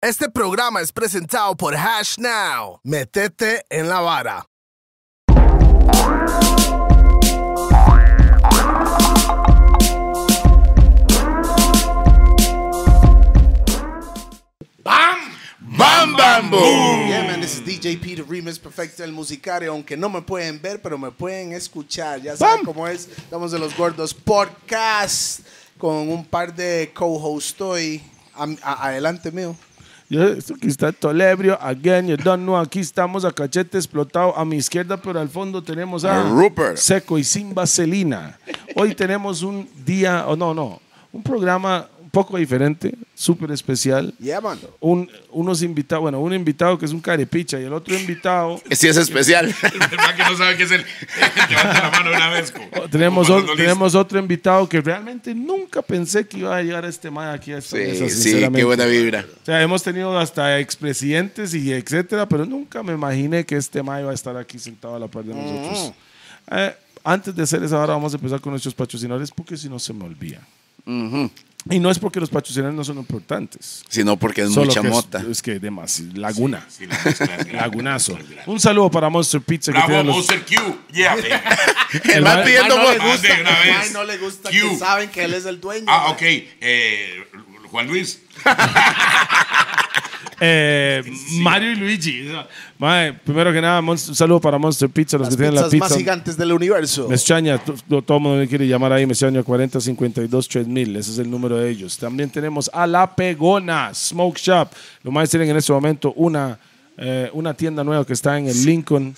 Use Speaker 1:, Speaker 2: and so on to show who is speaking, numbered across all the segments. Speaker 1: Este programa es presentado por Hash Now. Metete en la vara.
Speaker 2: Bam Bam Boom.
Speaker 3: Yeah, man,
Speaker 2: Mm.
Speaker 3: this is DJ Peter Remix Perfecto, el musicario. Aunque no me pueden ver, pero me pueden escuchar. Ya saben cómo es. Estamos en los Gordos Podcast con un par de co-hosts hoy. Am- a- adelante, mío.
Speaker 2: Yo estoy aquí está Tolebrio, again, you don't know. Aquí estamos a cachete explotado. A mi izquierda, pero al fondo tenemos a,
Speaker 4: A Rupert.
Speaker 2: Seco y sin vaselina. Hoy tenemos un día, o no, no, un programa un poco diferente, súper especial.
Speaker 3: Yeah, man.
Speaker 2: Un, unos invitados, bueno, un invitado que es un carepicha y el otro invitado
Speaker 4: Sí, es especial.
Speaker 5: ¿Verdad que no sabe qué es el? Levanta la mano una vez. co-
Speaker 2: Oh, Tenemos,
Speaker 5: como
Speaker 2: ot-
Speaker 5: cuando
Speaker 2: tenemos otro invitado que realmente nunca pensé que iba a llegar este man aquí a esta mesa,
Speaker 4: Sí, sí,
Speaker 2: sinceramente.
Speaker 4: qué buena vibra.
Speaker 2: O sea, hemos tenido hasta expresidentes y etcétera, pero nunca me imaginé que este man iba a estar aquí sentado a la par de nosotros.
Speaker 4: Mm.
Speaker 2: Eh, antes de hacer esa hora, vamos a empezar con nuestros patrocinadores porque si no se me olvida. Y no es porque los patrocinadores no son importantes.
Speaker 4: Sino porque es
Speaker 2: Solo
Speaker 4: mucha
Speaker 2: que es-
Speaker 4: mota.
Speaker 2: Es, que demasiado. Laguna.
Speaker 5: dice- Sí, la mezcla, sí, la
Speaker 2: Lagunazo.
Speaker 5: mezcla, la-
Speaker 2: Un saludo para Monster Pizza. que
Speaker 5: Bravo,
Speaker 2: tiene los-
Speaker 5: Monster Q. Yeah.
Speaker 4: El man
Speaker 2: man-
Speaker 4: pidiendo
Speaker 3: no le
Speaker 4: voz.
Speaker 3: gusta,
Speaker 5: de una vez.
Speaker 3: Ay, no le gusta
Speaker 5: You.
Speaker 3: que saben que él es el dueño.
Speaker 5: Ah,
Speaker 3: man.
Speaker 5: ok. Eh, Juan Luis.
Speaker 2: Eh, Mario y Luigi. Mae, primero que nada, Monster- un saludo para Monster Pizza, los
Speaker 3: Las
Speaker 2: que tienen la
Speaker 3: pizzas más
Speaker 2: pizza.
Speaker 3: gigantes del universo.
Speaker 2: Me extraña, to- to- todo el mundo me quiere llamar ahí, me extraña 4052-3000, ese es el número de ellos. También tenemos a La Pegona, Smoke Shop. Lo más tienen en este momento una, eh, una tienda nueva que está en el Lincoln.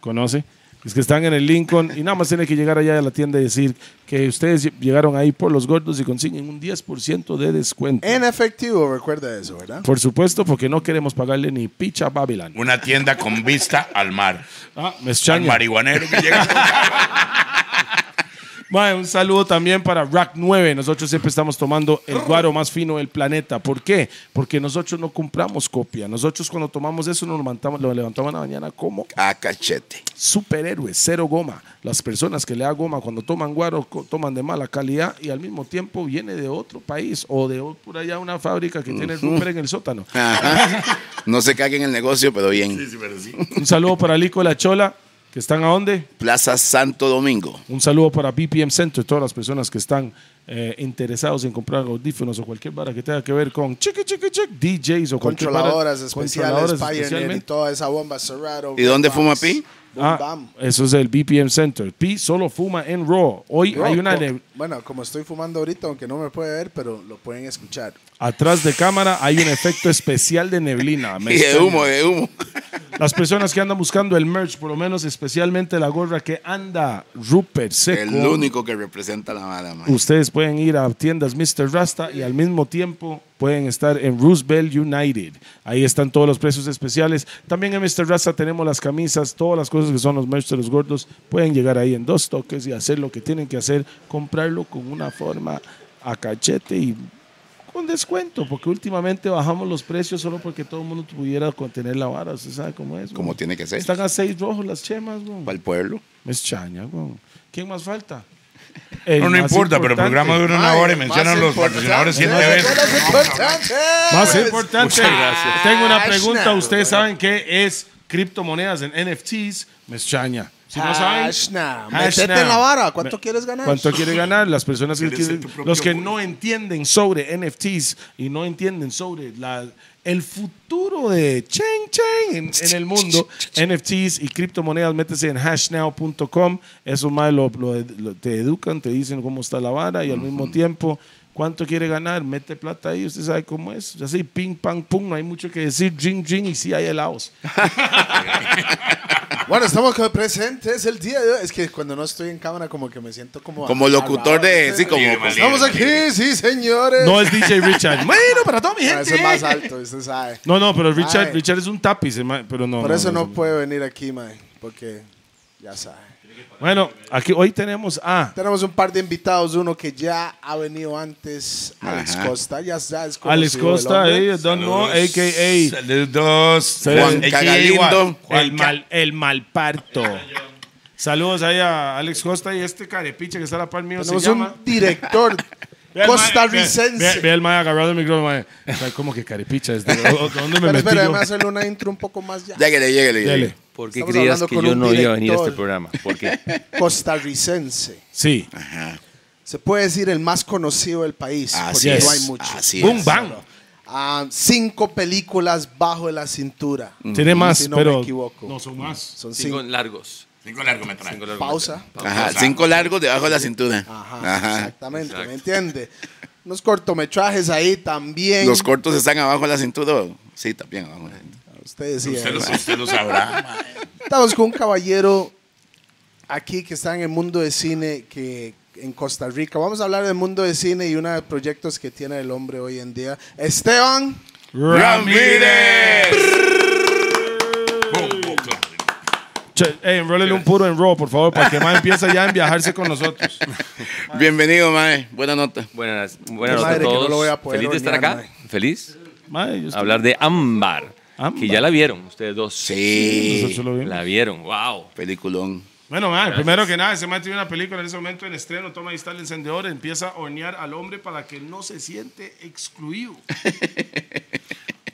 Speaker 2: ¿Conoce? Es que están en el Lincoln y nada más tiene que llegar allá a la tienda y decir que ustedes lle- llegaron ahí por los gordos y consiguen un 10% de descuento.
Speaker 3: En efectivo, recuerda eso, ¿verdad?
Speaker 2: Por supuesto, porque no queremos pagarle ni picha a Babylon.
Speaker 6: Una tienda con vista al mar.
Speaker 2: Ah, me
Speaker 6: Al
Speaker 2: extraña.
Speaker 6: marihuanero que llega.
Speaker 2: Mae, un saludo también para Rack 9. Nosotros siempre estamos tomando el guaro más fino del planeta. ¿Por qué? Porque nosotros no compramos copia. Nosotros cuando tomamos eso nos levantamos, lo levantamos en la mañana como
Speaker 4: A Ah, cachete.
Speaker 2: superhéroes, cero goma. Las personas que le da goma cuando toman guaro co- toman de mala calidad y al mismo tiempo viene de otro país o de o- por allá una fábrica que tiene el Rupert en el sótano.
Speaker 4: Ajá. No se caguen en el negocio, pero bien.
Speaker 5: Sí, sí, pero sí.
Speaker 2: Un saludo para Lico de la Chola, que están a dónde?
Speaker 4: Plaza Santo Domingo.
Speaker 2: Un saludo para BPM Center, todas las personas que están eh, interesados en comprar audífonos o cualquier vara que tenga que ver con chiqui, chiqui, chiqui, DJs o cualquier vara-
Speaker 3: Controladoras especiales,
Speaker 2: controladoras
Speaker 3: Pioneer y
Speaker 2: especialmente.
Speaker 3: toda esa bomba Cerrado.
Speaker 4: ¿Y dónde
Speaker 3: Boombox,
Speaker 4: fuma Pi?
Speaker 3: Boom
Speaker 2: Ah,
Speaker 3: Bam.
Speaker 2: eso es el BPM Center. P solo fuma en Raw. Hoy hay
Speaker 3: Bro,
Speaker 2: una
Speaker 3: co-
Speaker 2: ne-
Speaker 3: Bueno, como estoy fumando ahorita, aunque no me puede ver, pero lo pueden escuchar.
Speaker 2: atrás de cámara hay un efecto especial de neblina. Me
Speaker 4: Y de
Speaker 2: extraña.
Speaker 4: humo, de humo.
Speaker 2: Las personas que andan buscando el merch, por lo menos especialmente la gorra que anda Rupert Seco.
Speaker 4: El único que representa la mala, man.
Speaker 2: Ustedes pueden ir a tiendas Mr. Rasta y al mismo tiempo pueden estar en Roosevelt United. Ahí están todos los precios especiales. También en Mr. Rasta tenemos las camisas, todas las cosas que son los merch de los gordos. Pueden llegar ahí en dos toques y hacer lo que tienen que hacer, comprarlo con una forma a cachete y con descuento, porque últimamente bajamos los precios solo porque todo el mundo pudiera contener la vara. Usted sabe cómo es.
Speaker 4: Como
Speaker 2: güey.
Speaker 4: tiene que ser.
Speaker 2: Están a seis rojos las chemas, güey.
Speaker 4: Para el pueblo.
Speaker 2: Me extraña, weón. ¿Quién más falta?
Speaker 6: No, no importa, pero el programa dura una
Speaker 3: Ay,
Speaker 6: hora y
Speaker 3: más
Speaker 6: mencionan los
Speaker 3: importante.
Speaker 6: patrocinadores siete
Speaker 3: Más pues,
Speaker 6: veces.
Speaker 3: importante.
Speaker 2: Más importante.
Speaker 6: Muchas gracias.
Speaker 2: Tengo una
Speaker 3: Hash
Speaker 2: pregunta.
Speaker 3: now,
Speaker 2: Ustedes
Speaker 3: brother.
Speaker 2: saben qué es criptomonedas en NFTs. Me extraña. Si no saben.
Speaker 3: Hash now.
Speaker 2: hash
Speaker 3: Metete
Speaker 2: now.
Speaker 3: en la vara. ¿Cuánto
Speaker 2: Me-
Speaker 3: quieres ganar?
Speaker 2: ¿Cuánto quiere ganar? Las personas que
Speaker 5: Quieres ser
Speaker 2: quieren-
Speaker 5: tu propio
Speaker 2: los que
Speaker 5: gurú.
Speaker 2: no entienden sobre NFTs y no entienden sobre la, el futuro de Chen Chen en, en el mundo, NFTs y criptomonedas, métese en hashnow.com. Eso más lo, lo- lo- te educan, te dicen cómo está la vara y al mismo tiempo. ¿Cuánto quiere ganar? Mete plata ahí, usted sabe cómo es. Así, ping, pang, pum, no hay mucho que decir. Jing, jing, y sí hay helados.
Speaker 3: Bueno, estamos con- presentes el día de hoy. Es que cuando no estoy en cámara, como que me siento como.
Speaker 4: Como locutor de. Sí, como. pues,
Speaker 5: Libre, man.
Speaker 3: Estamos aquí, sí, señores.
Speaker 2: No es DJ Richard. Bueno, para toda mi
Speaker 3: Ah,
Speaker 2: gente.
Speaker 3: Eso es más alto, usted sabe.
Speaker 2: No, no, pero Richard,
Speaker 3: Ay.
Speaker 2: Richard es un tapiz, eh, ma- pero no.
Speaker 3: Por eso
Speaker 2: no,
Speaker 3: no puede venir aquí, man. Porque ya sabe.
Speaker 2: Bueno, aquí hoy tenemos a
Speaker 3: Tenemos un par de invitados, uno que ya ha venido antes, Alex
Speaker 4: Ajá.
Speaker 3: Costa, ya sabes cómo
Speaker 2: Alex Costa, eh, Don No, a.k.a.
Speaker 6: Saludos.
Speaker 2: Juan
Speaker 6: AKA
Speaker 4: Cagalindo.
Speaker 6: Juan
Speaker 2: El mal, el malparto. Saludos ahí a Alex Costa y este carepiche que está a la par mío se
Speaker 3: Tenemos
Speaker 2: llama
Speaker 3: un director
Speaker 2: Ve al mae,
Speaker 3: Costarricense.
Speaker 2: Ve, ve- ve el mae agarrado el micrófono, mae. O sea, como que caripicha. este, ¿dó- ¿Dónde
Speaker 3: Pero
Speaker 2: me metí
Speaker 3: espera,
Speaker 2: yo?
Speaker 3: déjame hacerle una intro un poco más ya.
Speaker 4: Lléguele, lléguele.
Speaker 2: Dele.
Speaker 4: lléguele.
Speaker 7: ¿Por qué
Speaker 3: Estamos
Speaker 7: creías
Speaker 3: hablando
Speaker 7: que
Speaker 3: con
Speaker 7: yo
Speaker 3: un
Speaker 7: no iba a venir a este
Speaker 3: director.
Speaker 7: programa? ¿Por qué?
Speaker 3: Costarricense.
Speaker 2: Sí.
Speaker 3: Ah, Se puede decir el más conocido del país.
Speaker 4: Así
Speaker 3: porque
Speaker 2: es,
Speaker 3: no hay mucho.
Speaker 4: así
Speaker 2: Boom,
Speaker 4: es.
Speaker 2: bang.
Speaker 3: Ah, cinco películas bajo la cintura.
Speaker 2: Tiene más,
Speaker 3: Si no
Speaker 2: pero.
Speaker 3: me equivoco.
Speaker 2: No son más.
Speaker 3: Son
Speaker 7: Cinco
Speaker 3: cinco.
Speaker 7: largos.
Speaker 5: Cinco largometrajes.
Speaker 7: Cinco largos.
Speaker 3: Pausa.
Speaker 4: Ajá, cinco largos debajo de la cintura.
Speaker 3: Ajá,
Speaker 4: Ajá.
Speaker 3: exactamente,
Speaker 7: Exacto.
Speaker 3: ¿me entiende? Unos cortometrajes ahí también.
Speaker 4: Los cortos están abajo de la cintura. Sí, también abajo de la cintura.
Speaker 3: Usted decía,
Speaker 5: Usted lo,
Speaker 3: ¿verdad?
Speaker 5: usted lo sabrá.
Speaker 3: Estamos con un caballero aquí que está en el mundo de cine que en Costa Rica. Vamos a hablar del mundo de cine y uno de los proyectos que tiene el hombre hoy en día. Esteban,
Speaker 5: ¡Ramírez! Boom, boom, claro.
Speaker 2: Che, ey, enrólele un puro en raw, por favor, para que más empiece ya a viajarse con nosotros.
Speaker 4: Bienvenido, Mae. Buena nota.
Speaker 7: Buenas, buenas noches
Speaker 3: madre
Speaker 7: a
Speaker 3: que no
Speaker 7: todos.
Speaker 3: lo voy a poder
Speaker 7: Feliz de estar
Speaker 3: hornear,
Speaker 7: acá. Feliz.
Speaker 2: Mae, yo estoy-
Speaker 7: Hablar de Ámbar.
Speaker 2: Ámbar.
Speaker 7: Que ya la vieron ustedes dos.
Speaker 4: Sí.
Speaker 2: Nosotros lo vimos.
Speaker 7: La vieron. Wow.
Speaker 4: Peliculón.
Speaker 2: Bueno, mae, primero que nada, ese mae tiene una película en ese momento en estreno, toma ahí está el encendedor, empieza a hornear al hombre para que no se siente excluido.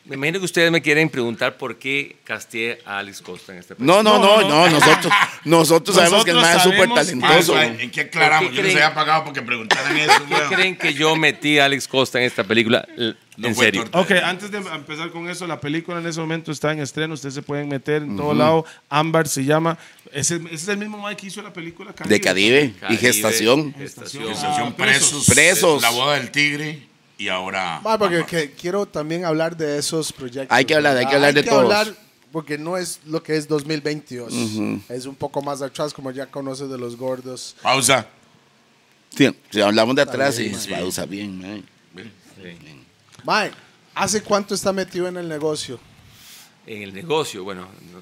Speaker 7: Me imagino que ustedes me quieren preguntar por qué casteé a Alex Costa en este programa.
Speaker 4: No, no,
Speaker 2: No,
Speaker 4: no,
Speaker 2: no.
Speaker 4: no. Nosotros, nosotros sabemos que el Mae es
Speaker 2: Nosotros
Speaker 4: súper
Speaker 2: sabemos
Speaker 5: Ay,
Speaker 4: talentoso.
Speaker 5: güey, ¿En qué aclaramos?
Speaker 7: ¿Por qué
Speaker 5: Yo les
Speaker 7: creen?
Speaker 5: había pagado porque preguntaran eso,
Speaker 7: ¿Por qué
Speaker 5: güey.
Speaker 7: creen que yo metí a Alex Costa en esta película? L-
Speaker 5: No
Speaker 7: en
Speaker 5: fue
Speaker 7: serio.
Speaker 5: torta.
Speaker 2: Ok, antes de empezar con eso, la película en ese momento está en estreno, ustedes se pueden meter en todo lado. Ámbar se llama. Ese, ese es el mismo mae que hizo la película Caribe.
Speaker 4: De Caribe y
Speaker 7: Caribe,
Speaker 4: Gestación.
Speaker 7: Gestación.
Speaker 5: Estación presos.
Speaker 4: Presos.
Speaker 5: La boda del tigre. Y ahora.
Speaker 3: ma, porque
Speaker 5: Ámbar.
Speaker 3: que- quiero también hablar de esos proyectos.
Speaker 4: Hay que hablar, hay que hablar de todos.
Speaker 3: porque no es lo que es 2022. Es un poco más atrás, como ya conoces de los gordos.
Speaker 5: Pausa.
Speaker 4: Sí, si hablamos de atrás, sí,
Speaker 3: bien,
Speaker 4: se va a usar bien, Mae.
Speaker 3: Mae, ¿hace cuánto está metido en el negocio?
Speaker 7: En el negocio, bueno. No,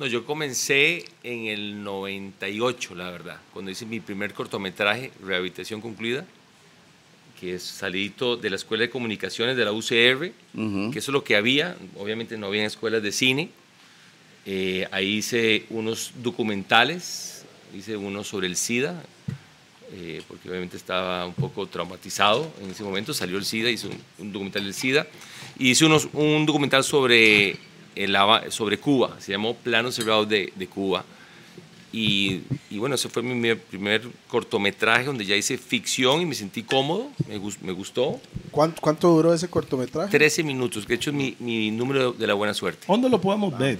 Speaker 7: no, yo comencé en el 98, la verdad, cuando hice mi primer cortometraje, Rehabilitación Concluida, que es salidito de la Escuela de Comunicaciones de la UCR, que eso es lo que había. Obviamente no había escuelas de cine. Eh, ahí hice unos documentales, hice uno sobre el SIDA, eh, porque obviamente estaba un poco traumatizado en ese momento, salió el SIDA, hice un, un documental del SIDA, y hice unos, un documental sobre, el Hava- sobre Cuba, se llamó Plano Cerrado de, de Cuba. Y, y bueno, ese fue mi, mi primer cortometraje donde ya hice ficción y me sentí cómodo, me, gus- me gustó.
Speaker 3: ¿Cuánto, cuánto duró ese cortometraje?
Speaker 7: 13 minutos, que de hecho es mi, mi número de la buena suerte.
Speaker 2: ¿Dónde lo podemos ver?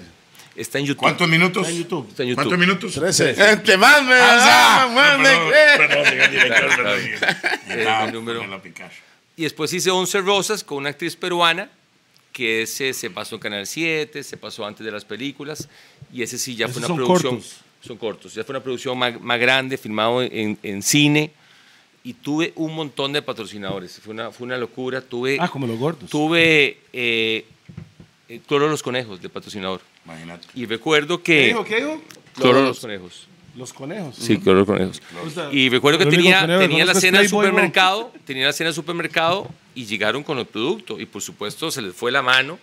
Speaker 7: Está en YouTube.
Speaker 5: ¿Cuántos minutos?
Speaker 2: en YouTube.
Speaker 7: Está en YouTube.
Speaker 5: ¿Cuántos minutos?
Speaker 3: Trece.
Speaker 2: Este
Speaker 4: Entre más me
Speaker 5: ¡Pausa!
Speaker 4: da, más me-
Speaker 5: No,
Speaker 4: eh.
Speaker 5: perdón, perdón, señor director,
Speaker 7: Está
Speaker 5: perdón.
Speaker 7: bien,
Speaker 5: Me
Speaker 7: Eh,
Speaker 5: estaba
Speaker 7: mi número.
Speaker 5: poniendo a picar.
Speaker 7: Y después hice 11 Rosas con una actriz peruana que ese se pasó en Canal 7, se pasó antes de las películas y ese sí ya
Speaker 2: Esos
Speaker 7: fue una
Speaker 2: son
Speaker 7: producción.
Speaker 2: cortos.
Speaker 7: Son cortos. Ya fue una producción más, más grande, filmado en, en cine y tuve un montón de patrocinadores. Fue una, fue una locura. Tuve,
Speaker 2: Ah, como los gordos.
Speaker 7: tuve eh, eh, Toro de los Conejos de patrocinador.
Speaker 5: Imagínate.
Speaker 7: Y recuerdo que.
Speaker 2: dijo? ¿Qué dijo?
Speaker 7: Toro de los Conejos.
Speaker 2: Los conejos.
Speaker 7: Sí, Toro de los Conejos. Y recuerdo que
Speaker 2: Lo único
Speaker 7: tenía,
Speaker 2: que no-
Speaker 7: tenía
Speaker 2: no
Speaker 7: la
Speaker 2: es
Speaker 7: cena del
Speaker 2: Playboy, ¿no?
Speaker 7: supermercado, tenía la cena del supermercado y llegaron con el producto. Y por supuesto se les fue la mano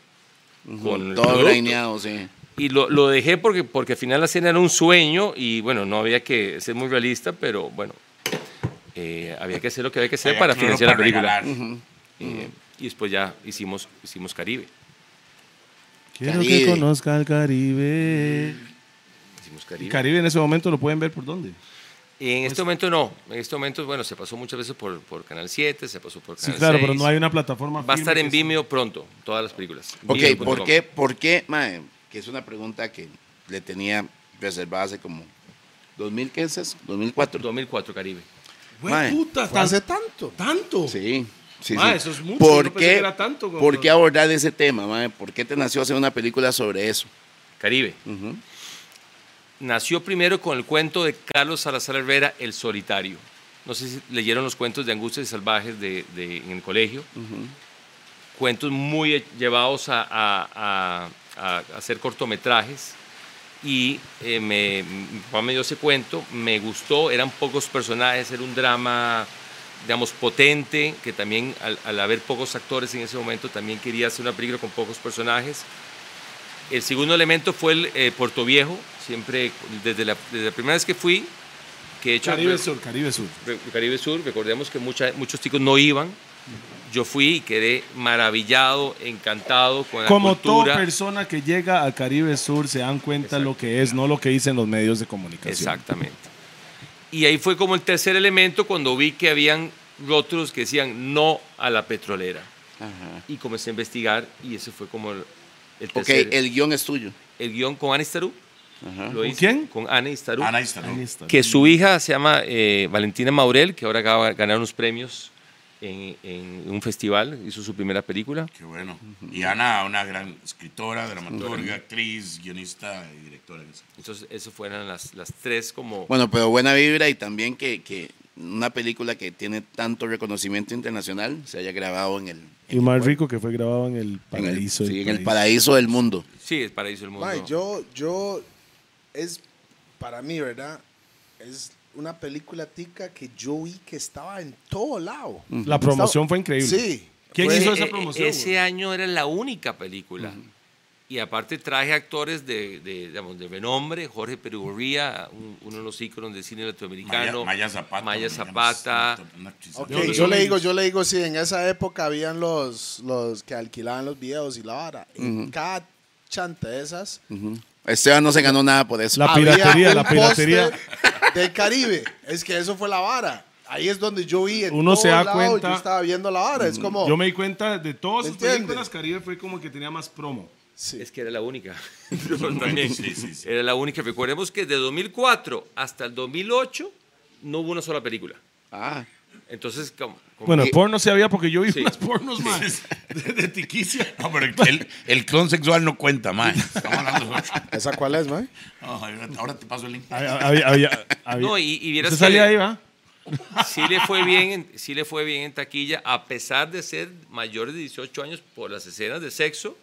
Speaker 7: con el
Speaker 4: Todo
Speaker 7: producto.
Speaker 4: graineado, sí.
Speaker 7: Y lo, lo dejé porque, porque al final la cena era un sueño y bueno, no había que ser muy realista, pero bueno, eh, había que hacer lo que había que hacer
Speaker 5: Había
Speaker 7: para
Speaker 5: que uno
Speaker 7: financiar la
Speaker 5: para
Speaker 7: película.
Speaker 5: regalar.
Speaker 7: Eh, y después ya hicimos, hicimos Caribe.
Speaker 2: Quiero que
Speaker 4: Caribe.
Speaker 2: conozca el Caribe.
Speaker 7: Hicimos
Speaker 2: Y
Speaker 7: Caribe.
Speaker 2: Caribe en ese momento lo pueden ver por dónde.
Speaker 7: Y
Speaker 2: Pues
Speaker 7: en este momento no. En este momento, bueno, se pasó muchas veces por, por Canal 7, se pasó por
Speaker 2: Sí,
Speaker 7: Canal
Speaker 2: claro, pero
Speaker 7: 6.
Speaker 2: no hay una plataforma.
Speaker 7: Ah, Va a estar
Speaker 2: firme
Speaker 7: en
Speaker 2: que-
Speaker 7: Vimeo pronto, todas las películas.
Speaker 4: Ok,
Speaker 7: Vimeo.com.
Speaker 4: ¿por qué, ¿por qué, mae? Que es una pregunta que le tenía reservada hace como 2015, 2004.
Speaker 7: 2004 Caribe.
Speaker 4: Mae,
Speaker 3: Fue ¿Hace tanto?
Speaker 2: ¿Tanto?
Speaker 4: Sí, sí,
Speaker 2: Mae,
Speaker 4: sí.
Speaker 2: eso es mucho,
Speaker 4: ¿Por,
Speaker 2: no pensé que
Speaker 4: qué,
Speaker 2: era tanto, güey.
Speaker 4: ¿Por qué abordar ese tema, mae? ¿Por qué te nació hacer una película sobre eso?
Speaker 7: Caribe.
Speaker 4: Ujú.
Speaker 7: Nació primero con el cuento de Carlos Salazar Herrera, El Solitario. No sé si leyeron los cuentos de Angustias y Salvajes de, de- en el colegio. Cuentos muy eh, llevados a, a- a- a hacer cortometrajes. Y eh, me, mi papá me dio ese cuento, me gustó, eran pocos personajes, era un drama, digamos, potente, que también al, al haber pocos actores en ese momento también quería hacer una película con pocos personajes. El segundo elemento fue el eh, Puerto Viejo. Siempre, desde la, desde la primera vez que fui, que de hecho
Speaker 2: Caribe Sur, Caribe Sur.
Speaker 7: Re- Caribe Sur, recordemos que mucha- muchos chicos no iban. Yo fui y quedé maravillado, encantado con la
Speaker 2: Como
Speaker 7: cultura.
Speaker 2: toda persona que llega al Caribe Sur se dan cuenta lo que es, no lo que dicen los medios de comunicación.
Speaker 7: Exactamente. Y ahí fue como el tercer elemento cuando vi que habían rótulos que decían no a la petrolera. Y comencé a investigar y ese fue como el, el
Speaker 4: Ok,
Speaker 7: tercer. el,
Speaker 4: el guión es tuyo.
Speaker 7: guión con Ana Starú.
Speaker 2: ¿Con quién?
Speaker 7: Con Ana Starú.
Speaker 6: Ana Istarú.
Speaker 2: Ahí está.
Speaker 7: que su hija se llama eh, Valentina Maurel, que ahora acaba de ganar unos premios en, en un festival, hizo su primera película.
Speaker 6: Qué bueno. Y Ana, una gran escritora, dramaturga, actriz, guionista y directora.
Speaker 7: Entonces, esas fueron las, las tres como...
Speaker 4: Bueno, pero buena vibra y también que, que una película que tiene tanto reconocimiento internacional se haya grabado en el,
Speaker 2: Y más rico que fue grabado en el
Speaker 4: en el,
Speaker 2: paraíso.
Speaker 4: sí,
Speaker 2: del
Speaker 4: en el
Speaker 2: país.
Speaker 4: paraíso del mundo.
Speaker 7: sí, el paraíso del mundo.
Speaker 3: Mae, yo, yo, es para mí, ¿verdad? Es una película tica que yo vi que estaba en todo lado.
Speaker 2: Mm. La promoción fue increíble.
Speaker 3: Sí.
Speaker 2: ¿Quién
Speaker 7: Fue-
Speaker 2: hizo esa
Speaker 7: e- e-
Speaker 2: promoción?
Speaker 7: Ese
Speaker 2: güey?
Speaker 7: año era la única película. Y aparte traje actores de, de, digamos, de renombre, Jorge Perugorría, un- uno de los íconos del cine
Speaker 6: Maya,
Speaker 7: latinoamericano.
Speaker 6: Maya Zapata.
Speaker 7: Maya
Speaker 6: digamos,
Speaker 7: Zapata.
Speaker 6: una- una actriz.
Speaker 3: Ok,
Speaker 2: ¿De dónde
Speaker 3: yo
Speaker 2: son
Speaker 3: le
Speaker 2: ellos?
Speaker 3: digo, yo le digo, sí, en esa época habían los, los que alquilaban los videos y la vara. En cada chante de esas,
Speaker 4: Esteban no se ganó nada por eso.
Speaker 2: La
Speaker 3: había
Speaker 2: piratería,
Speaker 3: un
Speaker 2: la piratería.
Speaker 3: póster Del Caribe. Es que eso fue la vara. Ahí es donde yo vi. en
Speaker 2: Uno se
Speaker 3: todo
Speaker 2: da
Speaker 3: lado,
Speaker 2: cuenta- Mm.
Speaker 3: Yo estaba viendo la vara. Es como.
Speaker 2: Yo me di cuenta de todas sus
Speaker 3: ¿Entiende?
Speaker 2: películas, Caribe fue como que tenía más promo.
Speaker 3: sí.
Speaker 7: Es que era la única. También.
Speaker 6: Sí, sí, sí.
Speaker 7: Era la única. Recordemos que de 2004 hasta el 2008 no hubo una sola película.
Speaker 4: Ah,
Speaker 7: Entonces, como- como-
Speaker 2: Bueno,
Speaker 7: y-
Speaker 2: porno se había porque yo vi
Speaker 7: Sí.
Speaker 2: unas pornos, man. De, de tiquicia.
Speaker 6: No, pero el, el clon sexual no cuenta, man. Estamos hablando de otro.
Speaker 3: ¿Esa cuál es, man?
Speaker 6: No, ahora- ahora te paso el link.
Speaker 2: Había- había- había- había-
Speaker 7: No, y- y vieras
Speaker 2: Usted salía
Speaker 7: que-
Speaker 2: ahí, ¿va?
Speaker 7: sí le fue bien, en- sí le fue bien en taquilla, a pesar de ser mayores de 18 años por las escenas de sexo,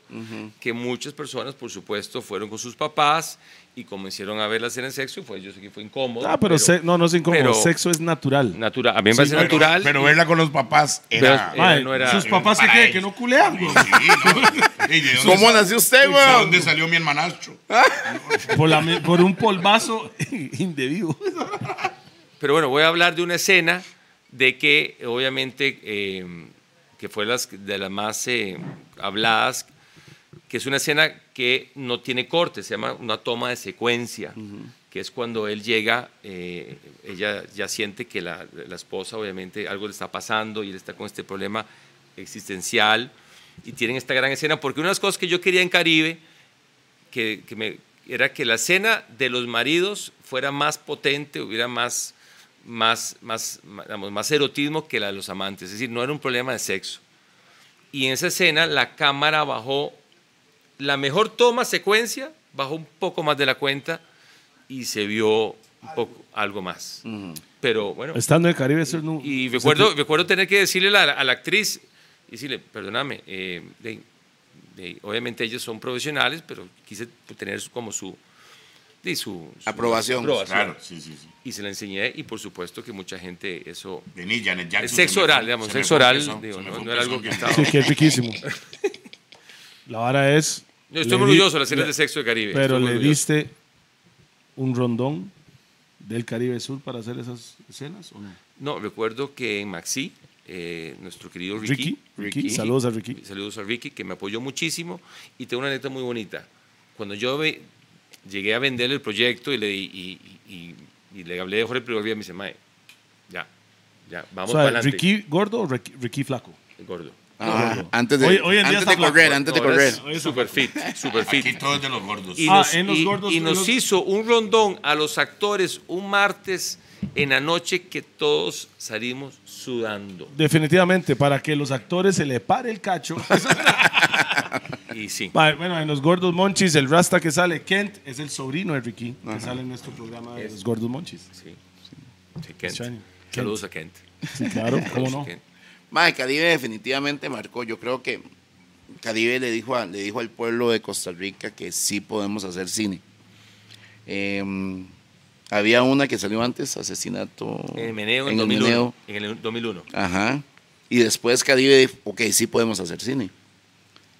Speaker 7: que muchas personas, por supuesto, fueron con sus papás y comenzaron a ver la escena de sexo y fue, yo sé que fue incómodo.
Speaker 2: Ah, pero, se- no, no es incómodo.
Speaker 7: pero-
Speaker 2: sexo es natural.
Speaker 7: Natural, a mí me parece
Speaker 6: Pero-
Speaker 7: natural.
Speaker 6: Pero verla con los papás era.
Speaker 7: Pero- eh,
Speaker 2: Mae,
Speaker 7: no era-
Speaker 2: sus papás que
Speaker 6: para
Speaker 2: creen
Speaker 6: ellos.
Speaker 2: que no culean, güey.
Speaker 6: Sí, no. Ey, ¿de dónde
Speaker 4: ¿Cómo
Speaker 6: sa-
Speaker 4: nació usted,
Speaker 6: ¿De
Speaker 4: weón?
Speaker 6: dónde salió mi hermanastro?
Speaker 7: Ah,
Speaker 2: Por, la me- por un polvazo indebido.
Speaker 7: Pero bueno, voy a hablar de una escena de que obviamente, eh, que fue las, de las más eh, habladas, que es una escena que no tiene corte, se llama una toma de secuencia, que es cuando él llega, eh, ella ya siente que la, la esposa obviamente algo le está pasando y él está con este problema existencial y tienen esta gran escena, porque una de las cosas que yo quería en Caribe, que, que me, era que la cena de los maridos fuera más potente, hubiera más, más, más, ma- digamos, más erotismo que la de los amantes. Es decir, no era un problema de sexo. Y en esa escena la cámara bajó, la mejor toma secuencia bajó un poco más de la cuenta y se vio un poco, algo más. Pero bueno.
Speaker 2: Estando en el Caribe Sur, no-
Speaker 7: Y
Speaker 2: usted
Speaker 7: recuerdo,
Speaker 2: te-
Speaker 7: recuerdo tener que decirle a la, a la actriz, y decirle, perdóname, eh, de- de- obviamente ellos son profesionales, pero quise tener su- como su, de su, su-
Speaker 4: Aprobación.
Speaker 6: Claro, sí, sí, sí.
Speaker 7: Y se la enseñé y por supuesto que mucha gente eso...
Speaker 6: De ni Janet Jackson.
Speaker 7: El sexo
Speaker 6: se me fue-
Speaker 7: oral, digamos,
Speaker 6: se me
Speaker 7: sexo
Speaker 6: fue un
Speaker 7: oral,
Speaker 6: pezón,
Speaker 7: digo,
Speaker 6: se me
Speaker 7: no-
Speaker 6: fue un
Speaker 7: no era
Speaker 6: pezón
Speaker 7: algo que
Speaker 2: Sí, que es riquísimo. La vara es.
Speaker 7: Yo
Speaker 2: le
Speaker 7: estoy
Speaker 2: di-
Speaker 7: muy orgulloso de las
Speaker 2: le-
Speaker 7: series de sexo de Caribe.
Speaker 2: Pero
Speaker 7: estoy muy
Speaker 2: le
Speaker 7: orgulloso.
Speaker 2: diste un rondón del Caribe Sur para hacer esas escenas o no?
Speaker 7: No, recuerdo que en Maxi, eh, nuestro querido Ricky,
Speaker 2: Ricky, Ricky, saludos a Ricky.
Speaker 7: Saludos a Ricky, que me apoyó muchísimo. Y tengo una neta muy bonita. Cuando yo ve- llegué a venderle el proyecto y le, y, y- y- y le hablé de Jorge Prigorría, me dice, Mae, ya, ya, vamos
Speaker 2: o sea,
Speaker 7: para adelante.
Speaker 2: Ricky gordo o Ricky, Ricky flaco.
Speaker 7: Gordo.
Speaker 4: Ah,
Speaker 2: gordo.
Speaker 4: antes de,
Speaker 2: Hoy- hoy en día
Speaker 4: antes
Speaker 2: está
Speaker 4: de
Speaker 2: flaco.
Speaker 4: correr, antes de
Speaker 7: No, ahora
Speaker 4: correr.
Speaker 7: es Super fit, super fit.
Speaker 6: Aquí todo es de los gordos.
Speaker 7: Y
Speaker 2: Ah,
Speaker 7: nos,
Speaker 2: en los
Speaker 7: y-
Speaker 2: gordos,
Speaker 7: y
Speaker 2: en
Speaker 7: nos
Speaker 2: los-
Speaker 7: hizo un rondón a los actores un martes en la noche que todos salimos sudando.
Speaker 2: Definitivamente, para que los actores se le pare el cacho.
Speaker 7: Y sí.
Speaker 2: Va, bueno, en los gordos monchis, el rasta que sale, Kent, es el sobrino de Ricky, que sale en nuestro programa de los gordos monchis.
Speaker 7: Sí, sí, Kent.
Speaker 2: Shiny. Kent.
Speaker 7: Saludos a Kent.
Speaker 2: Sí, claro, ¿cómo no?
Speaker 7: Saludos a Kent.
Speaker 4: Mae, Caribe definitivamente marcó. Yo creo que Caribe le dijo, a- le dijo al pueblo de Costa Rica que sí podemos hacer cine. Em, había una que salió antes, Asesinato
Speaker 7: En el Meneo, en,
Speaker 4: el
Speaker 7: 2001,
Speaker 4: Meneo.
Speaker 7: en el 2001.
Speaker 4: Ajá. Y después Caribe dijo, ok, sí podemos hacer cine.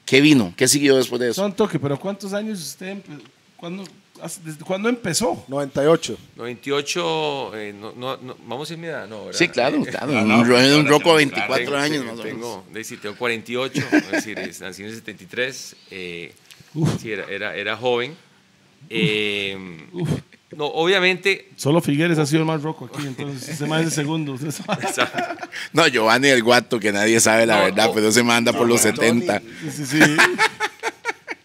Speaker 4: ¿Qué vino? ¿Qué siguió después de eso?
Speaker 2: Son toque, pero ¿cuántos años usted empe- ¿Cuándo? hace- desde cuándo empezó.
Speaker 3: 98.
Speaker 7: 98, eh, no, no, no- vamos a ir mi edad, no, ¿verdad?
Speaker 4: Sí, claro,
Speaker 7: Eh,
Speaker 4: claro.
Speaker 6: no,
Speaker 4: un,
Speaker 6: no,
Speaker 4: ro-
Speaker 6: no,
Speaker 4: un
Speaker 6: no,
Speaker 4: roco
Speaker 6: no,
Speaker 4: de
Speaker 7: tengo-
Speaker 4: 24 años
Speaker 7: tengo-
Speaker 4: más o menos.
Speaker 7: Tengo, es decir, tengo 48, es decir, es- nací en el 73, eh, sí, era, era, era joven. Eh, no, obviamente,
Speaker 2: Solo Figueres ha sido el más roco aquí, entonces ese más de segundo. ese mae-
Speaker 7: esa-
Speaker 4: No, Giovanni el Guato, que nadie sabe la
Speaker 7: No,
Speaker 4: verdad,
Speaker 7: no.
Speaker 4: pero se manda por los 70.
Speaker 2: Sí, sí, sí.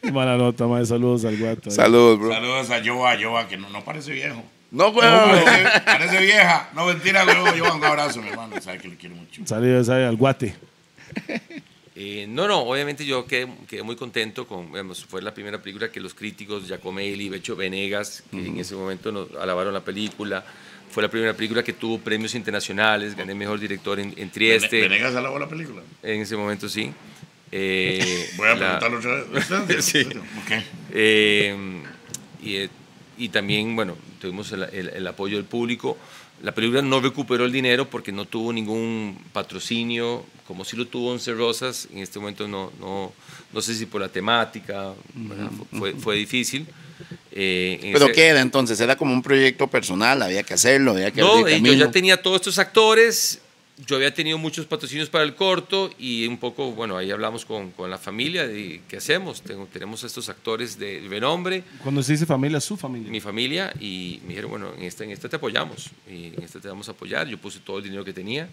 Speaker 2: Qué Mala nota, mae. Saludos al guato. ahí.
Speaker 4: Saludos, bro.
Speaker 6: Saludos a Joa, Joa, que no, no parece viejo.
Speaker 4: No, güey.
Speaker 6: Parece, parece vieja. No, mentira, güey. Joa, un abrazo, mi hermano. Sabe que lo quiero mucho.
Speaker 2: Saludos ahí al guate.
Speaker 7: eh, no, no, obviamente yo quedé, quedé muy contento con, digamos, fue la primera película que los críticos, Giacomelli, Becho Venegas, que en ese momento nos alabaron la película, fue la primera película que tuvo premios internacionales, gané mejor director en, en Trieste,
Speaker 6: ¿Venegas alabó la película?
Speaker 7: en ese momento sí. Eh,
Speaker 6: Voy a
Speaker 7: la-
Speaker 6: preguntarlo otra vez.
Speaker 7: Sí.
Speaker 6: Ok.
Speaker 7: Eh, y, eh, y también, bueno, tuvimos el, el- el apoyo del público. La película no recuperó el dinero porque no tuvo ningún patrocinio, como si lo tuvo Once Rosas. En este momento no, no, no sé si por la temática, ¿verdad? fue, fue difícil. Eh, en
Speaker 4: Pero
Speaker 7: ese-
Speaker 4: ¿qué era entonces? Era como un proyecto personal, había que hacerlo, había que
Speaker 7: no,
Speaker 4: abrir
Speaker 7: eh, yo
Speaker 4: camino.
Speaker 7: ya tenía todos estos actores, yo había tenido muchos patrocinios para el corto y un poco, bueno, ahí hablamos con, con la familia de qué hacemos. Tengo, tenemos a estos actores de renombre,
Speaker 2: Cuando se dice familia, su familia.
Speaker 7: mi familia, y me dijeron, bueno, en esta, en esta te apoyamos, y en esta te vamos a apoyar. Yo puse todo el dinero que tenía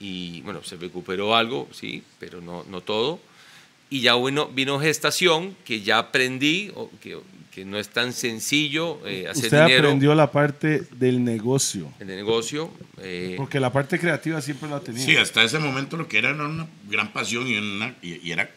Speaker 7: y, bueno, se recuperó algo, sí, pero no, no todo. Y ya vino, vino gestación, que ya aprendí, o que, que no es tan sencillo eh, hacer
Speaker 2: Usted
Speaker 7: dinero
Speaker 2: aprendió la parte del negocio.
Speaker 7: en el negocio. eh,
Speaker 2: Porque la parte creativa siempre la tenía.
Speaker 6: Sí, hasta ese momento lo que era era una gran pasión y, una, y, y era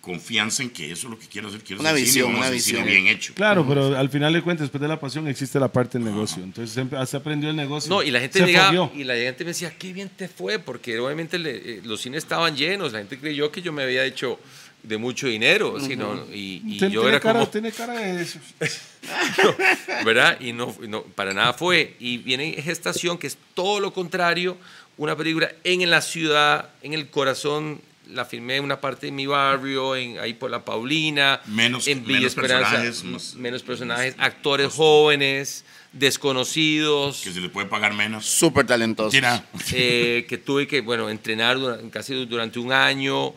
Speaker 6: confianza en que eso es lo que quiero hacer. Quiero
Speaker 4: Una
Speaker 6: hacer
Speaker 4: visión,
Speaker 6: vamos a
Speaker 4: una
Speaker 6: hacer cine
Speaker 4: visión.
Speaker 6: bien hecho.
Speaker 2: Claro, pero al final de cuentas, después de la pasión, existe la parte del negocio. Entonces siempre- se aprendió el negocio.
Speaker 7: No, y la gente
Speaker 2: se
Speaker 7: llegaba
Speaker 2: fogueó.
Speaker 7: y la gente me decía, qué bien te fue, porque obviamente le- eh, los cines estaban llenos, la gente creyó que yo me había hecho de mucho dinero, sino, y, y
Speaker 2: Tiene-
Speaker 7: yo
Speaker 2: tiene
Speaker 7: era
Speaker 2: cara,
Speaker 7: como,
Speaker 2: tiene cara de eso.
Speaker 7: ¿verdad? Y no, y no, para nada fue. Y viene Gestación, que es todo lo contrario, una película en la ciudad, en el corazón, la filmé en una parte de mi barrio, en, ahí por la Paulina,
Speaker 6: Menos-
Speaker 7: en Villa
Speaker 6: menos
Speaker 7: Esperanza,
Speaker 6: personajes,
Speaker 7: m-
Speaker 6: más-
Speaker 7: menos personajes, actores jóvenes, desconocidos.
Speaker 6: Que se le puede pagar menos.
Speaker 4: Súper talentoso.
Speaker 6: Tira.
Speaker 7: eh, que tuve que bueno, entrenar dura- casi du- durante un año,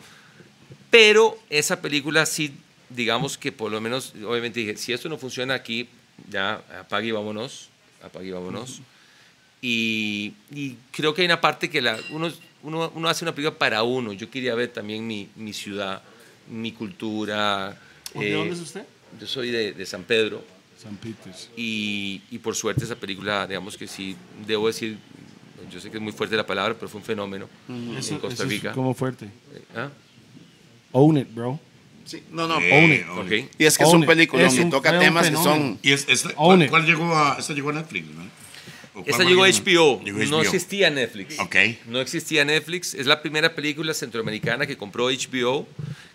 Speaker 7: pero esa película sí, digamos que por lo menos, obviamente dije, si esto no funciona aquí, ya apague y vámonos, apague y vámonos. Y, y creo que hay una parte que la, uno, uno, uno hace una película para uno, yo quería ver también mi, mi ciudad, mi cultura.
Speaker 2: ¿De
Speaker 7: eh,
Speaker 2: dónde es usted?
Speaker 7: Yo soy de, de San Pedro
Speaker 2: San Peters.
Speaker 7: y, y por suerte esa película, digamos que sí, debo decir, yo sé que es muy fuerte la palabra, pero fue un fenómeno en Costa Rica.
Speaker 2: Mm. es como fuerte.
Speaker 7: Eh, ¿ah?
Speaker 2: Own it, bro.
Speaker 4: Sí, No, no.
Speaker 6: Eh,
Speaker 2: Own it.
Speaker 6: own
Speaker 7: Ok.
Speaker 4: Y es que es
Speaker 2: Own
Speaker 4: un
Speaker 2: it.
Speaker 4: peliculón
Speaker 2: Es
Speaker 4: que
Speaker 2: un-
Speaker 4: toca
Speaker 2: fue un
Speaker 4: temas que son.
Speaker 2: fenómeno.
Speaker 6: ¿Y es, esta,
Speaker 2: Own
Speaker 6: ¿cuál,
Speaker 2: it.
Speaker 6: cuál llegó a, esta llegó a Netflix? ¿no? ¿O
Speaker 7: Esta
Speaker 6: cuál
Speaker 7: llegó a
Speaker 6: más
Speaker 7: HBO,
Speaker 6: llegó? Llegó
Speaker 7: no
Speaker 6: HBO.
Speaker 7: existía Netflix.
Speaker 6: Ok.
Speaker 7: No existía Netflix, es la primera película centroamericana que compró HBO,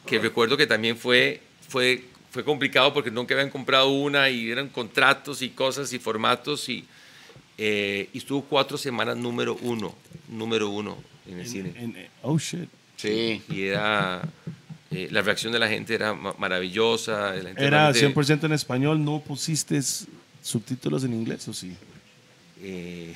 Speaker 7: que recuerdo que también fue, fue, fue complicado porque nunca habían comprado una y eran contratos y cosas y formatos y, eh, y estuvo cuatro semanas número uno, número uno en el cine.
Speaker 2: En- en- oh, shit.
Speaker 4: Sí.
Speaker 7: y era eh, la reacción de la gente era ma- maravillosa la gente
Speaker 2: Era
Speaker 7: realmente,
Speaker 2: 100% en español. ¿No pusiste s- subtítulos en inglés o sí?
Speaker 7: eh,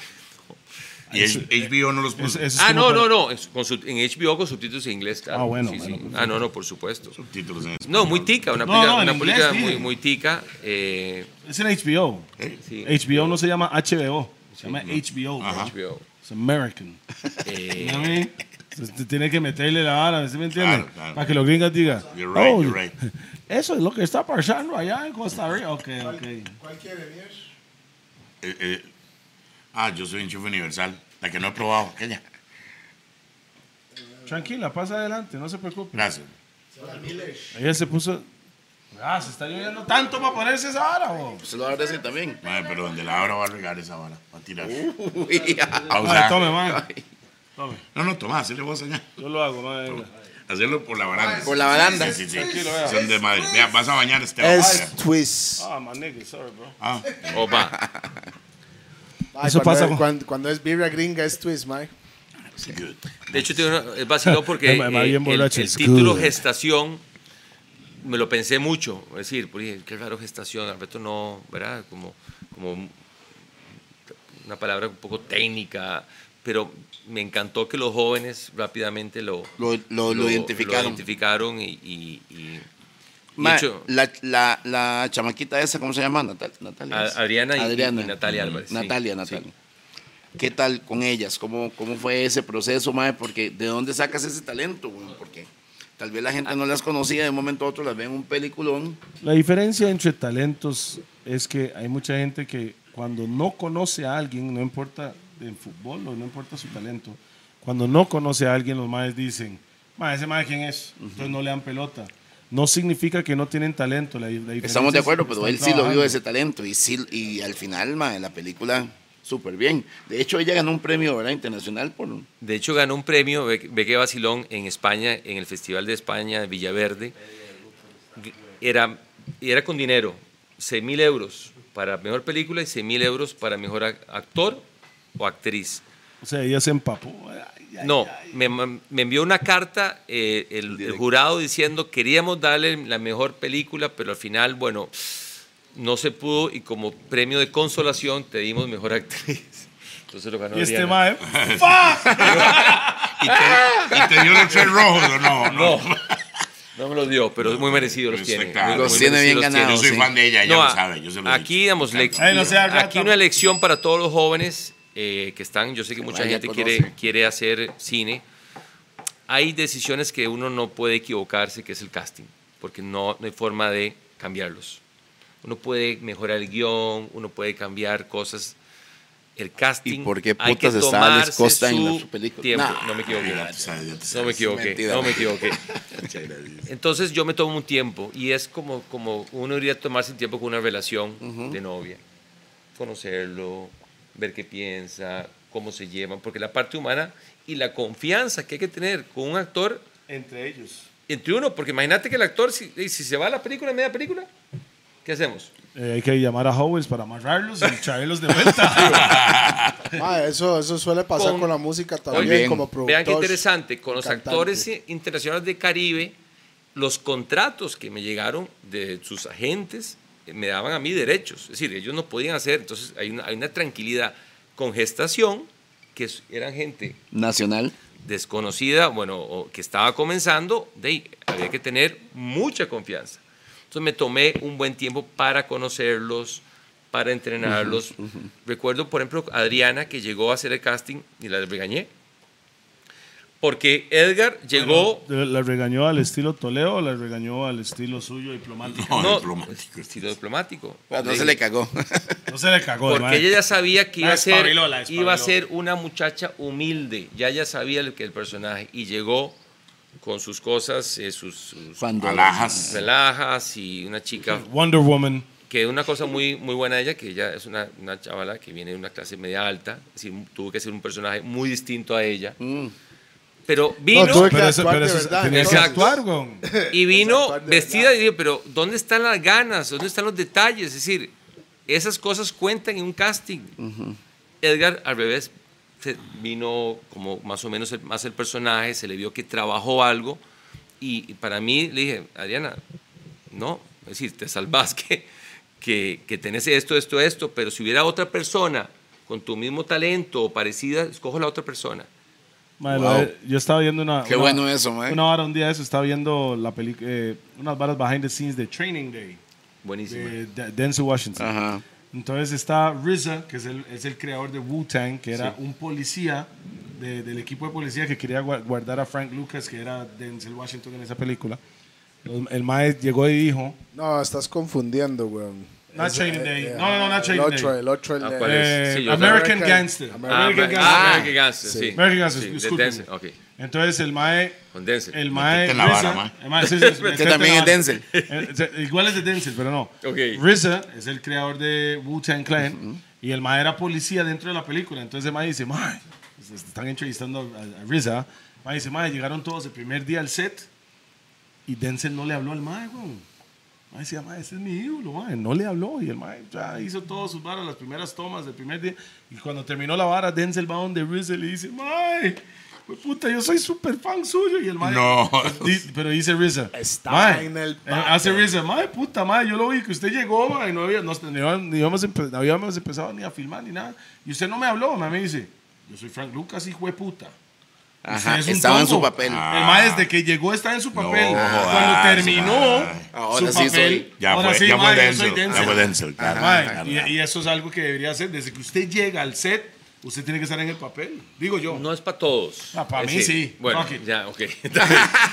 Speaker 6: Y H- HBO no los puso.
Speaker 2: Es- es
Speaker 7: ah
Speaker 2: como
Speaker 7: no
Speaker 2: para-
Speaker 7: no no en, su- con su- en HBO con subtítulos en inglés claro.
Speaker 2: Ah, bueno,
Speaker 7: Sí, sí.
Speaker 2: bueno, perfecto.
Speaker 7: ah no no por supuesto
Speaker 6: Subtítulos en español.
Speaker 7: no muy tica una
Speaker 2: No,
Speaker 7: película,
Speaker 2: no, en
Speaker 7: una
Speaker 2: inglés,
Speaker 7: película
Speaker 2: sí.
Speaker 7: muy muy tica eh,
Speaker 2: Es en HBO.
Speaker 7: sí,
Speaker 2: HBO no se llama HBO. Se llama HBO. bro.
Speaker 7: HBO,
Speaker 2: It's American.
Speaker 7: eh,
Speaker 2: ¿Ya ve? Entonces, te tiene que meterle la vara, ¿sí me entiendes?
Speaker 6: Claro, claro.
Speaker 2: Para que los gringos digan.
Speaker 6: You're right,
Speaker 2: "Oh,
Speaker 6: you're right.
Speaker 2: Eso es lo que está pasando allá en Costa Rica. Ok, ok.
Speaker 3: ¿Cuál quiere venir?
Speaker 6: Eh, eh, ah, yo soy enchufe universal. La que no he probado. Aquella.
Speaker 2: Tranquila, pasa adelante, no se preocupe.
Speaker 6: Gracias.
Speaker 2: Ella se puso. Ah, se está lloviendo tanto para ponerse esa vara, bo.
Speaker 4: Se Pues lo agradece también.
Speaker 6: Madre, pero donde la abra va a regar esa bala. Va a
Speaker 4: Uh.
Speaker 6: tirar.
Speaker 4: Uy,
Speaker 6: Ah, o sea,
Speaker 2: Ay, tome, man.
Speaker 6: No, no, toma, así le voy a enseñar.
Speaker 2: Yo lo hago, man. venga.
Speaker 6: Hacerlo por la baranda.
Speaker 4: Por la baranda.
Speaker 6: Sí, sí, sí. Son de madre. Vea, vas a bañar este
Speaker 3: Es twist.
Speaker 2: Ah, my nigga, sorry, bro.
Speaker 6: Ah,
Speaker 7: opa
Speaker 3: Ay,
Speaker 2: Eso
Speaker 3: cuando
Speaker 2: pasa
Speaker 3: es-
Speaker 2: con-
Speaker 3: cuando, cuando es vibra gringa es twist, mae.
Speaker 7: de hecho tiene una- es vaciló porque
Speaker 2: Emma, Emma,
Speaker 7: eh,
Speaker 2: bien
Speaker 7: el,
Speaker 2: borracha,
Speaker 7: el
Speaker 2: it's
Speaker 7: título
Speaker 2: good.
Speaker 7: gestación me lo pensé mucho, es decir, pues dije, qué raro gestación, Alberto no, ¿verdad? Como, como una palabra un poco técnica, pero me encantó que los jóvenes rápidamente lo,
Speaker 4: Lo- lo- lo identificaron.
Speaker 7: identificaron y, y- y- y
Speaker 4: Ma,
Speaker 7: hecho,
Speaker 4: la, la, la chamaquita esa, ¿cómo se llama? Natal- Natalia.
Speaker 7: A-
Speaker 4: es.
Speaker 7: Adriana y- y Natalia Álvarez, sí.
Speaker 4: Natalia,
Speaker 7: Sí.
Speaker 4: Natalia. ¿Qué tal con ellas? ¿Cómo, cómo fue ese proceso, mae? Porque ¿de dónde sacas ese talento? güey? Porque tal vez la gente
Speaker 2: Ah.
Speaker 4: no las conocía, de un momento a otro las ve en un peliculón.
Speaker 2: La diferencia entre talentos es que hay mucha gente que cuando no conoce a alguien, no importa en fútbol o no importa su talento, cuando no conoce a alguien, los maes dicen, "Ma, ese mae quién es, entonces no le dan pelota. No significa que no tienen talento. la- la diferencia
Speaker 4: Estamos de
Speaker 2: es
Speaker 4: acuerdo,
Speaker 2: que
Speaker 4: pero
Speaker 2: están
Speaker 4: él sí lo vio
Speaker 2: trabajando.
Speaker 4: ese talento y, sí, y al final, mae, la película súper bien. De hecho, ella ganó un premio ¿verdad? internacional por...
Speaker 7: de hecho ganó un premio, ve, ve que vacilón en España, en el Festival de España de Villaverde, era, era con dinero, 6 mil euros para mejor película y 6 mil euros para mejor ac- actor o actriz.
Speaker 2: O sea, ella se empapó. Ay, ay,
Speaker 7: No, me, me envió una carta eh, el, el jurado diciendo queríamos darle la mejor película, pero al final, bueno, no se pudo y como premio de consolación te dimos mejor actriz. Entonces lo ganó
Speaker 2: Y este
Speaker 7: Ariana.
Speaker 2: mae,
Speaker 4: eh.
Speaker 6: Y te dio los tres rojos, ¿o no? No.
Speaker 7: No, no me los dio, pero es muy merecido los tiene.
Speaker 6: Espectacular.
Speaker 7: Muy-
Speaker 4: Los
Speaker 7: muy
Speaker 4: tiene bien
Speaker 7: merecidos
Speaker 4: ganados.
Speaker 6: Yo soy
Speaker 4: sí.
Speaker 6: fan de ella, ella
Speaker 7: No,
Speaker 6: lo
Speaker 7: a-
Speaker 6: sabe. Yo se lo he
Speaker 7: aquí,
Speaker 6: dicho.
Speaker 7: digamos, le-
Speaker 6: Encanta.
Speaker 2: no sea rata.
Speaker 7: aquí una elección para todos los jóvenes eh, que están, yo sé que mucha
Speaker 4: vaya,
Speaker 7: gente
Speaker 4: conoce.
Speaker 7: quiere, quiere hacer cine. Hay decisiones que uno no puede equivocarse, que es el casting, porque no, no hay forma de cambiarlos. Uno puede mejorar el guión, uno puede cambiar cosas. El casting.
Speaker 4: ¿Y por qué
Speaker 7: hay que
Speaker 4: putas está Alex
Speaker 7: tomarse
Speaker 4: Costa en la
Speaker 7: su
Speaker 4: película?
Speaker 7: tiempo.
Speaker 4: Nah.
Speaker 7: No me equivoqué.
Speaker 6: Ya te sabes, ya te
Speaker 7: No
Speaker 6: sabes.
Speaker 7: me equivoqué,
Speaker 4: mentira.
Speaker 7: no me equivoqué. Entonces yo me tomo un tiempo y es como, como uno iría a tomarse el tiempo con una relación de novia. Conocerlo, ver qué piensa, cómo se llevan, porque la parte humana y la confianza que hay que tener con un actor
Speaker 2: entre ellos.
Speaker 7: entre uno, porque imagínate que el actor, si, si se va a la película, a media película, ¿qué hacemos?
Speaker 2: Eh, hay que llamar a Howells para amarrarlos y traerlos de vuelta.
Speaker 3: Ma, eso, eso suele pasar con,
Speaker 7: Con-
Speaker 3: la música
Speaker 4: Muy
Speaker 3: también,
Speaker 4: bien.
Speaker 3: como productor.
Speaker 7: Vean qué interesante, con los
Speaker 3: cantante.
Speaker 7: actores eh, internacionales de Caribe, los contratos que me llegaron de sus agentes eh, me daban a mí derechos, es decir, ellos no podían hacer, entonces hay una, hay una tranquilidad con gestación, que es- eran gente
Speaker 4: Nacional.
Speaker 7: desconocida, bueno, o que estaba comenzando, de ahí había que tener mucha confianza. Entonces me tomé un buen tiempo para conocerlos, para entrenarlos. Recuerdo, por ejemplo, a Adriana que llegó a hacer el casting y la regañé. Porque Edgar llegó...
Speaker 2: ¿La regañó al estilo Toleo o la regañó al estilo suyo diplomático?
Speaker 6: No,
Speaker 7: no,
Speaker 6: diplomático.
Speaker 7: estilo diplomático.
Speaker 4: No
Speaker 7: Le
Speaker 4: se le cagó.
Speaker 2: No se le cagó. el mae.
Speaker 7: Porque ella ya sabía que iba a ser,
Speaker 2: despabiló, la despabiló.
Speaker 7: iba a ser una muchacha humilde. Ya ya sabía el- que el personaje y llegó con sus cosas, eh, sus, sus
Speaker 4: Cuando-
Speaker 6: Alhajas.
Speaker 7: relajas y una chica
Speaker 2: Wonder Woman.
Speaker 7: que una cosa muy muy buena de ella que ella es una, una chavala que viene de una clase media alta, es decir, tuvo que ser un personaje muy distinto a ella. Pero vino
Speaker 3: Mm. No, tuve que
Speaker 2: Pero eso-
Speaker 3: actuar
Speaker 2: pero
Speaker 3: de
Speaker 2: eso-
Speaker 3: verdad.
Speaker 2: tenía que
Speaker 3: entonces.
Speaker 7: Exacto.
Speaker 2: actuar, weón.
Speaker 7: y vino
Speaker 3: actuar de
Speaker 7: vestida
Speaker 3: verdad.
Speaker 7: y dije, pero ¿dónde están las ganas? ¿Dónde están los detalles? Es decir, esas cosas cuentan en un casting. Edgar, al revés, se- vino como más o menos el- más el personaje, se le vio que trabajó algo y, y para mí le dije, Adriana, no, es decir, te salvas que, que, que tenés esto, esto, esto, pero si hubiera otra persona con tu mismo talento o parecida, escojo la otra persona.
Speaker 2: Mae,
Speaker 4: Wow.
Speaker 2: lo- Yo estaba viendo una.
Speaker 4: Qué
Speaker 2: una-
Speaker 4: bueno eso, mae.
Speaker 2: Una hora, un día de eso, estaba viendo la peli- eh, unas varas behind the scenes de Training Day
Speaker 7: Buenísimo.
Speaker 2: de Da- Denzel Washington.
Speaker 4: Ajá.
Speaker 2: Entonces está RZA, que es el, es el creador de Wu-Tang, que era un policía de- del equipo de policía que quería gua- guardar a Frank Lucas, que era Denzel Washington en esa película. Los- El maestro llegó y dijo,
Speaker 3: No, estás confundiendo, weón.
Speaker 2: Not
Speaker 3: Ese-
Speaker 2: Training Day.
Speaker 3: eh,
Speaker 2: No, no, no, not
Speaker 3: El
Speaker 2: Training
Speaker 3: otro,
Speaker 2: Day.
Speaker 3: el otro, el
Speaker 7: Ah,
Speaker 3: de-
Speaker 7: ¿cuál es?
Speaker 2: Eh,
Speaker 7: Sí, yo-
Speaker 2: American
Speaker 3: American-
Speaker 2: Gangster.
Speaker 3: American
Speaker 7: Ah,
Speaker 2: American Gangster.
Speaker 7: American, Gangster, sí.
Speaker 2: American Gangster,
Speaker 7: Sí, de
Speaker 2: disculpen.
Speaker 7: Denzel, ok.
Speaker 2: Entonces el mae,
Speaker 7: Con Denzel.
Speaker 2: el mae,
Speaker 6: Métete en la vara,
Speaker 2: RZA,
Speaker 6: mae.
Speaker 2: el mae, sí, sí, sí, métete en
Speaker 4: también
Speaker 2: la
Speaker 4: es
Speaker 2: vara.
Speaker 4: Denzel.
Speaker 2: Eh, o sea, igual es de Denzel, pero no.
Speaker 7: Ok.
Speaker 2: RZA es el creador de Wu-Tang Clan y el mae era policía dentro de la película. Entonces el mae dice, mae, se están entrevistando a, a RZA. El mae dice, mae, llegaron todos el primer día al set y Denzel no le habló al mae, weón. Mae decía, mae, ese es mi ídolo, mae. No le habló. Y el mae ya hizo todas sus varas, las primeras tomas del primer día. Y cuando terminó la vara, Denzel va donde Rizzo y le dice, mae, "Hue puta, yo soy súper fan suyo. Y el mae.
Speaker 5: No.
Speaker 2: Di- pero dice Risa.
Speaker 3: Está
Speaker 2: "Mae",
Speaker 3: en el
Speaker 2: eh,
Speaker 3: papel.
Speaker 2: Hace Risa, mae, puta, mae, yo lo vi que usted llegó, mae, no había, no, ni habíamos- ni habíamos empe- no habíamos empezado ni a filmar ni nada. Y usted no me habló, mae, me dice, yo soy Frank Lucas, hijo de puta.
Speaker 4: Ajá,
Speaker 2: Usted es un
Speaker 4: estaba en su
Speaker 2: tongo.
Speaker 4: papel. Ah,
Speaker 5: Ah.
Speaker 2: El mae, desde que llegó, está en su papel.
Speaker 5: jodas,
Speaker 2: Cuando terminó
Speaker 5: mae.
Speaker 2: su
Speaker 4: Ahora sí
Speaker 2: papel,
Speaker 4: soy-
Speaker 5: Ya
Speaker 2: ahora
Speaker 5: fue,
Speaker 2: sí,
Speaker 5: ya fue
Speaker 2: mae, yo soy
Speaker 5: Denzel. Ya fue Denzel. claro,
Speaker 2: Mae,
Speaker 5: claro.
Speaker 2: y, y eso es algo que debería hacer. Desde que usted llega al set, usted tiene que estar en el papel. Digo yo.
Speaker 7: No es para todos.
Speaker 2: Ah, pa'
Speaker 7: Es
Speaker 2: mí
Speaker 7: decir,
Speaker 2: sí.
Speaker 7: Bueno,
Speaker 2: Fuck it.
Speaker 7: ya, ok.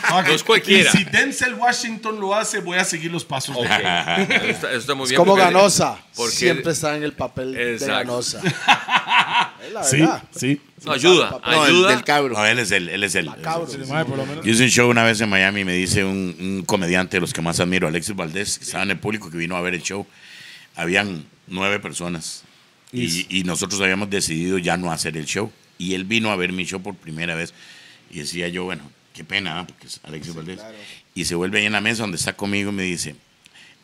Speaker 2: Ah,
Speaker 7: no es cualquiera.
Speaker 2: Y si Denzel Washington lo hace, voy a seguir los pasos.
Speaker 7: Ok.
Speaker 2: de él.
Speaker 7: Eso está, eso está muy
Speaker 3: Es
Speaker 7: bien.
Speaker 3: como
Speaker 7: porque-
Speaker 3: ganosa.
Speaker 7: porque-
Speaker 3: Siempre está en el papel de
Speaker 7: Exacto.
Speaker 3: ganosa. Es la
Speaker 2: Sí,
Speaker 3: verdad.
Speaker 2: sí.
Speaker 7: No, ayuda,
Speaker 4: No, el
Speaker 7: ayuda.
Speaker 4: del cabro.
Speaker 5: No, él es él, él es
Speaker 2: Ah,
Speaker 5: él.
Speaker 3: Cabro.
Speaker 2: Mae, por lo menos.
Speaker 5: Yo hice un show una vez en Miami y me dice un, un comediante de los que más admiro, Alexis Valdés, que estaba en el público que vino a ver el show. Habían nueve personas y, y nosotros habíamos decidido ya no hacer el show. Y él vino a ver mi show por primera vez y decía yo, bueno, qué pena, ¿ah? porque es Alexis Valdés. Y se vuelve ahí en la mesa donde está conmigo y me dice,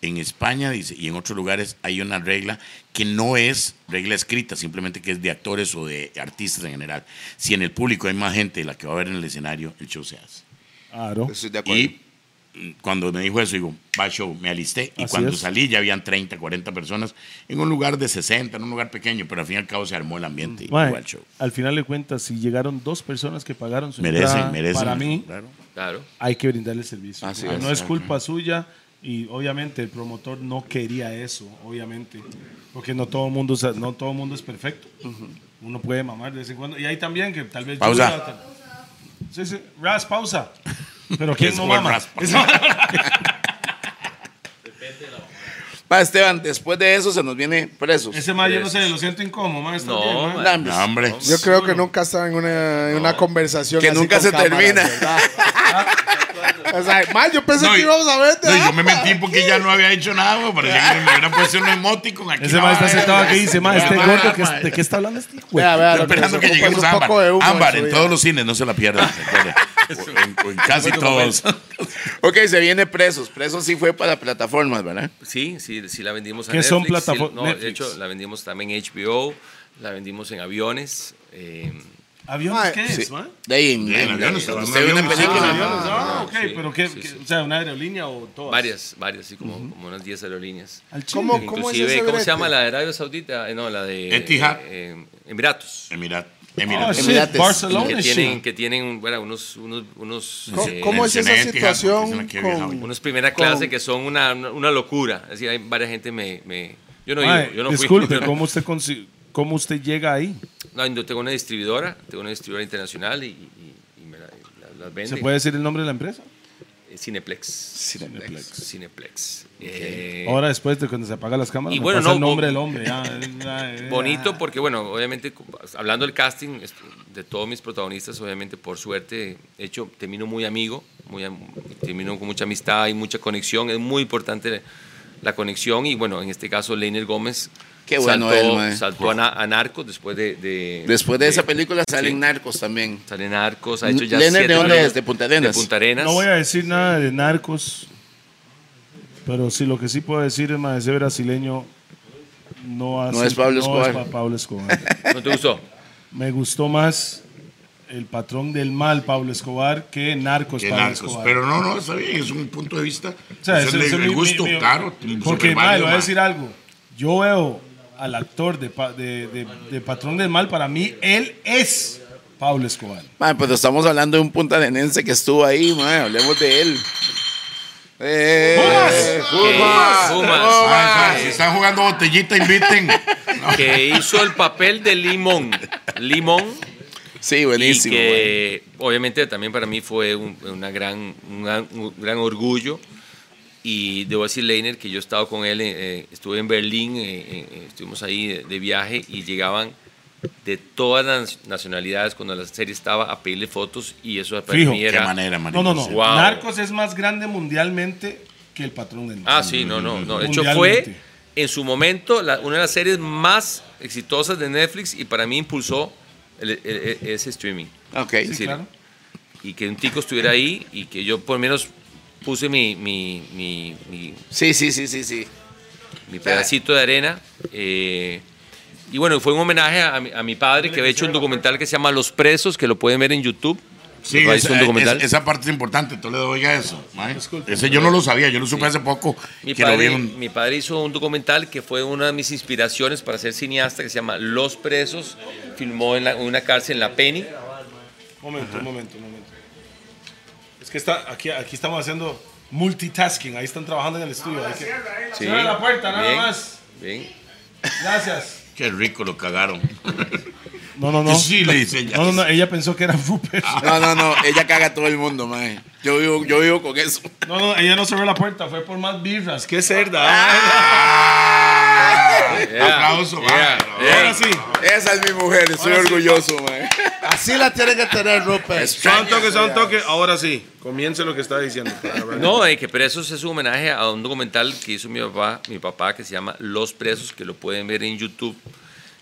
Speaker 5: en España, dice, y en otros lugares hay una regla que no es regla escrita, simplemente que es de actores o de artistas en general. Si en el público hay más gente de la que va a ver en el escenario, el show se hace.
Speaker 2: Claro.
Speaker 4: Estoy de acuerdo.
Speaker 5: Y mm, cuando me dijo eso, digo, va al show, me alisté. Y
Speaker 2: Así
Speaker 5: cuando
Speaker 2: es.
Speaker 5: salí ya habían 30, 40 personas en un lugar de 60, en un lugar pequeño, pero al fin y al cabo se armó el ambiente y
Speaker 2: Mae,
Speaker 5: fue al show.
Speaker 2: al final de cuentas, si llegaron dos personas que pagaron su entrada,
Speaker 5: Merecen, merecen.
Speaker 2: para mí
Speaker 5: Claro.
Speaker 7: Claro.
Speaker 2: hay que brindarle servicio.
Speaker 4: Así
Speaker 2: Porque
Speaker 4: es.
Speaker 2: Ah, no es culpa suya y obviamente el promotor no quería eso, obviamente, porque no todo mundo, sa- no todo mundo es perfecto. Uno puede mamar de vez en cuando y hay también que tal vez
Speaker 5: Pausa.
Speaker 2: Julia- Sí, sí, Ras, pausa. Pero quién
Speaker 5: Es
Speaker 2: no
Speaker 5: buen
Speaker 2: mama.
Speaker 5: raspa.
Speaker 4: Va, Esteban, después de eso se nos viene presos.
Speaker 2: Ese mae, yo no sé, lo siento incómodo, mae, está
Speaker 7: No,
Speaker 2: bien, mae.
Speaker 7: mae.
Speaker 4: Nah, hombre.
Speaker 5: No, hombre.
Speaker 3: Yo creo que nunca estaba en una, en una conversación.
Speaker 4: Que
Speaker 3: así
Speaker 4: nunca
Speaker 3: con
Speaker 4: se
Speaker 3: cámaras,
Speaker 4: termina.
Speaker 3: ¿verdad? O sea, mae, yo pensé
Speaker 5: No,
Speaker 3: que
Speaker 5: y-
Speaker 3: íbamos a ver.
Speaker 5: No, y yo me mentí porque ya no había hecho nada, güey. Parecía que me hubiera puesto un emoticon aquí.
Speaker 2: Ese
Speaker 5: No,
Speaker 2: mae está
Speaker 5: eh,
Speaker 2: sentado aquí y dice, mae, este
Speaker 5: mae,
Speaker 2: gordo, que-
Speaker 5: mae.
Speaker 2: ¿de qué está hablando este hijo? de
Speaker 3: Vea, vea,
Speaker 5: Yo
Speaker 3: lo que
Speaker 5: esperando
Speaker 3: nos
Speaker 5: que,
Speaker 3: ocupa es
Speaker 5: lleguemos
Speaker 3: un
Speaker 5: a Ámbar.
Speaker 3: poco de humo en
Speaker 5: Ámbar
Speaker 3: su
Speaker 5: en
Speaker 3: vida.
Speaker 5: todos los cines, no se la pierdan. recuerden. O en, o en casi todos.
Speaker 4: Ok, se viene presos. Presos sí fue para plataformas, ¿verdad?
Speaker 7: Sí, sí, sí la vendimos a
Speaker 2: ¿Qué son
Speaker 7: Netflix, sí,
Speaker 2: plataform-
Speaker 7: no, de
Speaker 2: Netflix?
Speaker 7: hecho, la vendimos también en HBO, la vendimos en aviones. eh,
Speaker 2: ¿Aviones
Speaker 3: Mae,
Speaker 2: qué
Speaker 4: Sí.
Speaker 2: es, mae?
Speaker 4: De ahí, en-
Speaker 5: Bien,
Speaker 4: en-
Speaker 5: aviones,
Speaker 4: donde
Speaker 5: aviones,
Speaker 4: usted ve una
Speaker 5: aviones,
Speaker 4: película.
Speaker 2: aviones, ah,
Speaker 7: ah,
Speaker 2: ok,
Speaker 7: sí,
Speaker 2: pero qué,
Speaker 7: sí,
Speaker 2: qué-
Speaker 7: sí.
Speaker 2: o sea, una aerolínea o todas.
Speaker 7: varias, varias, sí, como, como unas 10 aerolíneas.
Speaker 2: Al chile.
Speaker 3: ¿Cómo, cómo es
Speaker 7: Inclusive,
Speaker 3: ese
Speaker 7: ¿cómo, se
Speaker 3: brete?
Speaker 7: llama la de Arabia Saudita? Eh, no, la de...
Speaker 5: Etihad.
Speaker 7: eh, eh, Emiratos.
Speaker 5: Emirat.
Speaker 2: Ah,
Speaker 5: Emirat.
Speaker 2: shit,
Speaker 4: Emirates.
Speaker 7: Que
Speaker 2: Barcelona,
Speaker 7: tienen,
Speaker 2: shit.
Speaker 7: que tienen bueno, unos, unos, unos,
Speaker 3: ¿Cómo,
Speaker 7: eh,
Speaker 3: cómo es esa
Speaker 5: mencioné Etihad porque es
Speaker 3: situación
Speaker 5: una que viaja
Speaker 3: con-
Speaker 7: unos primera
Speaker 3: con-
Speaker 7: clase que son una, una locura. Es decir, hay varias gente me... me- yo no, he
Speaker 2: Mae,
Speaker 7: ido, yo no fui.
Speaker 2: disculpe, ¿cómo usted, consi- ¿cómo usted llega ahí?
Speaker 7: No, yo tengo una distribuidora, tengo una distribuidora internacional y, y- y me la, la- las vende.
Speaker 2: ¿Se puede decir el nombre de la empresa?
Speaker 7: Eh, Cineplex.
Speaker 4: Cineplex.
Speaker 7: Cineplex. Eh,
Speaker 2: Ahora después de cuando se apagan las cámaras,
Speaker 7: y
Speaker 2: me
Speaker 7: bueno,
Speaker 2: pasa
Speaker 7: no,
Speaker 2: el nombre
Speaker 7: bo-
Speaker 2: del hombre. ya, eh, eh,
Speaker 7: bonito pues,
Speaker 2: ah.
Speaker 7: porque, bueno, obviamente, cu- hablando del casting, es- de todos mis protagonistas, obviamente, por suerte, de hecho, termino muy amigo, muy, am- termino con mucha amistad y mucha conexión. Es muy importante la conexión y, bueno, en este caso, Leiner Gómez.
Speaker 4: Qué bueno
Speaker 7: saltó,
Speaker 4: él, mae.
Speaker 7: saltó a, Na- a Narcos después de, de-
Speaker 4: Después de
Speaker 7: de-
Speaker 4: esa película salen
Speaker 7: sí.
Speaker 4: narcos también.
Speaker 7: Salen Narcos, ha hecho ya
Speaker 4: Leonard
Speaker 7: siete
Speaker 4: León
Speaker 7: películas
Speaker 4: es de Punta Arenas.
Speaker 7: De Punta Arenas.
Speaker 2: No voy a decir nada de narcos, pero sí lo que sí puedo decir es mae, ese brasileño no, hace-
Speaker 4: es Pablo Escobar.
Speaker 2: pa- Pablo Escobar.
Speaker 7: ¿No te gustó?
Speaker 2: Me gustó más el patrón del mal Pablo Escobar que narcos
Speaker 5: Que
Speaker 2: Pablo
Speaker 5: narcos.
Speaker 2: Escobar.
Speaker 5: Pero no, no, está bien, es un punto de vista.
Speaker 2: O sea,
Speaker 5: Eso
Speaker 2: ese-
Speaker 5: le-
Speaker 2: ese es
Speaker 5: el
Speaker 2: mi-
Speaker 5: gusto,
Speaker 2: mi- mi-
Speaker 5: claro.
Speaker 2: Porque,
Speaker 5: superválido,
Speaker 2: mae, le voy a
Speaker 5: mae.
Speaker 2: decir algo. Yo veo al actor de, pa- de- de- de Patrón del Mal, para mí, él es Pablo Escobar.
Speaker 4: Man, pues estamos hablando de un puntadenense que estuvo ahí, man. Hablemos de él. Eh,
Speaker 7: Pumas, Pumas,
Speaker 5: Ah, Si están jugando botellita, inviten.
Speaker 7: que hizo el papel de Limón. Limón.
Speaker 4: Sí,
Speaker 7: Y
Speaker 4: buenísimo. man.
Speaker 7: que obviamente también para mí fue un, una gran, una- un gran orgullo. Y debo decir, Leiner, que yo he estado con él, eh, eh, estuve en Berlín, eh, eh, estuvimos ahí de, de viaje y llegaban de todas las nacionalidades cuando la serie estaba a pedirle fotos y eso para
Speaker 2: Fijo,
Speaker 7: mí
Speaker 5: Qué
Speaker 7: era...
Speaker 5: manera,
Speaker 2: No,
Speaker 5: María.
Speaker 2: no, no.
Speaker 7: Wow.
Speaker 2: Narcos es más grande mundialmente que el Patrón del Mal.
Speaker 7: Ah, sí, no, no, no. De hecho, fue
Speaker 2: Mundialmente.
Speaker 7: en su momento la- una de las series más exitosas de Netflix y para mí impulsó el- el- el- ese streaming.
Speaker 4: Ok.
Speaker 7: Es
Speaker 2: Sí,
Speaker 7: decir,
Speaker 2: claro.
Speaker 7: Y que un tico estuviera ahí y que yo por lo menos puse mi, mi, mi, mi-
Speaker 4: Sí, sí, sí, sí, sí.
Speaker 7: mi pedacito de arena. eh, Y bueno, fue un homenaje a mi, a mi padre que había hecho un documental que se llama Los Presos, que lo pueden ver en YouTube.
Speaker 5: Sí,
Speaker 7: Lo
Speaker 5: esa,
Speaker 7: hizo un documental.
Speaker 5: es- esa parte es importante, Toledo, oiga eso. mae. Ese yo no lo sabía, yo lo supe hace poco
Speaker 7: Mi
Speaker 5: que lo
Speaker 7: padre,
Speaker 5: vieron.
Speaker 7: mi padre hizo un documental que fue una de mis inspiraciones para ser cineasta que se llama Los Presos. Filmó en la- una cárcel en La Penny.
Speaker 2: Momento, un momento, un momento. Es que está, aquí, aquí estamos haciendo multitasking. Ahí están trabajando en el estudio. hay que-
Speaker 7: Sí.
Speaker 2: Cierra la puerta, nada
Speaker 7: Bien,
Speaker 2: más.
Speaker 7: Bien.
Speaker 2: Gracias.
Speaker 5: Qué rico lo cagaron.
Speaker 2: No, no, no.
Speaker 5: Sí, le dice ya.
Speaker 2: No, no, no. Ella pensó que era Rupert.
Speaker 4: No, no, no, ella caga a todo el mundo, mae. Yo vivo, yo vivo con eso.
Speaker 2: No, no, ella no cerró la puerta. Fue por más birras. Qué cerda. Ah.
Speaker 5: Aplauso, mae.
Speaker 2: Ahora sí.
Speaker 4: Esa es mi mujer, estoy orgulloso, mae.
Speaker 3: Así la tiene que tener Rupert.
Speaker 2: Son toques, son toques. Ahora sí. Comience lo que está diciendo.
Speaker 7: No, eh, que Presos es un homenaje a un documental que hizo mi papá, mi papá que se llama Los Presos, que lo pueden ver en YouTube.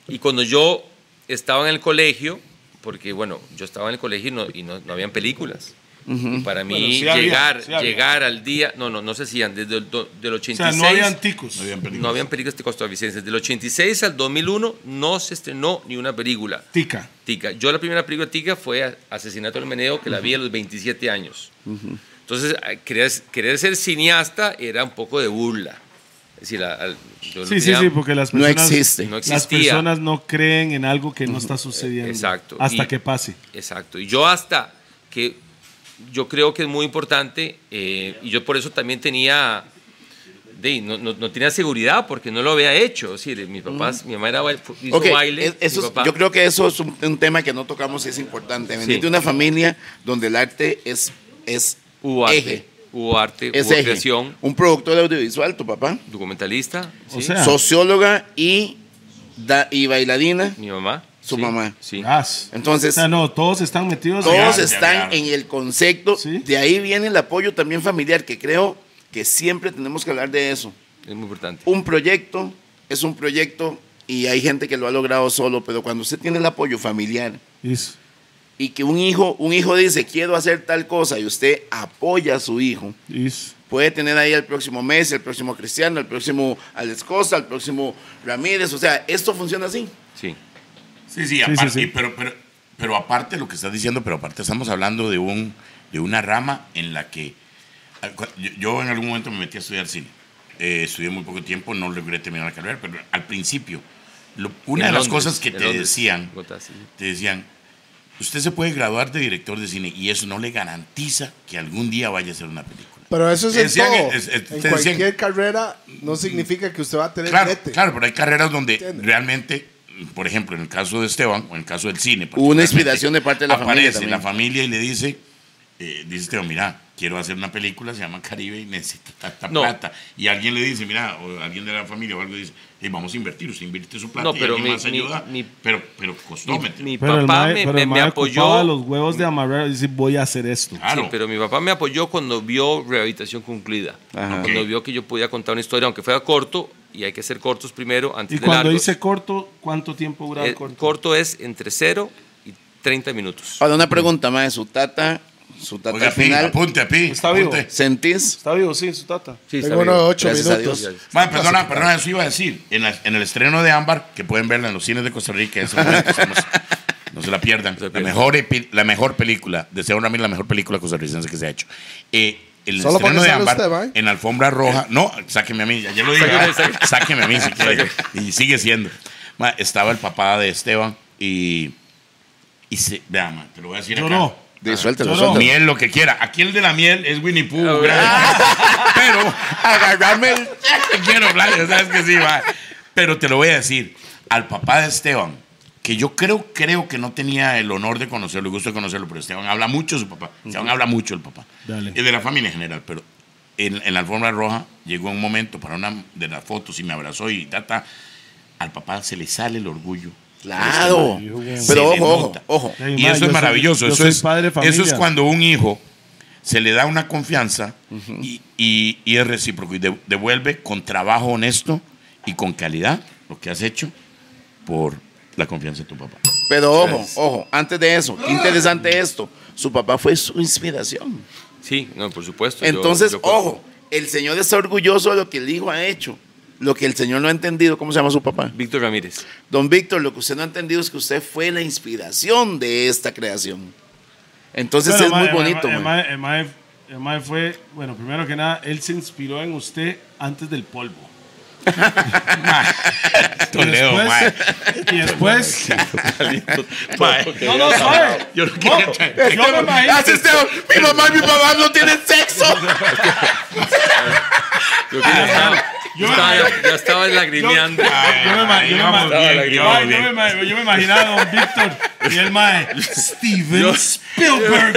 Speaker 7: Y cuando yo estaba en el colegio, porque bueno, yo estaba en el colegio y no, y no, no habían películas. Y Para mí,
Speaker 2: Bueno, sí había,
Speaker 7: llegar,
Speaker 2: sí había.
Speaker 7: llegar al día, no, no, no se hacían, desde el do- del
Speaker 2: O
Speaker 7: 86.
Speaker 2: sea, no había anticos.
Speaker 7: No habían películas de costarricenses. Del 86 al 2001 no se estrenó ni una película
Speaker 2: Tica.
Speaker 7: tica. Yo la primera película tica fue a- Asesinato del Meneo, que la vi a los 27 años. Entonces, a- querer, querer ser cineasta era un poco de burla. Es decir, la- al- yo
Speaker 2: Sí, sí,
Speaker 7: tenía-
Speaker 2: sí, porque las
Speaker 4: No
Speaker 2: personas.
Speaker 4: existe.
Speaker 7: No
Speaker 2: Las
Speaker 7: existía.
Speaker 2: personas no creen en algo que no está sucediendo.
Speaker 7: Exacto.
Speaker 2: Hasta
Speaker 7: Y-
Speaker 2: que pase.
Speaker 7: Exacto. Y yo hasta que yo creo que es muy importante eh, y yo por eso también tenía de, no, no- no tenía seguridad porque no lo había hecho. Es decir, mis papás, mi mamá era bail- hizo
Speaker 4: Ok,
Speaker 7: baile.
Speaker 4: es- eso
Speaker 7: mi
Speaker 4: es-
Speaker 7: papá-
Speaker 4: yo creo que eso es un, un tema que no tocamos y es importante. Venir
Speaker 7: Sí.
Speaker 4: de una familia donde el arte es, es
Speaker 7: hubo arte,
Speaker 4: eje.
Speaker 7: hubo arte,
Speaker 4: Es
Speaker 7: hubo
Speaker 4: eje.
Speaker 7: creación,
Speaker 4: Un productor audiovisual, tu papá.
Speaker 7: documentalista,
Speaker 2: O
Speaker 7: sí,
Speaker 2: sea,
Speaker 4: Socióloga y, da- y bailarina.
Speaker 7: mi mamá,
Speaker 4: Su
Speaker 7: sí,
Speaker 4: mamá.
Speaker 7: sí.
Speaker 2: gas.
Speaker 4: Entonces-
Speaker 2: O sea, no, todos están metidos.
Speaker 4: Todos
Speaker 5: ya,
Speaker 4: están
Speaker 5: ya.
Speaker 4: en el concepto.
Speaker 2: Sí.
Speaker 4: De ahí viene el apoyo también familiar, que creo que siempre tenemos que hablar de eso.
Speaker 7: Es muy importante.
Speaker 4: Un proyecto es un proyecto y hay gente que lo ha logrado solo, pero cuando usted tiene el apoyo familiar
Speaker 2: Eso.
Speaker 4: y que un hijo, un hijo dice quiero hacer tal cosa y usted apoya a su hijo,
Speaker 2: Eso.
Speaker 4: puede tener ahí el próximo Messi, el próximo Cristiano, el próximo Alex Costa, el próximo Ramírez, o sea, esto funciona así.
Speaker 7: Sí.
Speaker 5: Sí, sí, aparte,
Speaker 2: sí.
Speaker 5: y Pero, pero, pero aparte lo que estás diciendo, pero aparte estamos hablando de, un, de una rama en la que al cua- yo, yo en algún momento me metí a estudiar cine. Eh, estudié muy poco tiempo, no logré terminar la carrera, pero al principio, lo- una
Speaker 7: En
Speaker 5: de las
Speaker 7: Londres,
Speaker 5: cosas que
Speaker 7: en
Speaker 5: te
Speaker 7: Londres,
Speaker 5: decían,
Speaker 7: Bogotá, sí.
Speaker 5: te decían, usted se puede graduar de director de cine y eso no le garantiza que algún día vaya a hacer una película.
Speaker 3: Pero eso es en
Speaker 5: Decían que-
Speaker 3: todo.
Speaker 5: es- es-
Speaker 3: En
Speaker 5: te decían-
Speaker 3: cualquier carrera no significa que usted va a tener
Speaker 5: Claro,
Speaker 3: brete.
Speaker 5: claro, pero hay carreras donde
Speaker 3: Entiendo.
Speaker 5: realmente, por ejemplo, en el caso de Esteban o en el caso del cine,
Speaker 4: Hubo una
Speaker 5: particularmente,
Speaker 4: inspiración de parte de la familia
Speaker 5: aparece
Speaker 4: también.
Speaker 5: la familia y le dice, eh, dice Esteban, mira, quiero hacer una película, se llama Caribe y necesito tanta
Speaker 7: No.
Speaker 5: plata. Y alguien le dice, mira, o alguien de la familia o algo dice, "Hey, vamos a invertir, usted invierte su plata
Speaker 7: No,
Speaker 5: y
Speaker 7: pero
Speaker 5: alguien
Speaker 7: mi-
Speaker 5: más
Speaker 7: mi-
Speaker 5: ayuda,
Speaker 7: mi-
Speaker 5: pero, pero costó, ¿me entiendes?
Speaker 7: Mi
Speaker 2: Pero el
Speaker 7: papá
Speaker 2: mae-
Speaker 7: me,
Speaker 2: pero
Speaker 7: me-
Speaker 2: el
Speaker 7: me
Speaker 2: mae ocupaba
Speaker 7: apoyó. Ah,
Speaker 2: los huevos de amarrar y decir, voy a hacer esto.
Speaker 5: Claro.
Speaker 7: Sí, pero mi papá me apoyó cuando vio Rehabilitación Cumplida.
Speaker 4: Ajá.
Speaker 7: Cuando
Speaker 5: Ok.
Speaker 7: vio que yo podía contar una historia, aunque fuera corto, y hay que ser cortos primero antes
Speaker 2: Y
Speaker 7: de
Speaker 2: cuando
Speaker 7: largos.
Speaker 2: hice corto, ¿cuánto tiempo duraba
Speaker 7: Eh,
Speaker 2: el
Speaker 7: corto.
Speaker 2: corto?
Speaker 7: es entre 0 y 30 minutos.
Speaker 4: Ahora una pregunta más de su tata, su tata
Speaker 5: Oiga, pues. Pi,
Speaker 4: al final,
Speaker 5: apunte a Pi.
Speaker 2: Está vivo.
Speaker 5: apunte.
Speaker 4: ¿sentís?
Speaker 2: Está vivo, sí, su tata.
Speaker 7: Sí,
Speaker 3: Tengo unos ocho
Speaker 4: Gracias a
Speaker 3: minutos.
Speaker 4: Dios.
Speaker 5: Mae, perdona, perdona, eso iba a decir. En, la- en el estreno de Ámbar, que pueden verla en los cines de Costa Rica, en ese momento, estamos- no se la pierdan.
Speaker 7: se
Speaker 5: la,
Speaker 7: pierdan.
Speaker 5: mejor, epi- la mejor película, de Seo Ramírez, la mejor película costarricense que se ha hecho. Eh, el
Speaker 3: Solo porque
Speaker 5: estreno de
Speaker 3: sale
Speaker 5: Ámbar,
Speaker 3: usted, mae.
Speaker 5: en Alfombra Roja. No, sáqueme a mí, ya, ya lo dije.
Speaker 7: Sáqueme,
Speaker 5: ah,
Speaker 7: sáqueme.
Speaker 5: Sáqueme a mí si quiere. Y sigue siendo. Mae, estaba el papá de Esteban y. Y se. Vea, mae, te lo voy a decir
Speaker 2: Yo
Speaker 5: acá.
Speaker 2: no.
Speaker 4: De, suéltelo,
Speaker 2: Yo no.
Speaker 4: suéltelo.
Speaker 5: Miel, lo que quiera. Aquí el de la miel es Winnie Pooh.
Speaker 7: bueno.
Speaker 5: gran- Pero.
Speaker 4: Agarrarme el...
Speaker 5: Te quiero, Flavio, sabes que sí, va. Pero te lo voy a decir, al papá de Esteban, que yo creo, creo que no tenía el honor de conocerlo, el gusto de conocerlo, pero Esteban habla mucho de su papá. Esteban habla mucho del papá.
Speaker 2: Dale.
Speaker 5: Y de la familia en general, pero en, en la alfombra roja llegó un momento para una de las fotos y me abrazó y tata. Al papá se le sale el orgullo.
Speaker 4: Claro.
Speaker 5: Se
Speaker 4: Pero
Speaker 5: le
Speaker 4: ojo, ojo,
Speaker 5: nota.
Speaker 4: ojo.
Speaker 2: Ya,
Speaker 5: Y eso
Speaker 2: ma, yo
Speaker 5: es
Speaker 2: soy-
Speaker 5: maravilloso.
Speaker 2: yo
Speaker 5: eso,
Speaker 2: soy
Speaker 5: es,
Speaker 2: padre de
Speaker 5: eso es
Speaker 2: familia.
Speaker 5: cuando un hijo se le da una confianza y, y- y es recíproco y de- devuelve con trabajo honesto y con calidad lo que has hecho por la confianza de tu papá.
Speaker 4: Pero ojo, ojo, antes de eso, qué interesante esto. Su papá fue su inspiración.
Speaker 7: Sí, no, por supuesto. yo-
Speaker 4: Entonces,
Speaker 7: yo-
Speaker 4: ojo, el señor está orgulloso de lo que el hijo ha hecho. lo que el señor no ha entendido, ¿cómo se llama su papá?
Speaker 7: Víctor Ramírez.
Speaker 4: Don Víctor, lo que usted no ha entendido es que usted fue la inspiración de esta creación. Entonces
Speaker 2: Bueno,
Speaker 4: es
Speaker 2: mae,
Speaker 4: muy
Speaker 2: mae,
Speaker 4: bonito,
Speaker 2: mae,
Speaker 4: mae.
Speaker 2: mae, el mae- el mae fue, bueno, primero que nada, él se inspiró en usted antes del polvo.
Speaker 5: Toledo, mae.
Speaker 2: Después- Y después.
Speaker 5: Mae.
Speaker 2: No, no, sabe.
Speaker 5: Yo no quiero
Speaker 2: No, yo me imagino.
Speaker 4: Ah, sí, Esteban, mi mamá y mi papá no tienen sexo.
Speaker 7: Creo que ya
Speaker 5: Ah,
Speaker 7: estaba,
Speaker 2: yo-
Speaker 7: estaba- ya estaba lagrimeando.
Speaker 2: Yo me, ima- yo me
Speaker 5: Íbamos
Speaker 2: ima-
Speaker 5: bien,
Speaker 2: Ay,
Speaker 5: íbamos
Speaker 2: yo
Speaker 5: bien.
Speaker 2: me ima- yo me imaginaba a don Víctor y el mae Steven Spielberg.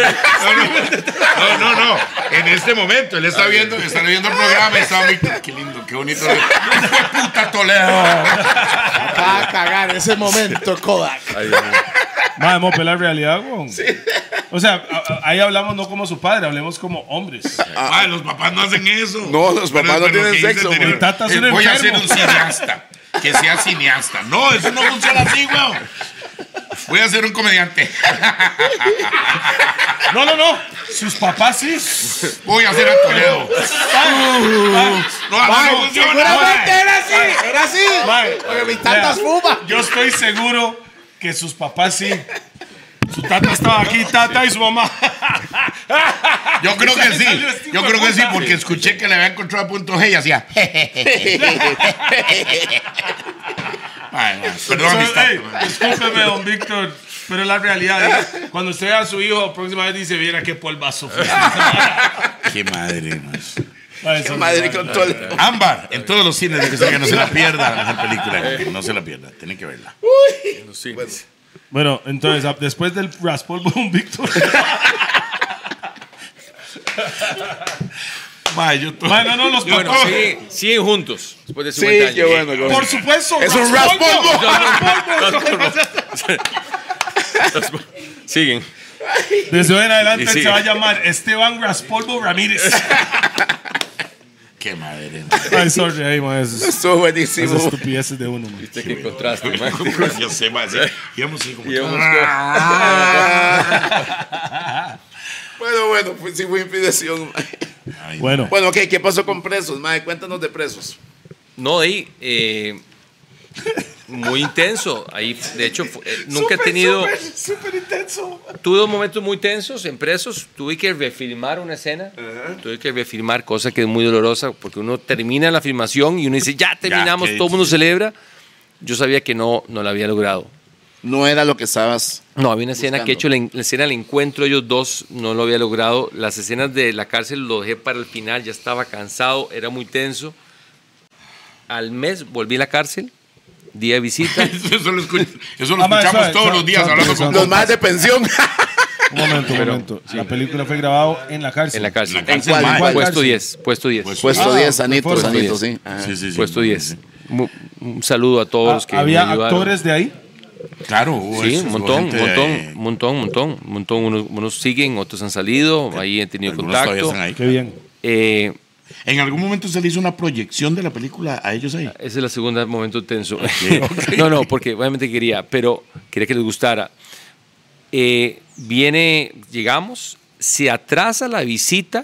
Speaker 5: No, no, no. En este momento, él está viendo, está viendo el programa y está muy. Qué lindo, qué bonito. ¡Qué puta Toledo!
Speaker 3: Va a cagar ese momento, Kodak.
Speaker 2: Mae, vamos a pelar realidad, weón. O sea, a- a- ahí hablamos no como su padre, hablemos como hombres.
Speaker 5: Mae, Ah, los papás no hacen eso.
Speaker 4: Ah, No, los
Speaker 5: Pero-
Speaker 4: papás no
Speaker 5: pero
Speaker 4: tienen
Speaker 5: ¿qué dice
Speaker 4: sexo,
Speaker 5: el
Speaker 4: mae.
Speaker 5: señor?
Speaker 2: El tata es un
Speaker 5: Eh, Voy a ser
Speaker 2: enfermo.
Speaker 5: un cineasta. Que sea cineasta. No, eso no funciona así, weón. Voy a ser un comediante.
Speaker 2: No, no, no. Sus papás sí.
Speaker 5: Voy a ser a Toledo.
Speaker 2: Mae,
Speaker 5: No, así no funciona.
Speaker 3: Seguramente
Speaker 5: mae.
Speaker 3: era así, era así.
Speaker 2: mae,
Speaker 3: Porque mi tata
Speaker 2: vea,
Speaker 3: fuma.
Speaker 2: Yo estoy seguro que sus papás sí. Su tata estaba aquí, tata y su mamá.
Speaker 5: Yo creo que sí.
Speaker 2: Salió este
Speaker 5: Yo
Speaker 2: hijo
Speaker 5: creo
Speaker 2: de
Speaker 5: que sí,
Speaker 2: puta.
Speaker 5: porque escuché que le había encontrado a punto G y hacía. Mae, mae, Perdón,
Speaker 2: Pero,
Speaker 5: amistad.
Speaker 2: hey,
Speaker 5: mae.
Speaker 2: discúlpeme, don Víctor, pero es la realidad. ¿eh? Cuando usted vea a su hijo, próxima vez dice, mira qué polvazo fue.
Speaker 6: Qué madre, man.
Speaker 2: Ay, son-
Speaker 4: Madre con todo el-
Speaker 6: Ámbar, en todos los cines, de que sea que no se la pierda esa película. No se la pierda, tienen que verla.
Speaker 7: Sí.
Speaker 2: Bueno, entonces, a- después del raspolvo, don Víctor.
Speaker 6: Mae, yo to-
Speaker 2: Bueno, no, los
Speaker 7: Bueno,
Speaker 2: papás.
Speaker 7: siguen, siguen juntos después de
Speaker 4: Sí,
Speaker 7: 50 años.
Speaker 4: qué bueno. qué
Speaker 2: Por
Speaker 4: bueno.
Speaker 2: supuesto.
Speaker 4: Es un raspolvo.
Speaker 7: Siguen.
Speaker 2: Desde hoy en adelante
Speaker 7: Y sigue.
Speaker 2: se va a llamar Esteban Raspolvo Ramírez.
Speaker 6: Qué madre.
Speaker 2: Ay, sorry, ay, ma, esas-
Speaker 4: Estuvo
Speaker 2: esas
Speaker 4: buenísimo.
Speaker 2: estupideces de uno. ma.
Speaker 7: Usted qué contraste, man.
Speaker 5: Yo sé, mae. sí. Y hemos sido como.
Speaker 7: Y vamos con-
Speaker 4: Bueno, bueno, pues sí fue inspiración. mae.
Speaker 6: Ay,
Speaker 2: Bueno,
Speaker 4: Bueno, ok, ¿qué pasó con presos? Mae, cuéntanos de presos.
Speaker 7: No, ahí. eh, muy intenso. Ahí, de hecho, fu- eh, nunca he tenido. Tuve dos momentos muy tensos en presos. Tuve que refilmar una escena. Tuve que refilmar, cosa que es muy dolorosa, porque uno termina la filmación y uno dice, ya terminamos,
Speaker 6: qué
Speaker 7: todo el mundo celebra. Yo sabía que no, no la había logrado.
Speaker 4: No era lo que estabas.
Speaker 7: No, había una escena que he hecho,
Speaker 4: Buscando.
Speaker 7: la, en- la escena del encuentro, ellos dos no lo había logrado. Las escenas de la cárcel lo dejé para el final, ya estaba cansado, era muy tenso. Al mes volví a la cárcel, día de visita.
Speaker 5: Eso lo, escuch- eso lo
Speaker 2: Ah, mae,
Speaker 5: escuchamos todos
Speaker 2: suave, suave,
Speaker 5: los días
Speaker 2: suave,
Speaker 5: hablando
Speaker 2: suave.
Speaker 5: con
Speaker 4: Los más de pensión.
Speaker 2: un momento, un momento. La película fue grabada en la cárcel. Ah,
Speaker 7: en la cárcel.
Speaker 6: En la cárcel,
Speaker 7: En
Speaker 4: mae.
Speaker 7: puesto
Speaker 2: cárcel?
Speaker 7: 10, puesto 10.
Speaker 4: Puesto
Speaker 2: Ah,
Speaker 4: 10, sanito,
Speaker 2: puesto
Speaker 4: sanito,
Speaker 7: 10.
Speaker 4: sí. Ah, Ajá.
Speaker 6: Sí, sí, sí.
Speaker 7: puesto
Speaker 6: sí,
Speaker 7: 10.
Speaker 6: sí.
Speaker 7: Mu- Un saludo a todos
Speaker 2: Ah,
Speaker 7: los que me
Speaker 2: Había
Speaker 7: ayudaron.
Speaker 2: actores de ahí.
Speaker 6: Claro, hubo
Speaker 7: Sí,
Speaker 6: esos,
Speaker 7: un
Speaker 6: hubo
Speaker 7: montón, un
Speaker 6: pues, gente,
Speaker 7: montón,
Speaker 6: eh,
Speaker 7: un montón, un montón, un montón. Unos, unos siguen, otros han salido, ahí he tenido
Speaker 6: algunos todavía
Speaker 7: contacto.
Speaker 6: están ahí.
Speaker 2: Qué bien.
Speaker 7: Eh,
Speaker 6: En algún momento se le hizo una proyección de la película a ellos ahí.
Speaker 7: Esa es la segunda momento tenso. no, no, porque obviamente quería, pero quería que les gustara. Eh, viene, llegamos, se atrasa la visita,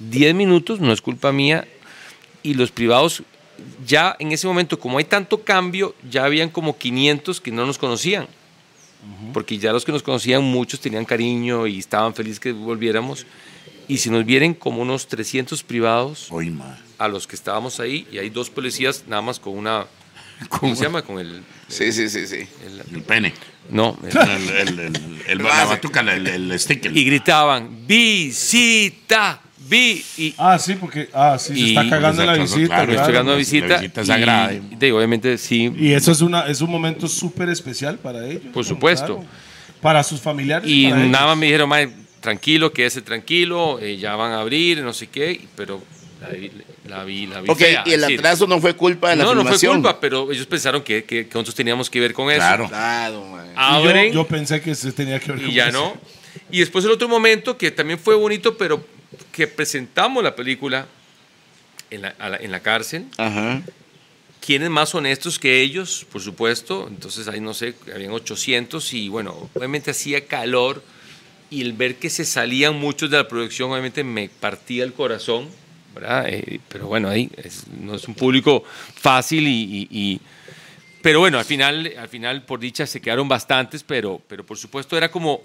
Speaker 7: 10 minutos, no es culpa mía, y los privados, ya en ese momento, como hay tanto cambio, ya habían como 500 que no nos conocían. Porque ya los que nos conocían, muchos tenían cariño y estaban felices que volviéramos. Y si nos vienen como unos 300 privados,
Speaker 6: Hoy, mae.
Speaker 7: a los que estábamos ahí y hay dos policías nada más con una ¿cómo se llama? con el,
Speaker 4: Sí, sí, sí, sí.
Speaker 7: el-
Speaker 6: El pene.
Speaker 7: no el-
Speaker 6: El, el, el- el- la batuca, el, el, el stick. el-
Speaker 7: y gritaban visita vi y
Speaker 2: Ah, sí, porque ah, sí, se
Speaker 7: Y-
Speaker 2: está cagando la
Speaker 6: Exacto,
Speaker 2: visita.
Speaker 6: claro,
Speaker 7: me
Speaker 2: claro.
Speaker 7: estoy dando
Speaker 6: la
Speaker 7: visita,
Speaker 6: visita es sagrada,
Speaker 7: y,
Speaker 6: ¿eh?
Speaker 7: de- obviamente sí
Speaker 2: Y eso es una es un momento súper especial para ellos.
Speaker 7: Por
Speaker 2: ¿no?
Speaker 7: supuesto.
Speaker 2: Claro. Para sus familiares.
Speaker 7: y
Speaker 2: para ellos.
Speaker 7: nada más me dijeron "Mae, tranquilo quédese tranquilo eh, ya van a abrir no sé qué pero la vi la vi, la vi
Speaker 4: Ok,
Speaker 7: fea,
Speaker 4: y el
Speaker 7: es decir,
Speaker 4: atraso no fue culpa de la
Speaker 7: no no fue
Speaker 4: filmación.
Speaker 7: culpa pero ellos pensaron que, que, que nosotros teníamos que ver con eso
Speaker 6: Claro.
Speaker 4: Claro, mae.
Speaker 2: Y yo,
Speaker 7: abren
Speaker 2: yo pensé que se tenía que ver con
Speaker 7: y ya
Speaker 2: eso.
Speaker 7: no. Y después el otro momento que también fue bonito, pero que presentamos la película en la, a la- en la cárcel.
Speaker 4: Ajá.
Speaker 7: ¿Quiénes más honestos que ellos? Por supuesto. Entonces ahí no sé, habían 800 y bueno, obviamente hacía calor y el ver que se salían muchos de la producción obviamente me partía el corazón ¿verdad? Eh, pero bueno, ahí es- no es un público fácil y, y- y- Pero bueno, al final, al final por dicha se quedaron bastantes, pero, pero por supuesto era como...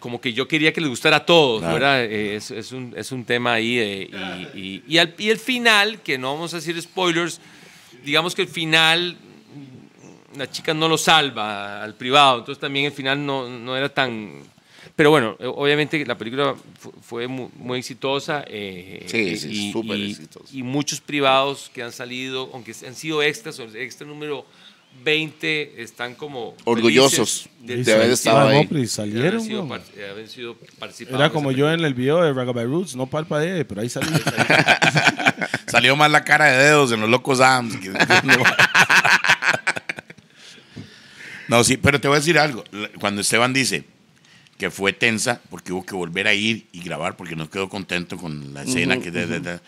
Speaker 7: Como que yo quería que les gustara a todos,
Speaker 5: Claro.
Speaker 7: ¿verdad? Eh, es, es un, es un tema ahí. eh, y, y- y al- y el final, que no vamos a decir spoilers, digamos que el final la chica no lo salva al privado, entonces también el final no, no era tan... Pero bueno, eh, obviamente la película fu- fue mu- muy, exitosa. eh,
Speaker 4: Sí,
Speaker 7: eh,
Speaker 4: sí,
Speaker 7: y-
Speaker 4: súper
Speaker 7: y-
Speaker 4: exitosa.
Speaker 7: Y muchos privados que han salido, aunque han sido extras, o el extra número 20, están como...
Speaker 4: Orgullosos
Speaker 7: felices
Speaker 4: de haber estado
Speaker 2: Ah, no,
Speaker 4: ahí.
Speaker 2: pero y
Speaker 7: de haber
Speaker 2: salieron,
Speaker 7: sido
Speaker 2: weón.
Speaker 7: par- de haber sido participantes
Speaker 2: Era como
Speaker 7: en
Speaker 2: yo en el video de Ragabay Roots, no parpadeé, pero ahí salí.
Speaker 5: Salió más la cara de dedos en los locos Adams. que- no, sí, pero te voy a decir algo. La- Cuando Esteban dice que fue tensa porque hubo que volver a ir y grabar porque no quedó contento con la escena que... da, da, da,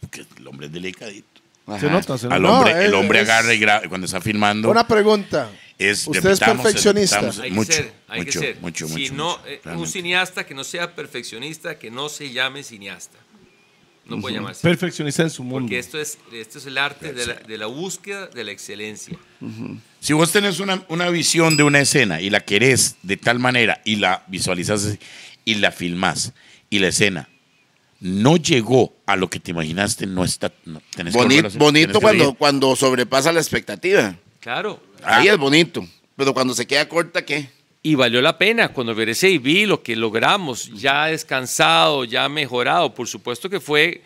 Speaker 5: porque el hombre es delicadito.
Speaker 4: Ajá.
Speaker 2: se nota, se
Speaker 5: Al
Speaker 2: nota.
Speaker 3: No,
Speaker 5: hombre, el
Speaker 3: es-
Speaker 5: hombre
Speaker 3: es-
Speaker 5: agarra y graba cuando está filmando.
Speaker 3: Una pregunta.
Speaker 5: es
Speaker 3: ¿Usted es
Speaker 5: repitamos,
Speaker 3: perfeccionista?
Speaker 5: repitamos.
Speaker 7: Hay
Speaker 5: mucho,
Speaker 7: que ser, hay
Speaker 5: mucho,
Speaker 7: que ser.
Speaker 5: mucho,
Speaker 7: Si
Speaker 5: mucho,
Speaker 7: no,
Speaker 5: mucho,
Speaker 7: eh, un
Speaker 5: realmente.
Speaker 7: cineasta que no sea perfeccionista, que no se llame cineasta. No puede llamarse.
Speaker 2: Perfeccionista en su mundo.
Speaker 7: Porque esto es, esto es el arte de la, de la búsqueda de la excelencia.
Speaker 5: Si vos tenés una, una visión de una escena y la querés de tal manera y la visualizás así, y la filmás y la escena no llegó a lo que te imaginaste, no está. no, tenés que
Speaker 4: Boni-
Speaker 5: volverlo a hacer, tenés
Speaker 4: bonito
Speaker 5: que
Speaker 4: cuando,
Speaker 5: seguir.
Speaker 4: cuando sobrepasa la expectativa.
Speaker 7: Claro.
Speaker 4: Ahí es bonito. Pero cuando se queda corta, ¿qué?
Speaker 7: Y valió la pena cuando regresé y vi lo que logramos, ya descansado, ya mejorado. Por supuesto que fue,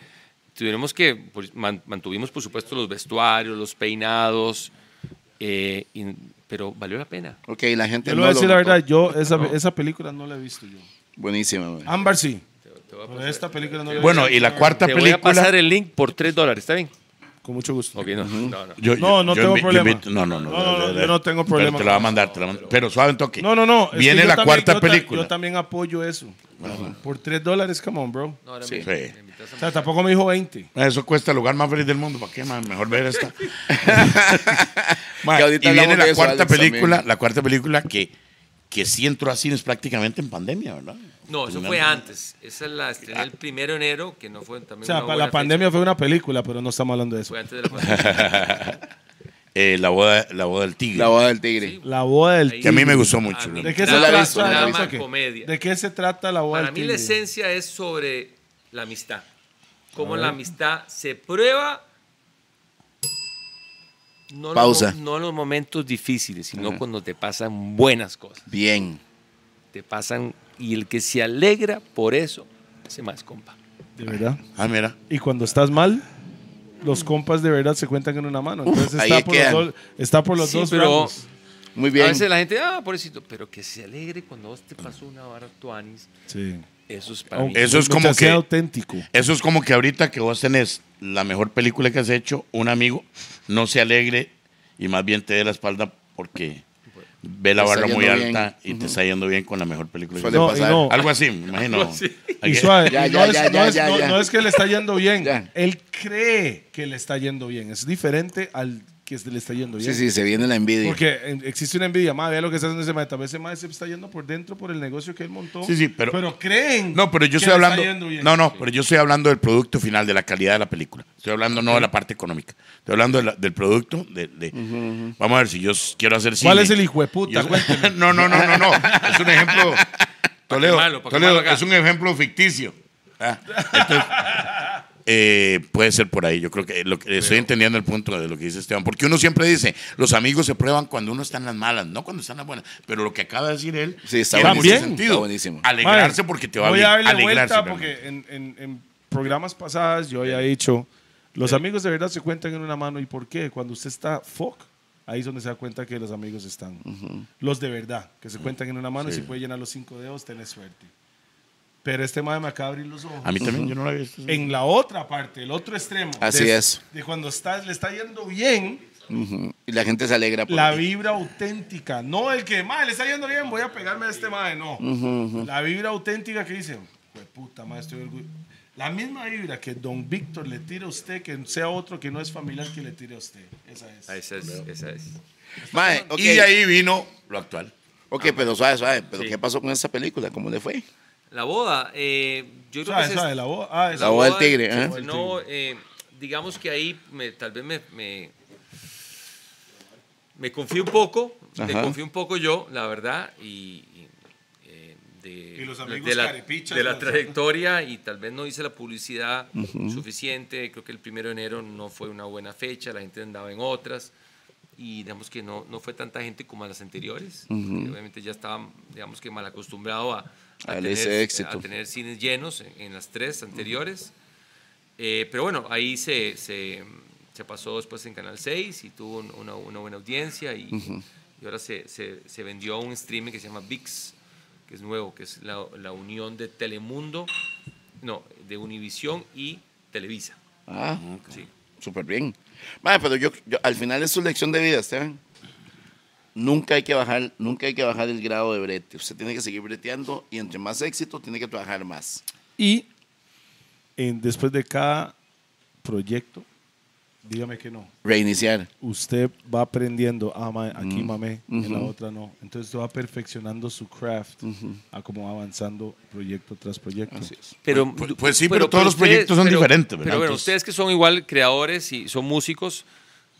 Speaker 7: tuvimos que, por- man- mantuvimos por supuesto los vestuarios, los peinados, eh, y- pero valió la pena.
Speaker 4: Ok, la gente
Speaker 2: Yo le
Speaker 4: no
Speaker 2: voy a decir la
Speaker 4: notó.
Speaker 2: verdad, yo esa, esa película no la he visto yo.
Speaker 4: Buenísima, güey.
Speaker 2: Ámbar sí. Pero esta película no la he
Speaker 5: Bueno,
Speaker 2: visto.
Speaker 5: y la cuarta
Speaker 7: Te voy a pasar
Speaker 5: película.
Speaker 7: el link por 3 dólares, ¿está bien?
Speaker 2: Con mucho gusto.
Speaker 7: Ok, no, no, no.
Speaker 5: Yo-
Speaker 2: No, no
Speaker 5: yo
Speaker 2: tengo
Speaker 5: invi- yo
Speaker 2: problema.
Speaker 5: invito- No, no, no.
Speaker 2: No, no, no,
Speaker 5: de- de-
Speaker 2: yo no tengo
Speaker 5: pero
Speaker 2: problema
Speaker 5: Te la va a
Speaker 2: con
Speaker 5: mandar, te la va a mandar. Pero suave un toque.
Speaker 2: No, no, no. es que
Speaker 5: Viene
Speaker 2: yo
Speaker 5: la
Speaker 2: también-
Speaker 5: cuarta
Speaker 2: yo ta-
Speaker 5: película.
Speaker 2: Yo también apoyo eso. Por 3 dólares, come on, bro.
Speaker 7: No, ahora
Speaker 5: Sí.
Speaker 7: me-
Speaker 5: Sí.
Speaker 7: me invitas a-
Speaker 2: O sea, tampoco me dijo 20.
Speaker 5: Eso cuesta el lugar más feliz del mundo. ¿Para qué, man? Mejor ver esta. Man,
Speaker 4: Que
Speaker 5: y
Speaker 4: ahorita
Speaker 5: viene
Speaker 4: hablamos de
Speaker 5: la
Speaker 4: eso,
Speaker 5: cuarta
Speaker 4: Alex, también.
Speaker 5: película, la cuarta película que, que sí entró a cines prácticamente en pandemia, ¿verdad?
Speaker 7: No, eso
Speaker 5: Primero.
Speaker 7: fue antes. Esa la estrené el primero de enero, que no fue también
Speaker 2: O sea,
Speaker 7: una
Speaker 2: para
Speaker 7: buena
Speaker 2: la
Speaker 7: fecha.
Speaker 2: pandemia fue una película, pero no estamos hablando de eso.
Speaker 7: Fue antes de la pandemia.
Speaker 5: Eh, la, boda, la boda del tigre.
Speaker 4: La boda del tigre.
Speaker 2: La boda del
Speaker 7: Ahí-
Speaker 5: Que a mí me gustó mucho.
Speaker 7: mí
Speaker 5: ¿no?
Speaker 2: ¿De qué,
Speaker 7: Yo
Speaker 2: se
Speaker 4: la he
Speaker 2: trata?
Speaker 4: visto, yo la he
Speaker 2: ¿De
Speaker 4: visto.
Speaker 2: qué?
Speaker 7: Comedia.
Speaker 2: ¿De qué se trata la boda
Speaker 7: Para
Speaker 2: del
Speaker 7: mí la
Speaker 2: tigre?
Speaker 7: esencia es sobre la amistad. Cómo la amistad se prueba. No en los
Speaker 4: Pausa.
Speaker 7: mo- no en los momentos difíciles, sino cuando te pasan buenas cosas.
Speaker 4: Bien.
Speaker 7: Te pasan. Y el que se alegra por eso, hace más compa.
Speaker 2: De verdad.
Speaker 5: Ah, mira.
Speaker 2: Y cuando estás mal, los compas de verdad se cuentan en una mano. Entonces
Speaker 4: ahí
Speaker 2: está, por los
Speaker 4: quedan.
Speaker 2: dos, está por los
Speaker 7: Sí,
Speaker 2: dos
Speaker 7: pero-
Speaker 2: lados.
Speaker 4: Muy
Speaker 7: A
Speaker 4: bien.
Speaker 7: veces la gente, ah, pobrecito, pero que se alegre cuando a vos te pasó una vara tuanis.
Speaker 2: Sí.
Speaker 7: Eso es para mí.
Speaker 5: Eso es
Speaker 2: Mientras
Speaker 5: como
Speaker 2: sea
Speaker 5: que-
Speaker 2: auténtico.
Speaker 5: Eso es como que ahorita que vos tenés la mejor película que has hecho, un amigo no se alegre y más bien te dé la espalda porque ve la
Speaker 4: Te está
Speaker 5: barra muy
Speaker 4: yendo bien.
Speaker 5: alta y te está yendo bien con la mejor película. que
Speaker 4: Suele
Speaker 5: has
Speaker 2: No, y
Speaker 4: pasar.
Speaker 2: no.
Speaker 5: hecho. Algo así, me imagino.
Speaker 2: Y
Speaker 5: Aquí-
Speaker 2: suave,
Speaker 4: Ya,
Speaker 2: y
Speaker 4: ya,
Speaker 2: no, es,
Speaker 4: ya,
Speaker 2: no
Speaker 4: ya,
Speaker 2: es-
Speaker 4: ya,
Speaker 2: no-
Speaker 4: ya.
Speaker 2: no es que le está yendo bien,
Speaker 4: Ya.
Speaker 2: él cree que le está yendo bien, es diferente al que se le está yendo bien.
Speaker 4: Sí, sí, se viene la envidia.
Speaker 2: Porque eh, existe una envidia, madre, vea lo que está haciendo ese madre, tal vez ese madre se está yendo por dentro por el negocio que él montó.
Speaker 5: Sí, sí, pero-
Speaker 2: creen.
Speaker 5: No, pero
Speaker 2: que
Speaker 5: yo estoy
Speaker 2: le está
Speaker 5: hablando.
Speaker 2: yendo bien.
Speaker 5: No, no, pero yo estoy hablando del producto final, de la calidad de la película. Estoy hablando no de la parte económica. Estoy hablando de la- del producto. De, de- Vamos a ver si yo s- quiero hacer cine.
Speaker 2: ¿Cuál es el hijo de puta?
Speaker 5: Yo-
Speaker 2: Cuénteme.
Speaker 5: no, no, no, no, no. Es un ejemplo. Toledo,
Speaker 7: quemarlo, pa'
Speaker 5: Toledo,
Speaker 7: quemarlo acá.
Speaker 5: es un ejemplo ficticio. Ah, entonces, eh, puede ser por ahí. Yo creo que, lo que- estoy entendiendo el punto de lo que dice Esteban. Porque uno siempre dice, los amigos se prueban cuando uno está en las malas, no cuando están en las buenas. Pero lo que acaba de decir él
Speaker 4: Sí, está
Speaker 5: tiene mucho
Speaker 2: buenísimo.
Speaker 5: sentido.
Speaker 4: Está buenísimo.
Speaker 5: Alegrarse
Speaker 2: Mae,
Speaker 5: porque te va
Speaker 2: voy
Speaker 5: bien.
Speaker 2: a darle
Speaker 5: Alegrarse,
Speaker 2: vuelta
Speaker 5: realmente.
Speaker 2: porque en, en- en programas pasadas yo había dicho, los amigos de verdad se cuentan en una mano. ¿Y por qué? Cuando usted está fuck, ahí es donde se da cuenta que los amigos están. Los de verdad, que se cuentan en una mano y si puede llenar los cinco dedos, tenés suerte. Pero este madre me acaba de abrir los ojos.
Speaker 5: A mí también, yo no lo había visto.
Speaker 2: En la otra parte, el otro extremo.
Speaker 4: Así
Speaker 2: de-
Speaker 4: es.
Speaker 2: De cuando estás, le está yendo bien,
Speaker 4: Ujú. Y la gente se alegra por
Speaker 2: la
Speaker 4: ti.
Speaker 2: vibra auténtica. No el que, madre, le está yendo bien, voy a pegarme a este madre. No. La vibra auténtica que dice, pues puta madre, estoy orgulloso. La misma vibra que don Víctor le tira a usted, que sea otro que no es familiar que le tire a usted. Esa es.
Speaker 7: Ah, Esa es, esa es.
Speaker 4: Mae, ok,
Speaker 5: Y de ahí vino lo actual.
Speaker 4: ok, pero suave, suave. ¿Pero qué pasó con esa película? ¿Cómo le fue?
Speaker 7: La boda, eh, yo creo
Speaker 2: Suave,
Speaker 7: que se-
Speaker 2: suave, la voz. Ah, esa-
Speaker 4: La boda del tigre,
Speaker 7: se
Speaker 4: ¿eh?
Speaker 7: estrenó, eh, digamos que ahí me- tal vez me, me, me confié un poco, me
Speaker 4: Ajá.
Speaker 7: confié un poco yo, la verdad, y, y, eh, de,
Speaker 2: Y los amigos
Speaker 7: de la,
Speaker 2: carepichas,
Speaker 7: de la
Speaker 2: los-
Speaker 7: trayectoria y tal vez no hice la publicidad suficiente. Creo que el primero de enero no fue una buena fecha, la gente andaba en otras y digamos que no, no fue tanta gente como a las anteriores. que Obviamente ya estaban, digamos que mal acostumbrado a, a
Speaker 4: Al
Speaker 7: tener,
Speaker 4: ese éxito.
Speaker 7: a tener cines llenos en, en las tres anteriores. Eh, pero bueno, ahí se, se, se pasó después en Canal 6 y tuvo un- una, una buena audiencia y, y ahora se, se, se vendió un streaming que se llama VIX, que es nuevo, que es la, la unión de Telemundo, no, de Univisión y Televisa.
Speaker 4: Ah,
Speaker 7: Sí.
Speaker 4: súper bien. Mae, pero yo, yo- al final es su lección de vida, Esteban. Nunca hay, que bajar, nunca hay que bajar el grado de brete. Usted tiene que seguir breteando y entre más éxito tiene que trabajar más.
Speaker 2: Y en- después de cada proyecto, dígame que no.
Speaker 4: Reiniciar.
Speaker 2: Usted va aprendiendo, ah, mae, aquí mamé, en la otra no. Entonces usted va perfeccionando su craft a como va avanzando proyecto tras proyecto.
Speaker 7: Pero,
Speaker 6: Pues- pues sí, pero todos los proyectos son diferentes, ¿verdad?
Speaker 7: Pero bueno,
Speaker 6: Entonces-
Speaker 7: ustedes que son igual creadores y son músicos,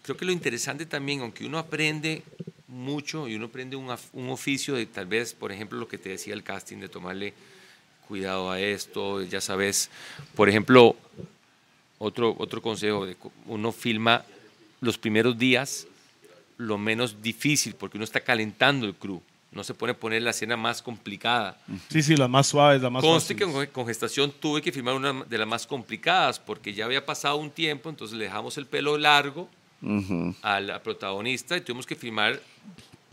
Speaker 7: creo que lo interesante también, aunque uno aprende mucho y uno aprende un, af- un oficio de tal vez, por ejemplo, lo que te decía el casting, de tomarle cuidado a esto, ya sabes, por ejemplo, otro, otro consejo, de cu- uno filma los primeros días lo menos difícil, porque uno está calentando el crew, no se pone a poner la escena más complicada.
Speaker 2: Sí, sí, las más suaves, las más
Speaker 7: Conste que
Speaker 2: fáciles.
Speaker 7: con- con gestación tuve que firmar una de las más complicadas porque ya había pasado un tiempo, entonces le dejamos el pelo largo a la protagonista y tuvimos que firmar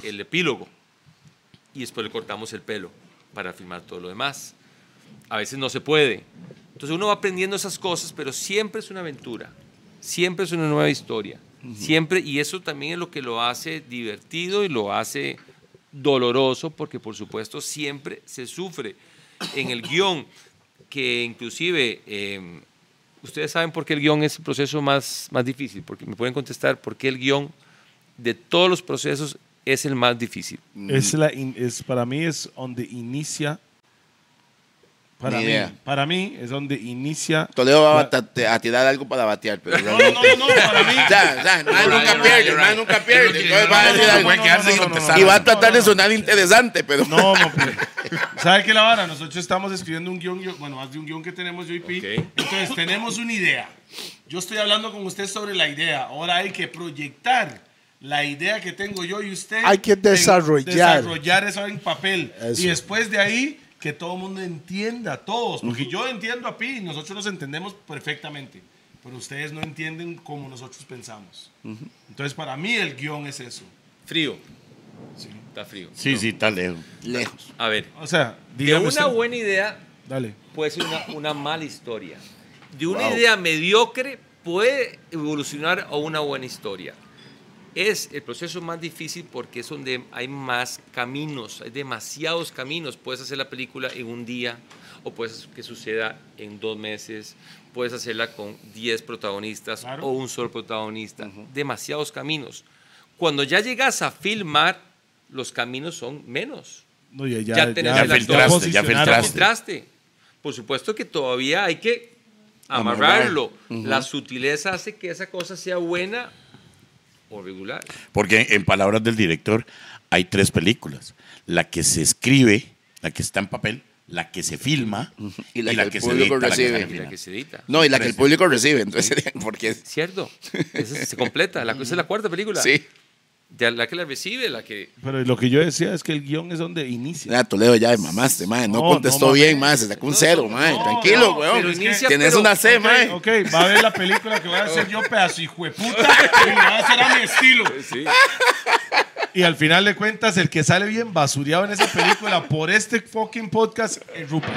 Speaker 7: el epílogo y después le cortamos el pelo para filmar todo lo demás. A veces no se puede. Entonces uno va aprendiendo esas cosas, pero siempre es una aventura, siempre es una nueva historia, siempre, y eso también es lo que lo hace divertido y lo hace doloroso, porque por supuesto siempre se sufre en el guión, que inclusive, eh, ustedes saben por qué el guión es el proceso más, más difícil, porque me pueden contestar por qué el guión de todos los procesos es el más difícil.
Speaker 2: Es la in- es, para mí es donde inicia. Para
Speaker 4: Ni
Speaker 2: mí,
Speaker 4: idea.
Speaker 2: para mí es donde inicia.
Speaker 4: Toledo va a,
Speaker 2: la-
Speaker 4: bata- a tirar algo para batear, pero
Speaker 2: No, no, no, no, para mí.
Speaker 4: Ya, ya, el man
Speaker 5: You're right,
Speaker 4: nunca
Speaker 5: you're
Speaker 4: pierde,
Speaker 5: right,
Speaker 4: el
Speaker 5: you're right. Yo no
Speaker 4: man nunca pierde. Entonces
Speaker 5: quiero-
Speaker 4: va a
Speaker 5: no,
Speaker 4: decir
Speaker 5: no,
Speaker 4: algo.
Speaker 5: no, no,
Speaker 6: quedarse
Speaker 5: no, no,
Speaker 6: sin
Speaker 5: no,
Speaker 6: contestar.
Speaker 4: Y va a tratar de sonar interesante, pero.
Speaker 2: No, no, pues. ¿Sabe qué la vara? Nosotros estamos escribiendo un guión, yo- bueno, más de un guión que tenemos yo y Pi.
Speaker 7: Ok.
Speaker 2: Entonces, tenemos una idea. Yo estoy hablando con usted sobre la idea. Ahora hay que proyectar la idea que tengo yo y usted.
Speaker 3: Hay que
Speaker 2: en-
Speaker 3: desarrollar.
Speaker 2: Desarrollar eso en papel.
Speaker 3: Eso.
Speaker 2: Y después de ahí, que todo el mundo entienda, todos. Porque yo entiendo a Pi y nosotros nos entendemos perfectamente. Pero ustedes no entienden como nosotros pensamos. Entonces, para mí, el guión es eso.
Speaker 7: Frío. Está frío.
Speaker 6: Sí, sí, está lejos.
Speaker 4: Lejos.
Speaker 7: A ver,
Speaker 2: O sea,
Speaker 7: de
Speaker 2: dígame
Speaker 7: una
Speaker 2: usted.
Speaker 7: buena idea
Speaker 2: Dale.
Speaker 7: puede ser una, una mala historia. De una idea mediocre puede evolucionar a una buena historia. Es el proceso más difícil porque es donde hay más caminos, hay demasiados caminos. Puedes hacer la película en un día o puedes que suceda en dos meses, puedes hacerla con 10 protagonistas
Speaker 2: Claro.
Speaker 7: o un solo protagonista. Demasiados caminos. Cuando ya llegas a filmar, los caminos son menos.
Speaker 2: No, ya, ya,
Speaker 7: Ya
Speaker 2: ya,
Speaker 7: tenés
Speaker 2: ya
Speaker 7: el actor.
Speaker 2: filtraste, ya
Speaker 6: Traste.
Speaker 2: filtraste.
Speaker 7: Contraste. Por supuesto que todavía hay que amarrarlo. La sutileza hace que esa cosa sea buena o regular.
Speaker 6: Porque en palabras del director hay tres películas. La que se escribe, la que está en papel, la que se filma
Speaker 4: Y la que el
Speaker 6: edita,
Speaker 4: público
Speaker 6: la que
Speaker 4: recibe.
Speaker 6: sale
Speaker 7: Y la
Speaker 6: final.
Speaker 7: que se edita.
Speaker 4: No, y la que el público recibe, entonces, porque.
Speaker 7: ¿Cierto? Esa se completa. La, esa es la cuarta película.
Speaker 4: Sí.
Speaker 7: De la que la recibe, la que...
Speaker 2: Pero lo que yo decía es que el guión es donde inicia.
Speaker 4: Ah, Toledo ya mamaste, mae. No,
Speaker 2: No,
Speaker 4: contestó
Speaker 2: no,
Speaker 4: bien, mae. Se sacó un cero, mae. Tranquilo,
Speaker 7: no,
Speaker 4: weón.
Speaker 7: pero inicia,
Speaker 4: Tienes
Speaker 7: pero-
Speaker 4: una C, mae.
Speaker 2: Ok, va a ver la película que voy a hacer yo, pedazo hijo de puta, y la va a hacer a mi estilo. Y al final de cuentas, el que sale bien basureado en esa película por este fucking podcast es Rupert.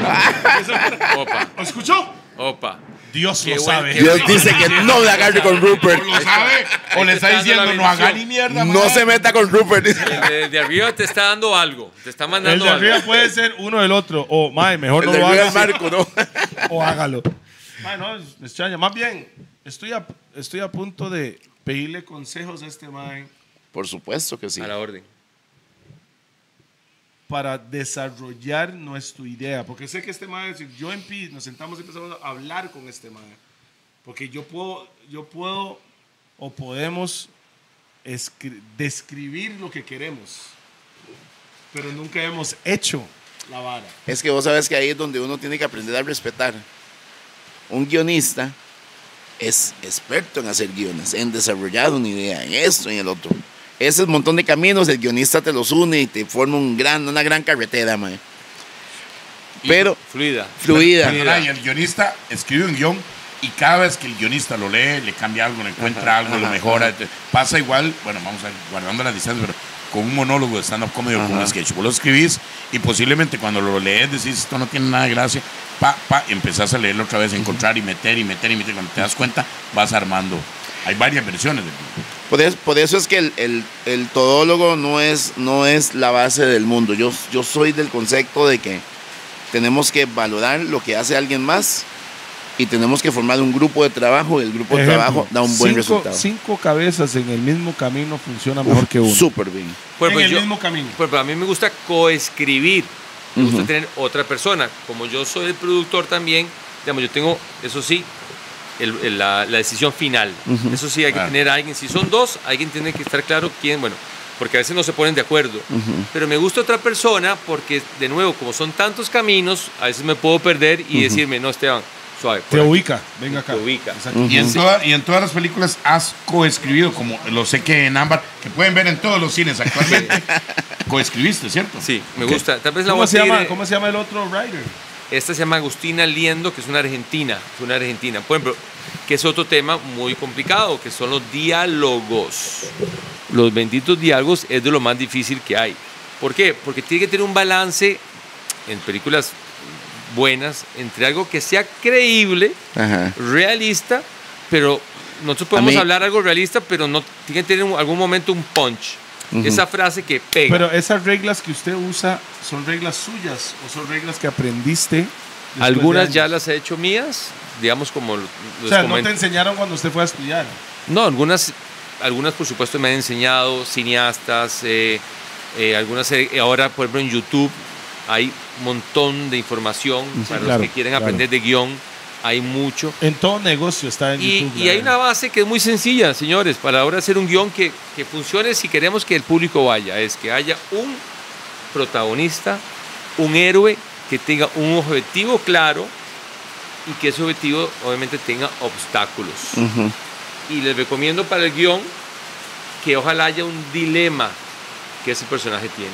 Speaker 7: Opa,
Speaker 2: ¿Lo escuchó?
Speaker 7: opa.
Speaker 2: Dios
Speaker 7: Qué
Speaker 2: lo
Speaker 7: buen-
Speaker 2: sabe.
Speaker 7: qué buen-
Speaker 4: Dios dice que no la agarre con Rupert.
Speaker 5: ¿Lo sabe? ¿O le está
Speaker 7: Ahí está dando
Speaker 5: diciendo
Speaker 7: la
Speaker 5: no haga
Speaker 7: bendición.
Speaker 5: ni mierda?
Speaker 4: No se meta con Rupert.
Speaker 7: El de, de arriba te está dando algo. Te está
Speaker 2: El
Speaker 7: mandando
Speaker 2: de arriba
Speaker 7: algo.
Speaker 2: puede ser uno del otro. O, mae, mejor
Speaker 4: El
Speaker 2: no
Speaker 4: de
Speaker 2: lo
Speaker 4: Rupert
Speaker 2: hagas.
Speaker 4: Marco, ¿no?
Speaker 2: o hágalo. Mae, no, es- es chaña. Más bien, estoy a, estoy a punto de pedirle consejos a este mae.
Speaker 4: Por supuesto que sí.
Speaker 7: A la orden.
Speaker 2: para desarrollar nuestra idea. Porque sé que este mae, si yo en PI nos sentamos y empezamos a hablar con este mae, porque yo puedo, yo puedo o podemos escri- describir lo que queremos, pero nunca hemos hecho la vara.
Speaker 4: Es que vos sabes que ahí es donde uno tiene que aprender a respetar. Un guionista es experto en hacer guiones, en desarrollar una idea, en esto y en el otro. Ese montón de caminos, el guionista te los une y te forma un gran, una gran carretera, mae. Pero
Speaker 7: Fluida.
Speaker 4: fluida.
Speaker 5: Caray,
Speaker 7: Mira.
Speaker 5: el guionista escribe un guión y cada vez que el guionista lo lee, le cambia algo, le encuentra algo, lo mejora. Te- Pasa igual, bueno, vamos a ir guardando la distancia, pero con un monólogo de stand-up comedy o con un sketch. Vos lo escribís y posiblemente cuando lo lees decís, esto no tiene nada de gracia. Pa, pa, empezás a leerlo otra vez, a encontrar y meter y meter y meter. Cuando te das cuenta, vas armando. Hay varias versiones del
Speaker 4: Por es- por eso, es que el, el- el todólogo no es, no es la base del mundo. Yo, yo soy del concepto de que tenemos que valorar lo que hace alguien más y tenemos que formar un grupo de trabajo y el grupo de
Speaker 2: Ejemplo,
Speaker 4: trabajo da un buen
Speaker 2: cinco-
Speaker 4: resultado.
Speaker 2: Cinco cabezas en el mismo camino funciona mejor que uno.
Speaker 4: Súper bien.
Speaker 7: Pues,
Speaker 2: en
Speaker 7: pues,
Speaker 2: el
Speaker 7: yo-
Speaker 2: mismo camino.
Speaker 7: Pues para mí me gusta coescribir. Me gusta
Speaker 4: Ujú.
Speaker 7: tener otra persona. Como yo soy el productor también, digamos, yo tengo, eso sí, el- el- la, la decisión final. Eso sí, hay que
Speaker 5: Claro.
Speaker 7: tener a alguien. Si son dos, alguien tiene que estar claro quién, bueno, porque a veces no se ponen de acuerdo. Pero me gusta otra persona porque, de nuevo, como son tantos caminos, a veces me puedo perder y decirme, no, Esteban, suave. por
Speaker 2: Te
Speaker 7: aquí".
Speaker 2: ubica, venga acá.
Speaker 7: Te ubica.
Speaker 2: Exacto.
Speaker 5: Y en, toda- y en todas las películas has coescribido, como lo sé que en Ámbar, que pueden ver en todos los cines actualmente, coescribiste, ¿cierto?
Speaker 7: Sí, me gusta. Tal vez la
Speaker 2: ¿Cómo
Speaker 7: voy a
Speaker 2: se,
Speaker 7: pedir,
Speaker 2: llama,
Speaker 7: eh,
Speaker 2: ¿Cómo se llama el otro rider?
Speaker 7: Esta se llama Agustina Liendo, que es una argentina, es una argentina. Por ejemplo, que es otro tema muy complicado, que son los diálogos. Los benditos diálogos es de lo más difícil que hay. ¿Por qué? Porque tiene que tener un balance en películas buenas entre algo que sea creíble,
Speaker 4: Ajá.
Speaker 7: realista, pero nosotros podemos
Speaker 4: mí-
Speaker 7: hablar algo realista, pero no tiene que tener en algún momento un punch. Esa frase que pega.
Speaker 2: Pero esas reglas que usted usa, ¿son reglas suyas o son reglas que aprendiste? después de
Speaker 7: Algunas
Speaker 2: años?
Speaker 7: ya las he hecho mías, digamos como los
Speaker 2: O sea, no te enseñaron cuando usted fue a estudiar.
Speaker 7: No, algunas, algunas por supuesto me han enseñado cineastas, eh, eh, algunas eh, ahora por ejemplo en YouTube hay un montón de información para
Speaker 2: claro,
Speaker 7: los que quieren
Speaker 2: claro.
Speaker 7: aprender de guión, hay mucho.
Speaker 2: En todo negocio está en
Speaker 7: Y,
Speaker 2: YouTube.
Speaker 7: y
Speaker 2: la
Speaker 7: hay una
Speaker 2: verdad.
Speaker 7: base que es muy sencilla, señores, para ahora hacer un guión que, que funcione si queremos que el público vaya, es que haya un protagonista, un héroe que tenga un objetivo claro y que ese objetivo obviamente tenga obstáculos
Speaker 4: Ujú.
Speaker 7: y les recomiendo para el guión que ojalá haya un dilema que ese personaje tiene.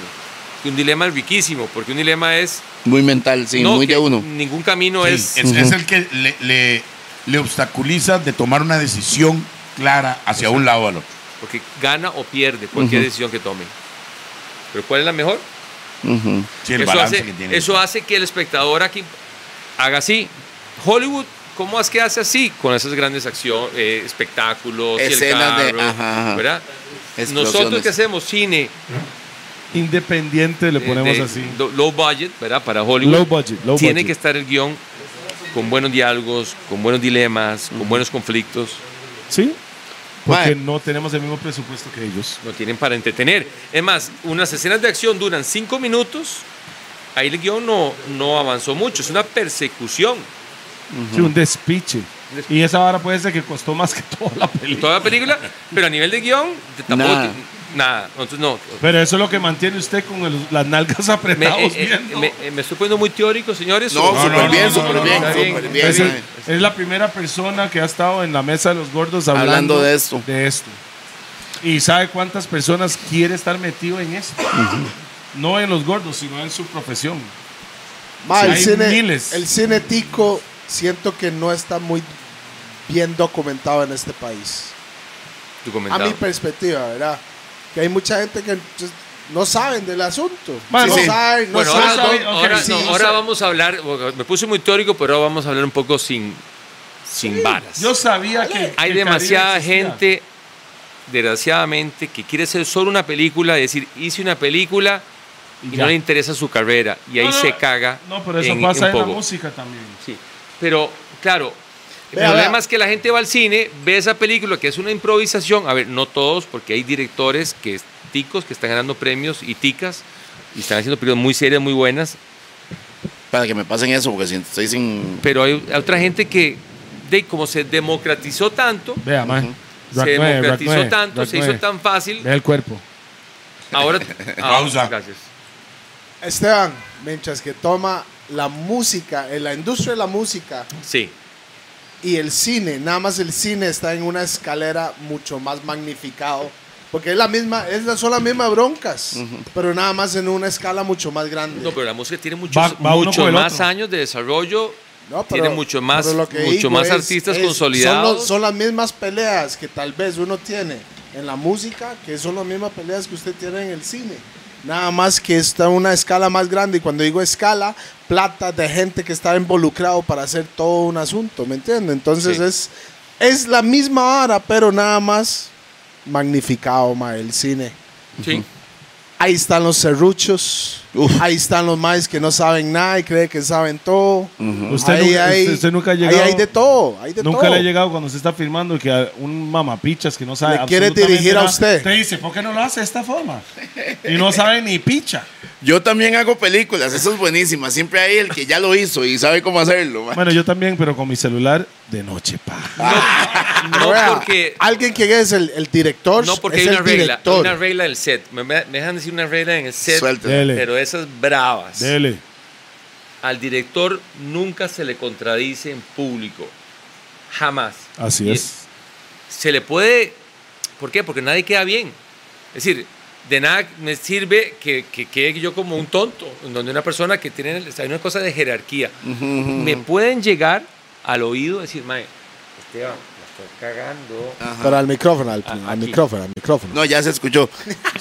Speaker 7: Y Un dilema riquísimo, porque un dilema es...
Speaker 4: Muy mental, sí,
Speaker 7: no,
Speaker 4: muy de
Speaker 7: que
Speaker 4: uno.
Speaker 7: Ningún camino
Speaker 5: Sí,
Speaker 7: es...
Speaker 5: es, es el que le, le- le obstaculiza de tomar una decisión clara hacia un lado o al otro.
Speaker 7: Porque gana o pierde cualquier decisión que tome. Pero ¿cuál es la mejor?
Speaker 4: Ujú.
Speaker 6: Sí, el
Speaker 7: eso,
Speaker 6: balance
Speaker 7: hace,
Speaker 6: que tiene.
Speaker 7: eso hace que el espectador aquí haga así. Hollywood, ¿cómo es que hace así? Con esas grandes acciones, eh, espectáculos, y el
Speaker 4: Escenas de-
Speaker 7: carro,
Speaker 4: ajá, ajá.
Speaker 7: ¿verdad? Nosotros
Speaker 4: Explosiones.
Speaker 7: que hacemos cine,
Speaker 2: Independiente le
Speaker 7: eh,
Speaker 2: ponemos
Speaker 7: de
Speaker 2: así.
Speaker 7: lo- low budget, ¿verdad? Para Hollywood.
Speaker 2: Low budget, low
Speaker 7: tiene
Speaker 2: budget.
Speaker 7: que estar el guión con buenos diálogos, con buenos dilemas, con buenos conflictos.
Speaker 2: ¿Sí? Porque
Speaker 4: Mae.
Speaker 2: no tenemos el mismo presupuesto que ellos.
Speaker 7: No tienen para entretener. Es más, unas escenas de acción duran cinco minutos. Ahí el guión no, no avanzó mucho. Es una persecución.
Speaker 2: Sí, un despiche. Y esa vara puede ser que costó más que toda la
Speaker 7: Y
Speaker 2: película.
Speaker 7: toda la película, pero a nivel de guión, tampoco.
Speaker 4: Nada.
Speaker 7: ti- Nada. Entonces, no.
Speaker 2: Pero eso es lo que mantiene usted con el- las nalgas
Speaker 7: Me,
Speaker 2: apretadas
Speaker 7: eh, eh,
Speaker 2: viendo.
Speaker 7: me- eh, me estoy poniendo muy teórico, señores.
Speaker 4: No,
Speaker 7: ¿O-
Speaker 4: súper
Speaker 2: no, no,
Speaker 4: bien,
Speaker 2: no,
Speaker 4: súper
Speaker 2: no,
Speaker 4: bien,
Speaker 2: no,
Speaker 7: no,
Speaker 4: súper
Speaker 7: no.
Speaker 4: bien. eh.
Speaker 2: es, el-
Speaker 4: mae.
Speaker 2: es la primera persona que ha estado en la mesa de los gordos hablando,
Speaker 4: Hablando de esto.
Speaker 2: de esto. Y sabe cuántas personas quiere estar metido en esto. no en los gordos, sino en su profesión.
Speaker 3: Ma,
Speaker 2: Sí,
Speaker 3: el,
Speaker 2: hay
Speaker 3: cine,
Speaker 2: miles.
Speaker 3: el cine tico siento que no está muy bien documentado en este país.
Speaker 7: Tu
Speaker 3: A
Speaker 7: comentario.
Speaker 3: mi perspectiva, ¿verdad? Que hay mucha gente que pues, no saben del asunto.
Speaker 2: Ma,
Speaker 3: no
Speaker 2: sí.
Speaker 3: saben, no
Speaker 7: Bueno,
Speaker 3: saben.
Speaker 7: ahora,
Speaker 2: sabe,
Speaker 7: ahora-
Speaker 2: ok,
Speaker 7: ahora-
Speaker 2: sí,
Speaker 7: no,
Speaker 2: sí.
Speaker 7: ahora vamos a hablar, me puse muy teórico, pero ahora vamos a hablar un poco sin, sin varas.
Speaker 2: Yo sabía que.
Speaker 7: Hay
Speaker 2: que
Speaker 7: demasiada
Speaker 2: Caribe existía.
Speaker 7: gente, desgraciadamente, que quiere hacer solo una película, es decir, hice una película y,
Speaker 2: ya.
Speaker 7: no le interesa su carrera, y ahí
Speaker 2: No, no,
Speaker 7: se caga.
Speaker 2: No, pero eso
Speaker 7: en-
Speaker 2: pasa
Speaker 7: un
Speaker 2: en la
Speaker 7: poco.
Speaker 2: música también.
Speaker 7: Sí. Pero, claro, el
Speaker 3: Vea,
Speaker 7: problema
Speaker 3: vea.
Speaker 7: es que la gente va al cine, ve esa película que es una improvisación. A ver, no todos, porque hay directores que es- ticos que están ganando premios y ticas Y están haciendo películas muy serias, muy buenas.
Speaker 4: Para que me pasen eso, porque si estoy sin.
Speaker 7: Pero hay otra gente que, de, como se democratizó tanto,
Speaker 2: Vea, man. Rack nueve,
Speaker 7: se
Speaker 2: rack
Speaker 7: democratizó
Speaker 2: nueve,
Speaker 7: tanto,
Speaker 2: rack
Speaker 7: se hizo
Speaker 2: nueve.
Speaker 7: tan fácil.
Speaker 2: Vea el cuerpo.
Speaker 7: Ahora. ah,
Speaker 5: Pausa.
Speaker 7: Gracias.
Speaker 3: Esteban, mientras que toma la música, en la industria de la música
Speaker 7: Sí.
Speaker 3: y el cine, nada más el cine está en una escalera mucho más magnificado. Porque es la misma, es la, son las mismas broncas, pero nada más en una escala mucho más grande.
Speaker 7: No, pero la música tiene muchos,
Speaker 2: Va- va uno
Speaker 7: mucho
Speaker 2: con el
Speaker 7: más
Speaker 2: otro.
Speaker 7: años de desarrollo.
Speaker 3: No,
Speaker 7: tiene mucho más,
Speaker 3: pero lo que
Speaker 7: mucho
Speaker 3: digo
Speaker 7: más
Speaker 3: es-
Speaker 7: artistas
Speaker 3: es- son
Speaker 7: consolidados.
Speaker 3: los- Son, las mismas peleas que tal vez uno tiene en la música, que son las mismas peleas que usted tiene en el cine. Nada más que está en una escala más grande. Y cuando digo escala, plata de gente que está involucrado para hacer todo un asunto, ¿me entiende? Entonces
Speaker 7: Sí.
Speaker 3: es, es la misma hora, pero nada más magnificado, ma, el cine.
Speaker 7: Sí.
Speaker 3: Ahí están los serruchos. Ahí están los maes que no saben nada y creen que saben todo.
Speaker 2: Usted
Speaker 3: Ahí
Speaker 2: nunca-
Speaker 3: hay-
Speaker 2: usted- usted nunca ha
Speaker 3: ahí
Speaker 2: llegado-
Speaker 3: hay de todo, hay de
Speaker 2: Nunca
Speaker 3: todo.
Speaker 2: le ha llegado cuando se está firmando que a un mamapichas que no sabe.
Speaker 3: Le quiere
Speaker 2: absolutamente
Speaker 3: dirigir a
Speaker 2: nada,
Speaker 3: usted.
Speaker 2: Te dice, ¿por qué no lo hace de esta forma? Y no sabe ni picha.
Speaker 4: Yo también hago películas, eso es buenísima. Siempre hay el que ya lo hizo y sabe cómo hacerlo. ma.
Speaker 2: Bueno, yo también, pero con mi celular de noche, pa.
Speaker 7: No
Speaker 3: Vea,
Speaker 7: porque.
Speaker 3: alguien que es el, el director,
Speaker 7: No porque
Speaker 3: es
Speaker 7: hay una
Speaker 3: el
Speaker 7: regla. hay
Speaker 3: director.
Speaker 7: una regla del set. Me, me- me dejan decir una regla en el set.
Speaker 4: Suéltela.
Speaker 2: Dele.
Speaker 7: Pero esas bravas.
Speaker 2: Dele.
Speaker 7: Al director nunca se le contradice en público. Jamás.
Speaker 2: Así
Speaker 7: Y
Speaker 2: es.
Speaker 7: Se le puede. ¿Por qué? Porque nadie queda bien. Es decir, de nada me sirve que, que quede yo como un tonto, en donde una persona que tiene. Hay una cosa de jerarquía. Me pueden llegar al oído y decir, mae, Esteban, la estás cagando.
Speaker 3: Pero al micrófono, al, al
Speaker 7: aquí.
Speaker 3: micrófono, al micrófono.
Speaker 4: No, ya se escuchó.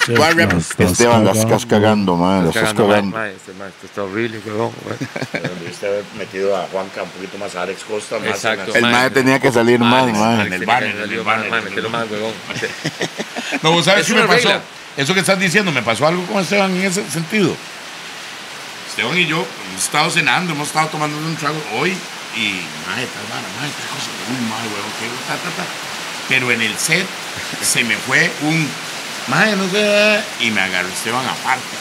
Speaker 2: Sí,
Speaker 4: Voy a rep-
Speaker 2: no, estás
Speaker 6: Esteban, las
Speaker 2: cagando.
Speaker 6: estás cagando, man. Las estás
Speaker 7: Cagando, mae,
Speaker 6: cagando.
Speaker 7: mae, este, mae, esto está horrible, cabrón. mae.
Speaker 6: Debiste haber metido a Juanca un poquito más a Alex Costa. Más
Speaker 7: Exacto.
Speaker 6: en
Speaker 4: El
Speaker 6: la-
Speaker 7: Mae,
Speaker 4: madre tenía que salir mal,
Speaker 7: mae,
Speaker 4: man.
Speaker 5: En el
Speaker 7: este,
Speaker 5: bar,
Speaker 7: mae,
Speaker 5: en el
Speaker 7: salió,
Speaker 5: bar,
Speaker 7: mae,
Speaker 5: en
Speaker 7: mae,
Speaker 5: el
Speaker 7: metelo
Speaker 5: bar.
Speaker 7: más, huevón.
Speaker 5: No, ¿vos ¿sabes
Speaker 7: Es
Speaker 5: qué me
Speaker 7: una
Speaker 5: pasó?
Speaker 7: regla.
Speaker 5: Eso que estás diciendo, me pasó algo con Esteban en ese sentido. Esteban y yo hemos estado cenando, hemos estado tomando un trago hoy y, madre, tal vara, madre, tal cosa, uy, madre, huevo, qué huevo, ta, ta, ta. Pero en el set se me fue un, madre, no sé, y me agarró Esteban aparte.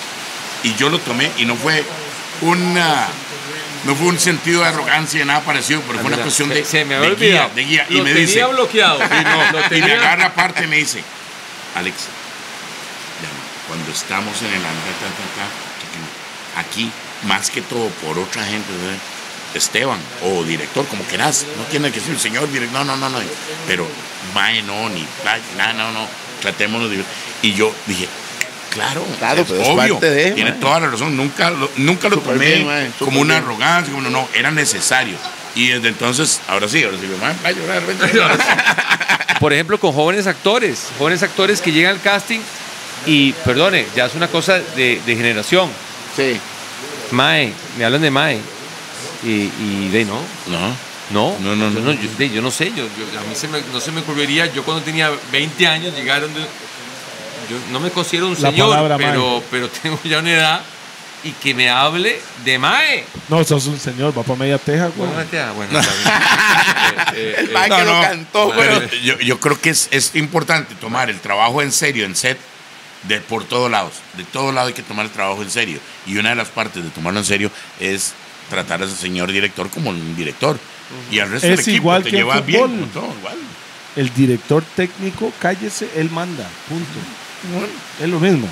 Speaker 5: Y yo lo tomé y no fue una. No fue un sentido de arrogancia, nada parecido, pero fue una
Speaker 7: Ah, Mira,
Speaker 5: cuestión
Speaker 7: se-
Speaker 5: de,
Speaker 7: se me
Speaker 5: de
Speaker 7: había
Speaker 5: guía,
Speaker 7: olvidado.
Speaker 5: de guía. Y
Speaker 7: Lo
Speaker 5: me
Speaker 7: tenía
Speaker 5: dice,
Speaker 7: bloqueado.
Speaker 5: Sí, no.
Speaker 7: Lo
Speaker 5: Y me
Speaker 7: tenía-
Speaker 5: agarra aparte y me dice, Alex, ya no, cuando estamos en el andar, ta, ta, ta, que- que- aquí, más que todo por otra gente, ¿verdad? Esteban, o director, como querás, no tiene que ser señor director, no, no, no, no, pero mae, no, ni pla- nada, no, no, tratémonos de... Y yo dije, claro,
Speaker 4: Claro, pero es
Speaker 5: obvio,
Speaker 4: parte de,
Speaker 5: tiene
Speaker 4: mae.
Speaker 5: toda la razón, nunca lo, nunca lo
Speaker 4: Súper
Speaker 5: tomé
Speaker 4: bien, mae, súper
Speaker 5: como una
Speaker 4: bien.
Speaker 5: arrogancia, como no, no, era necesario. Y desde entonces, ahora sí, ahora sí, mae, va a llorar, vente.
Speaker 7: Por ejemplo, con jóvenes actores, jóvenes actores que llegan al casting y, perdone, ya es una cosa de, de generación.
Speaker 4: Sí.
Speaker 7: Mae, me hablan de Mae. Y, y de no,
Speaker 5: No.
Speaker 7: no,
Speaker 5: No, no,
Speaker 7: yo,
Speaker 5: no.
Speaker 7: yo, de, yo no sé, yo, yo- a mí se me- no se me ocurriría, yo cuando tenía 20 años llegaron de, yo no me considero un
Speaker 2: La
Speaker 7: señor,
Speaker 2: palabra
Speaker 7: pero, pero tengo ya una edad y que me hable de Mae.
Speaker 2: No, sos un señor, va para media teja, güey.
Speaker 7: Bueno, ya, bueno, está bien. Eh, eh, eh,
Speaker 4: Mae que
Speaker 5: No,
Speaker 4: lo
Speaker 5: no.
Speaker 4: cantó,
Speaker 5: Pero
Speaker 4: güey.
Speaker 5: yo, yo creo que es, es importante tomar el trabajo en serio en set de por todos lados. De todos lados hay que tomar el trabajo en serio. Y una de las partes de tomarlo en serio es tratar al señor director como un director. Y al resto
Speaker 2: Es
Speaker 5: del equipo
Speaker 2: igual
Speaker 5: te
Speaker 2: que en
Speaker 5: llevas bien.
Speaker 2: fútbol.
Speaker 5: con todo, igual.
Speaker 2: El director técnico, cállese, él manda. Punto. Es lo mismo.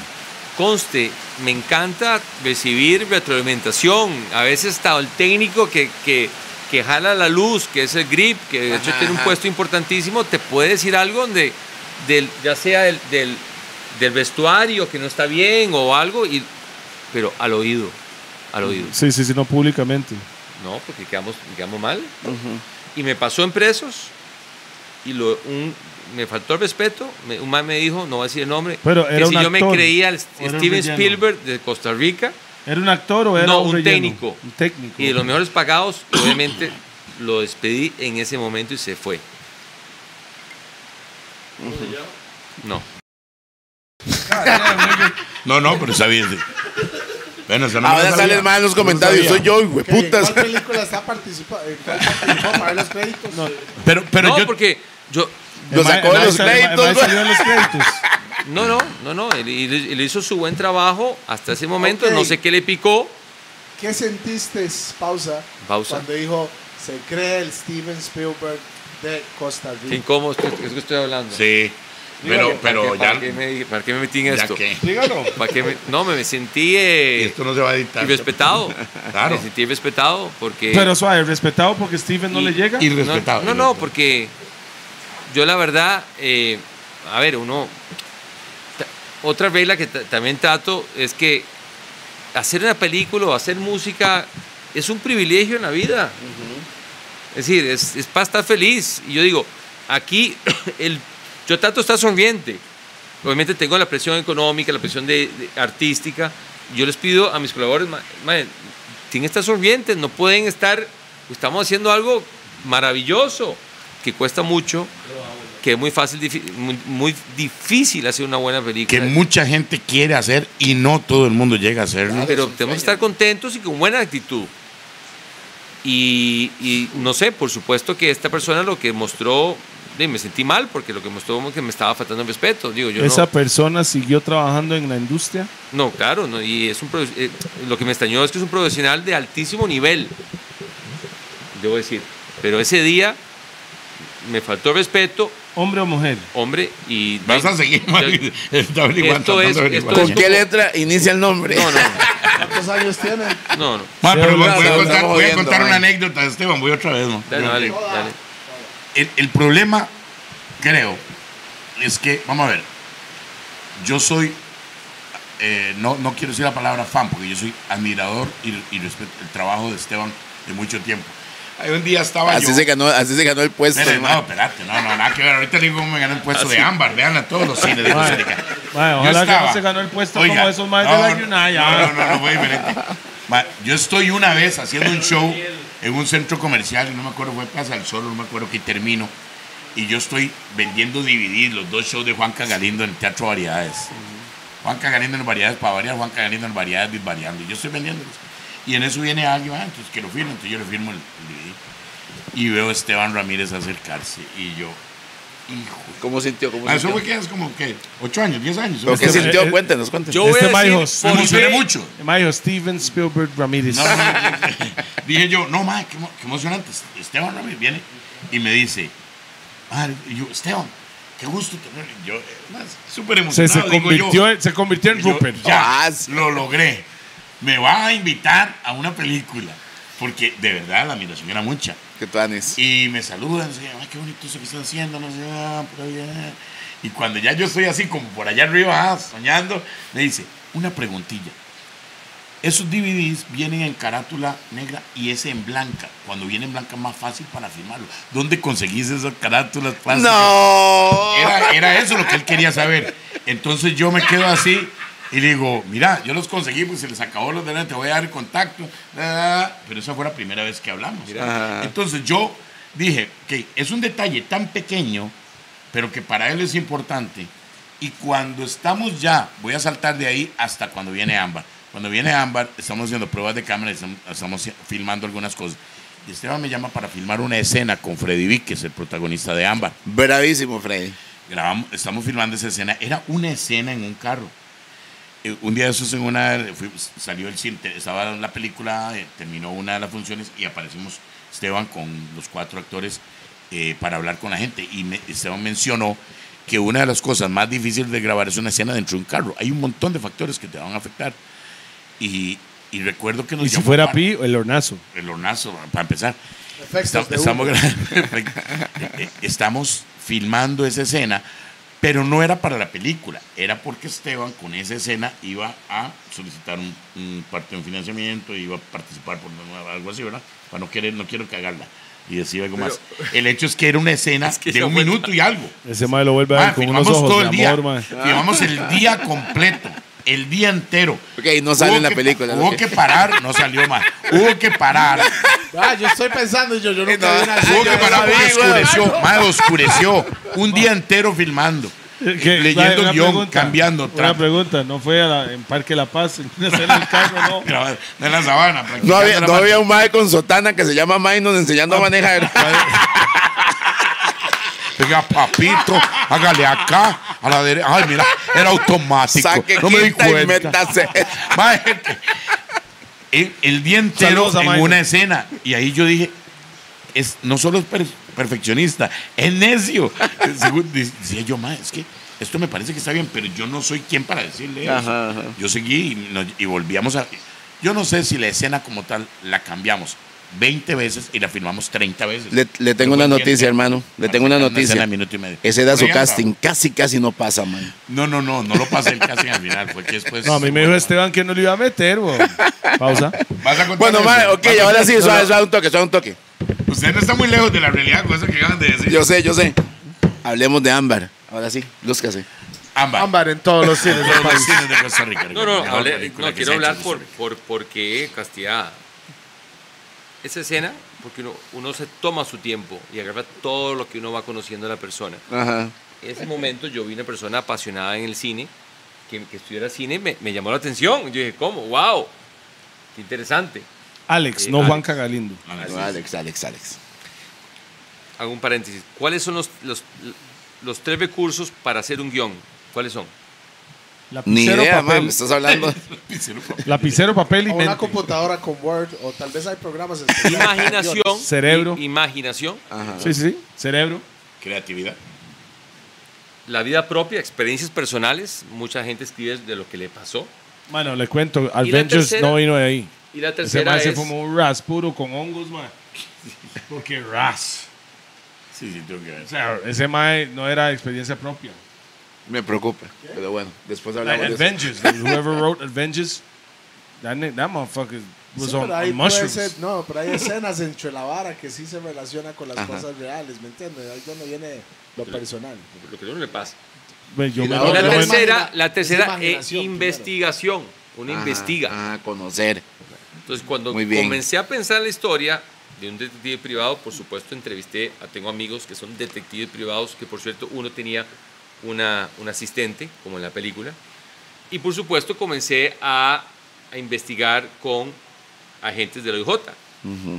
Speaker 7: Conste, me encanta recibir retroalimentación. A veces está el técnico que, que, que jala la luz, que es el grip, que de hecho tiene un puesto importantísimo, te puede decir algo donde, del, ya sea del, del, del vestuario que no está bien o algo, y, pero al oído, al oído.
Speaker 2: Sí, sí, sí, no públicamente.
Speaker 7: No, porque quedamos, quedamos mal. Y me pasó en presos y lo, un, me faltó el respeto. me- un man me dijo, no voy a decir el nombre,
Speaker 2: Pero
Speaker 7: que
Speaker 2: era
Speaker 7: si
Speaker 2: un
Speaker 7: yo me
Speaker 2: actor,
Speaker 7: creía al
Speaker 2: o era un
Speaker 7: Steven
Speaker 2: relleno.
Speaker 7: Spielberg de Costa Rica
Speaker 2: ¿Era un actor o era
Speaker 7: No,
Speaker 2: un,
Speaker 7: un
Speaker 2: relleno?
Speaker 7: técnico.
Speaker 2: Un técnico.
Speaker 7: y de los mejores pagados, y obviamente lo despedí en ese momento y se fue. No.
Speaker 5: No, no, pero está bien. Bueno, eso no me lo
Speaker 4: Ahora
Speaker 5: sabía.
Speaker 4: salen mal en los
Speaker 5: No lo
Speaker 4: comentarios.
Speaker 5: sabía.
Speaker 4: Soy yo, güey,
Speaker 3: Ok, ¿en
Speaker 4: putas.
Speaker 3: ¿Cuál película está participando? ¿Cuál participó para ver los créditos?
Speaker 5: Pero, pero
Speaker 7: no,
Speaker 5: yo.
Speaker 7: porque yo,
Speaker 2: El
Speaker 4: Lo
Speaker 2: ma-
Speaker 4: sacó
Speaker 2: el
Speaker 4: de
Speaker 2: ma-
Speaker 4: los
Speaker 2: sal- el ma- el ma-
Speaker 4: créditos,
Speaker 2: salió de los créditos.
Speaker 7: No, no, no, no. Él, él- él hizo su buen trabajo hasta ese momento. No
Speaker 3: Ok.
Speaker 7: sé qué le picó.
Speaker 3: ¿Qué sentiste, pausa,
Speaker 7: Pausa.
Speaker 3: cuando dijo, se cree el Steven Spielberg de Costa
Speaker 7: Qué
Speaker 3: Rica?
Speaker 7: incómodo estoy- es que estoy hablando.
Speaker 5: Sí. Pero,
Speaker 7: ¿Para
Speaker 5: pero
Speaker 7: qué- para
Speaker 5: ya.
Speaker 7: qué me, ¿Para qué me metí en
Speaker 5: ¿Ya
Speaker 7: esto?
Speaker 5: qué?
Speaker 6: Dígalo.
Speaker 7: ¿Para qué me- no, me, me sentí eh,
Speaker 5: Esto no se va a editar.
Speaker 7: irrespetado.
Speaker 5: Claro.
Speaker 7: Me sentí irrespetado porque...
Speaker 2: Pero suave, respetado porque Steven no le llega.
Speaker 5: Y
Speaker 7: No,
Speaker 5: respetado.
Speaker 7: No, no, porque yo la verdad, eh, a ver, uno... ta- Otra regla que ta- también trato es que hacer una película o hacer música es un privilegio en la vida. Es decir, es, es para estar feliz. Y yo digo, aquí el, yo trato de estar sonriente. Obviamente tengo la presión económica, la presión de, de- artística. Yo les pido a mis colaboradores, "Ma- mae, tienen que estar sonrientes, no pueden estar, estamos haciendo algo maravilloso, que cuesta mucho, que es muy fácil, difi- muy, muy difícil hacer una buena
Speaker 6: Que
Speaker 7: película.
Speaker 6: mucha gente quiere hacer y no todo el mundo llega a
Speaker 5: Ah,
Speaker 6: hacerlo.
Speaker 7: Pero tenemos que estar contentos y con buena actitud. Y, y no sé, por supuesto que esta persona lo que mostró, y me sentí mal porque lo que mostró como que me estaba faltando el respeto. Digo, yo
Speaker 2: Esa
Speaker 7: no,
Speaker 2: persona siguió trabajando en la industria.
Speaker 7: no, claro, no, y es un profe- eh, lo que me extrañó es que es un profesional de altísimo nivel, debo decir. Pero ese día me faltó respeto,
Speaker 2: Hombre o mujer.
Speaker 7: hombre, y...
Speaker 5: Vas a seguir,
Speaker 7: yo-
Speaker 5: Mario. Está averiguando, tratando
Speaker 7: Esto es-
Speaker 5: de
Speaker 7: esto
Speaker 5: averiguar.
Speaker 7: es-
Speaker 4: ¿Con qué letra inicia el nombre?
Speaker 7: No, no,
Speaker 3: ¿Cuántos años tiene?
Speaker 7: no, no.
Speaker 5: Ma, pero voy,
Speaker 4: Estamos
Speaker 5: voy a contar, voy a
Speaker 4: jodiendo,
Speaker 5: contar
Speaker 4: ma.
Speaker 5: una anécdota, Esteban. Voy otra vez. ¿no?
Speaker 7: Dale, dale, dale.
Speaker 5: El, el problema, creo, es que, vamos a ver, yo soy, eh, no, no quiero decir la palabra fan, porque yo soy admirador y, y respeto el trabajo de Esteban de mucho tiempo. Hay un día estaba
Speaker 4: Así
Speaker 5: yo.
Speaker 4: se ganó, así se ganó el puesto.
Speaker 5: Espere, no,
Speaker 4: ma.
Speaker 5: espérate, no, no, nada que ver. Ahorita le digo cómo me gané el puesto de ámbar. Vean a todos los cines de Costa Rica.
Speaker 2: Mae,
Speaker 5: Yo
Speaker 2: ojalá que
Speaker 5: estaba-
Speaker 2: no se ganó el puesto
Speaker 5: Oiga,
Speaker 2: como esos maestros de la United.
Speaker 5: No, no, no, no, fue diferente. Ma, yo estoy una vez haciendo un show en un centro comercial, no me acuerdo, fue Plaza del Sol, no me acuerdo qué termino. Y yo estoy vendiendo DVDs, los dos shows de Juan Cagalindo en el Teatro Variedades. Juan Cagalindo en Variedades para variar, Juan Cagalindo en Variedades disvariando. Y yo estoy vendiéndolos. Y en eso viene alguien, ah, entonces que lo firme, entonces yo le firmo el, el DVD. Y veo a Esteban Ramírez acercarse. Y yo, hijo.
Speaker 4: ¿Cómo sintió? ¿Cómo
Speaker 5: Ah, Eso fue
Speaker 4: sintió?
Speaker 5: que es como que 8 años, 10 años.
Speaker 4: ¿Lo que
Speaker 2: Este-
Speaker 4: sintió?
Speaker 2: eh,
Speaker 4: Cuéntenos, cuéntenos.
Speaker 7: Yo voy
Speaker 2: Este
Speaker 7: a decir,
Speaker 2: Majos.
Speaker 5: Me
Speaker 7: por
Speaker 5: emocioné
Speaker 7: fe-
Speaker 5: mucho.
Speaker 2: Mayo, Steven Spielberg Ramírez.
Speaker 5: No, no, no, dije yo, no, madre, qué, emo- qué emocionante. Esteban Ramírez viene y me dice, madre, y yo, Esteban, qué gusto tenerlo. Y Yo, eh, madre, súper
Speaker 2: se,
Speaker 5: emocionado.
Speaker 2: se,
Speaker 5: digo yo.
Speaker 2: convirtió, en- se convirtió en
Speaker 5: Y yo,
Speaker 2: Rupert.
Speaker 5: ya,
Speaker 4: Ah, sí.
Speaker 5: lo logré. Me va a invitar a una película. Porque de verdad la admiración era mucha.
Speaker 4: Que tú, Anis.
Speaker 5: Y me saludan, así, ay, qué bonito eso que están haciendo, no sé, ah, por allá". Y cuando ya yo estoy así, como por allá arriba, ah, soñando, me dice, una preguntilla. Esos DVDs vienen en carátula negra y ese en blanca. Cuando viene en blanca es más fácil para firmarlo. ¿Dónde conseguís esas carátulas plásticas?
Speaker 4: ¡No!
Speaker 5: Era, era eso lo que él quería saber. Entonces yo me quedo así y le digo, mira, yo los conseguí porque se les acabó los delante, te voy a dar el contacto. da, da, da". Pero esa fue la primera vez que hablamos. Entonces yo dije, que es un detalle tan pequeño, pero que para él es importante. Y cuando estamos ya, voy a saltar de ahí hasta cuando viene Ámbar. Cuando viene Ámbar, estamos haciendo pruebas de cámara, estamos, estamos filmando algunas cosas. Y Esteban me llama para filmar una escena con Freddy Víquez, el protagonista de Ámbar
Speaker 4: Bravísimo, Freddy.
Speaker 5: grabamos, estamos filmando esa escena. Era una escena en un carro. Eh, un día de esos en una, fui- salió el cine, te- estaba la película, eh, terminó una de las funciones y aparecimos Esteban con los cuatro actores eh, para hablar con la gente. Y me- Esteban mencionó que una de las cosas más difíciles de grabar es una escena dentro de un carro. Hay un montón de factores que te van a afectar. Y, y recuerdo que nos
Speaker 2: Y si
Speaker 5: llamó
Speaker 2: fuera
Speaker 5: para-
Speaker 2: Pi, el hornazo.
Speaker 5: el hornazo, para empezar.
Speaker 3: Efectos
Speaker 5: Estam-
Speaker 3: de
Speaker 5: estamos,
Speaker 3: humo.
Speaker 5: gra- eh, estamos filmando esa escena, pero no era para la película, era porque Esteban con esa escena iba a solicitar un, un parte de un financiamiento, iba a participar por una- algo así, ¿verdad? Para no querer, no quiero cagarla. Y decía algo más. El hecho es que era una escena
Speaker 7: que
Speaker 5: de
Speaker 7: esa
Speaker 5: un
Speaker 7: fue-
Speaker 5: minuto y algo.
Speaker 2: Ese mae lo vuelve a
Speaker 5: Ah,
Speaker 2: ver con unos
Speaker 5: filmamos
Speaker 2: ojos
Speaker 5: todo el
Speaker 2: de
Speaker 5: día.
Speaker 2: amor, mae.
Speaker 5: Filmamos el día completo, el día entero.
Speaker 4: Ok, no sale
Speaker 5: Hubo
Speaker 4: en la
Speaker 5: que pa-
Speaker 4: película,
Speaker 5: Hubo
Speaker 4: ok.
Speaker 5: que parar, no salió más. Hubo que parar
Speaker 3: Ah, yo estoy pensando, yo, yo nunca
Speaker 4: No.
Speaker 3: vi una
Speaker 5: Hubo
Speaker 3: serie
Speaker 5: que
Speaker 3: de
Speaker 5: parar porque
Speaker 3: esa, güey.
Speaker 5: oscureció, madre, oscureció. Un día entero filmando.
Speaker 2: Que-
Speaker 5: Leyendo
Speaker 2: una
Speaker 5: guión, cambiando
Speaker 2: Una
Speaker 5: trama.
Speaker 2: pregunta, no fue a la- en Parque La Paz, en una escena del carro, no.
Speaker 5: Grabado En la sabana. practicando
Speaker 4: No había,
Speaker 5: la
Speaker 4: no
Speaker 5: mar-
Speaker 4: había un mae con sotana que se llama Mainos enseñando a manejar.
Speaker 5: Oiga, papito, hágale acá, a la derecha. Ay, mira,
Speaker 6: Era automático.
Speaker 4: Saque
Speaker 6: no me di
Speaker 4: quinta y
Speaker 6: cuenta.
Speaker 4: métase.
Speaker 6: Mae, el, el día entero
Speaker 2: Saludos a
Speaker 6: en
Speaker 2: Mae.
Speaker 6: una escena. Y ahí yo dije, es, no solo es per- perfeccionista, es necio. Según de- decía yo, mae, es que esto me parece que está bien, pero yo no soy quien para decirle eso".
Speaker 4: Ajá, ajá.
Speaker 6: Yo seguí y, nos- y volvíamos a... Yo no sé si la escena como tal la cambiamos 20 veces y la filmamos 30 veces.
Speaker 4: Le, le tengo
Speaker 6: Yo
Speaker 4: una
Speaker 6: fui
Speaker 4: noticia,
Speaker 6: quien-
Speaker 4: hermano. Le tengo una
Speaker 6: escena
Speaker 4: noticia.
Speaker 6: de minuto y medio.
Speaker 4: Ese da su
Speaker 6: Oigan,
Speaker 4: casting. Casi, casi no pasa, man.
Speaker 6: No, no, no, no lo pasé el casting al final, fue que después...
Speaker 2: No, a mí me dijo Esteban que no le iba a meter, bo. Pausa.
Speaker 5: ¿Vas a contar
Speaker 4: Bueno,
Speaker 5: eso?
Speaker 4: mae, ok,
Speaker 5: Vas a-
Speaker 4: ahora sí, suave, suave, un toque, suave, un toque.
Speaker 5: Usted no está muy lejos de la realidad con eso que acaban de decir.
Speaker 4: Yo sé, yo sé. Hablemos de Ámbar. Ahora sí, lúzcase.
Speaker 6: Ámbar.
Speaker 3: Ámbar en todos los cines.
Speaker 6: Todos los cines de Costa Rica.
Speaker 7: No, no,
Speaker 6: Mejor
Speaker 7: hablé-
Speaker 6: película
Speaker 7: no
Speaker 6: que se
Speaker 7: quiero
Speaker 6: ha
Speaker 7: hablar
Speaker 6: hecho en
Speaker 7: por,
Speaker 6: Costa
Speaker 7: por, por qué castigada. Esa escena, porque uno, uno se toma su tiempo y agarra todo lo que uno va conociendo de la persona.
Speaker 4: Ajá.
Speaker 7: En ese momento yo vi una persona apasionada en el cine, que, que estudiara cine, me, me llamó la atención. Yo dije, ¿cómo? ¡Wow! ¡Qué interesante!
Speaker 2: Alex,
Speaker 7: Eh,
Speaker 2: no
Speaker 7: Alex.
Speaker 2: Juan Cagalindo.
Speaker 4: No, Alex, Alex, Alex.
Speaker 7: Hago un paréntesis. ¿Cuáles son los, los, los tres recursos para hacer un guión? ¿Cuáles son?
Speaker 4: Ni
Speaker 2: Lapicero,
Speaker 4: idea, man,
Speaker 2: papel.
Speaker 4: me estás hablando.
Speaker 2: Lapicero, papel y
Speaker 3: O una
Speaker 2: mente.
Speaker 3: computadora con Word, o tal vez hay programas especiales.
Speaker 7: Imaginación.
Speaker 2: Cerebro.
Speaker 7: i- Imaginación.
Speaker 4: Ajá.
Speaker 2: Sí, sí. Cerebro.
Speaker 6: Rica. Creatividad.
Speaker 7: La vida propia, experiencias personales. Mucha gente escribe de lo que le pasó.
Speaker 2: Bueno, le cuento, Adventures
Speaker 7: tercera?
Speaker 2: no vino de ahí.
Speaker 7: Y la
Speaker 2: Ese
Speaker 7: tercera
Speaker 2: man se
Speaker 7: es...
Speaker 2: fumó un ras puro con hongos, man. Porque ras.
Speaker 6: Sí, sí, tengo que ver.
Speaker 2: O sea, ese mae no era experiencia propia.
Speaker 4: Me preocupa. Pero bueno, después
Speaker 2: Like
Speaker 4: hablamos de eso.
Speaker 2: Adventures. Whoever wrote Adventures, that, ni- that motherfucker was
Speaker 3: Sí,
Speaker 2: on,
Speaker 3: pero ahí
Speaker 2: on
Speaker 3: puede
Speaker 2: Pues mushrooms.
Speaker 3: ser- no, pero hay escenas entre la vara que sí se relaciona con las cosas reales, ¿me entiendes? Ahí donde viene lo personal.
Speaker 7: Lo que a uno le pasa.
Speaker 2: Bueno, yo
Speaker 3: Y
Speaker 2: me-
Speaker 3: la
Speaker 2: yo
Speaker 7: la
Speaker 3: otra
Speaker 2: me-
Speaker 3: es
Speaker 7: tercera,
Speaker 3: imagina-
Speaker 7: la tercera
Speaker 3: es
Speaker 7: es
Speaker 3: imaginación,
Speaker 7: investigación. Uno
Speaker 4: Ajá,
Speaker 7: investiga.
Speaker 4: Ajá, Ah, conocer.
Speaker 7: Entonces, cuando
Speaker 4: Muy bien.
Speaker 7: comencé a pensar la historia de un detective privado, por supuesto, entrevisté a tengo amigos que son detectives privados, que por cierto uno tenía una, un asistente, como en la película, y por supuesto comencé a, a investigar con agentes de la OIJ,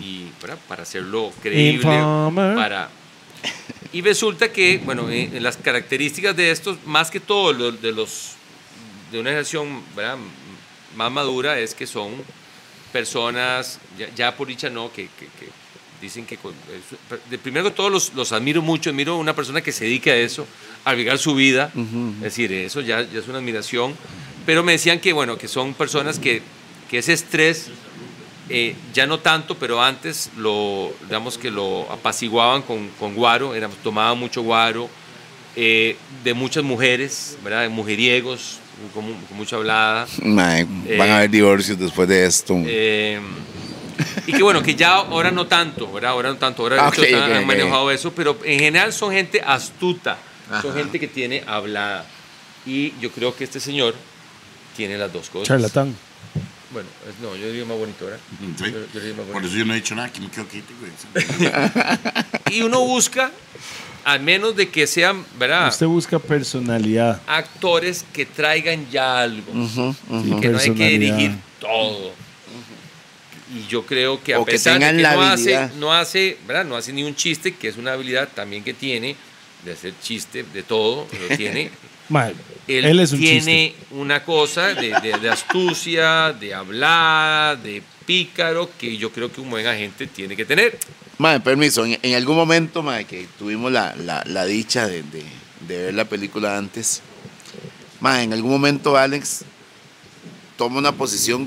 Speaker 7: y, ¿verdad? para hacerlo creíble,
Speaker 2: Informer.
Speaker 7: para... Y resulta que, bueno, eh, en las características de estos, más que todo lo- de los de una generación ¿verdad? M- más madura es que son personas, ya, ya por dicha no, que, que- que dicen que... con- eh, su- per- de primero que todo los, los admiro mucho, admiro a una persona que se dedica a eso, a arriesgar su vida, es decir, eso ya, ya es una admiración, pero me decían que, bueno, que son personas que, que ese estrés... eh, ya no tanto, pero antes lo, digamos que lo apaciguaban con, con guaro, era- tomaban mucho guaro, eh, de muchas mujeres, ¿verdad? De mujeriegos, con, mu- con mucha hablada.
Speaker 4: Mae,
Speaker 7: Eh,
Speaker 4: van a haber divorcios después de esto.
Speaker 7: eh, y que bueno, que ya ahora no tanto, ¿verdad? Ahora no tanto, ahora
Speaker 4: Ah,
Speaker 7: de hecho,
Speaker 4: ok,
Speaker 7: están-
Speaker 4: ok,
Speaker 7: han
Speaker 4: ok.
Speaker 7: manejado eso, pero en general son gente astuta,
Speaker 4: Ajá.
Speaker 7: son gente que tiene hablada. Y yo creo que este señor tiene las dos cosas.
Speaker 2: Charlatán.
Speaker 7: Bueno, es- no, yo diría más bonito, ¿verdad?
Speaker 6: Sí.
Speaker 7: Yo- yo diría más
Speaker 6: Por
Speaker 7: bonito.
Speaker 6: eso yo no he dicho nada, que me quedo quieto, güey.
Speaker 7: Y uno busca, al menos de que sean, ¿verdad?
Speaker 2: Usted busca personalidad.
Speaker 7: Actores que traigan ya
Speaker 2: y
Speaker 7: algo. que no hay que
Speaker 2: personalidad.
Speaker 7: dirigir todo. Y yo creo que a
Speaker 4: O que
Speaker 7: pesar
Speaker 4: tengan
Speaker 7: de que
Speaker 4: la
Speaker 7: no
Speaker 4: habilidad.
Speaker 7: hace, no hace, ¿verdad? No hace ni un chiste, que es una habilidad también que tiene de hacer chiste de todo, lo tiene.
Speaker 2: Mae,
Speaker 7: Él,
Speaker 2: él, es un
Speaker 7: tiene una cosa de, de- de astucia, de hablar, de pícaro, que yo creo que un buen agente tiene que tener.
Speaker 4: Mae, permiso, en, en algún momento, mae, que tuvimos la, la- la dicha de, de- de ver la película antes, mae, en algún momento Alex toma una posición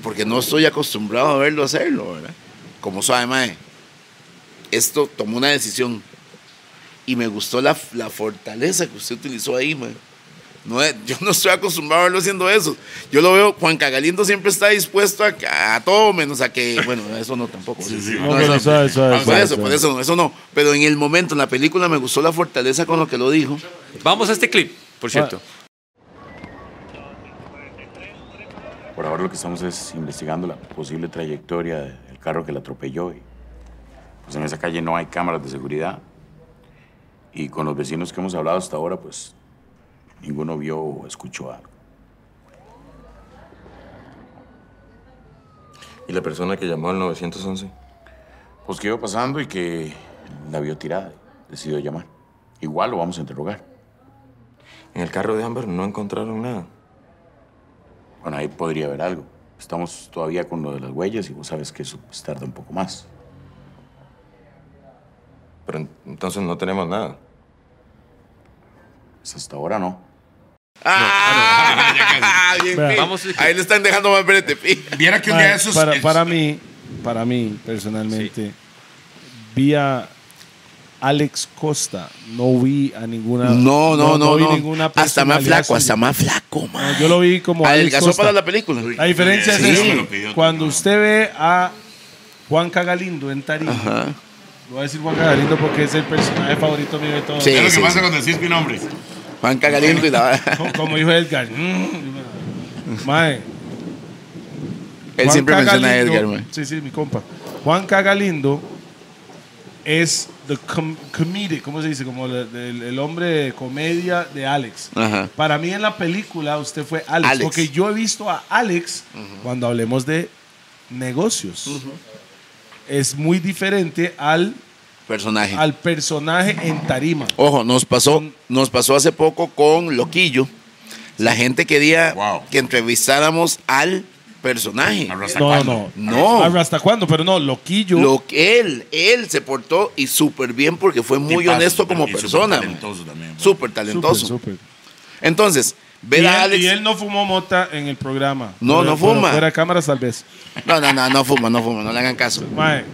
Speaker 4: porque no estoy acostumbrado a verlo hacerlo, ¿verdad? Como sabe, mae, esto tomó una decisión y me gustó la, la fortaleza que usted utilizó ahí, mae. No es- yo no estoy acostumbrado a verlo haciendo eso. Yo lo veo, Juan Cagalindo siempre está dispuesto a, que- a todo menos a que, bueno, eso no tampoco.
Speaker 6: Sí, sí.
Speaker 2: chiste.
Speaker 4: No,
Speaker 2: No,
Speaker 4: no,
Speaker 2: pero
Speaker 4: no.
Speaker 2: suave, suave,
Speaker 4: Por
Speaker 2: suave,
Speaker 4: eso, por
Speaker 2: suave.
Speaker 4: eso, no, eso no. Pero en el momento, en la película, me gustó la fortaleza con lo que lo dijo.
Speaker 7: Vamos a este clip, por
Speaker 2: Ah.
Speaker 7: cierto.
Speaker 8: Por ahora lo que estamos es investigando la posible trayectoria del carro que la atropelló. y, pues en esa calle no hay cámaras de seguridad. Y con los vecinos que hemos hablado hasta ahora, pues ninguno vio o escuchó algo.
Speaker 9: ¿Y la persona que llamó al 911?
Speaker 8: Pues que iba pasando y que la vio tirada, decidió llamar. Igual lo vamos a interrogar.
Speaker 9: En el carro de Amber no encontraron nada.
Speaker 8: Bueno, ahí podría haber algo. Estamos todavía con lo de las huellas y vos sabes que eso pues, tarda un poco más.
Speaker 9: Pero en- entonces no tenemos nada.
Speaker 8: Pues hasta ahora no.
Speaker 4: Ah, bien,
Speaker 2: Vea.
Speaker 4: fin.
Speaker 7: Vamos, este es que-
Speaker 4: Ahí le están dejando más brete. fin.
Speaker 5: Viera que un
Speaker 2: Mae,
Speaker 5: día de esos.
Speaker 2: para,
Speaker 5: el-
Speaker 2: para mí, para mí personalmente, vi a Alex Costa, no vi a ninguna.
Speaker 4: No, no, no,
Speaker 2: vi
Speaker 4: no.
Speaker 2: ninguna
Speaker 4: Hasta más
Speaker 2: personalidad
Speaker 4: flaco,
Speaker 2: suya.
Speaker 4: hasta más flaco, man.
Speaker 2: No, Yo lo vi como Alex
Speaker 4: Adelgazó
Speaker 2: Costa.
Speaker 4: para la película.
Speaker 2: La diferencia
Speaker 5: Sí,
Speaker 2: es
Speaker 5: me
Speaker 2: esta.
Speaker 5: lo pidió,
Speaker 2: cuando usted ve a Juan Cagalindo en Tarima,
Speaker 4: Ajá.
Speaker 2: voy a decir Juan Cagalindo porque es el personaje favorito mío de todos.
Speaker 4: Sí.
Speaker 5: Es lo que pasa cuando decís mi nombre.
Speaker 4: Juan Cagalindo y la.
Speaker 2: Co- Como dijo Edgar. mm, mae,
Speaker 4: Él
Speaker 2: Juan
Speaker 4: siempre menciona a
Speaker 2: Cagalindo-
Speaker 4: Edgar, man.
Speaker 2: Sí, sí, mi compa. Juan Cagalindo es the com- comedic, ¿cómo se dice? Como el, el- el hombre de comedia de Alex.
Speaker 4: Ajá.
Speaker 2: Para mí en la película usted fue Alex,
Speaker 4: Alex.
Speaker 2: porque yo he visto a Alex cuando hablemos de negocios. Es muy diferente al,
Speaker 4: Personaje.
Speaker 2: al personaje en tarima.
Speaker 4: Ojo, nos pasó, nos pasó hace poco con Loquillo. La gente quería
Speaker 5: Wow.
Speaker 4: que entrevistáramos al personaje.
Speaker 5: Arrastra
Speaker 2: No,
Speaker 5: cuando.
Speaker 2: no,
Speaker 4: No.
Speaker 2: Arra- ¿Hasta cuándo? Pero no, loquillo.
Speaker 4: Lo que él, él se portó y súper bien porque fue muy
Speaker 5: Tipazo,
Speaker 4: honesto como
Speaker 5: y súper
Speaker 4: persona. man.
Speaker 5: talentoso también, pues. man.
Speaker 4: Súper
Speaker 2: Súper,
Speaker 4: talentoso.
Speaker 2: súper.
Speaker 4: Entonces,
Speaker 2: Y
Speaker 4: ver
Speaker 2: él,
Speaker 4: a Alex.
Speaker 2: y él no fumó mota en el programa.
Speaker 4: No,
Speaker 2: Pero- pero
Speaker 4: no fuma.
Speaker 2: Fuera de cámaras tal vez.
Speaker 4: No, no, no, no fuma, no fuma, no le hagan caso.
Speaker 2: Mae,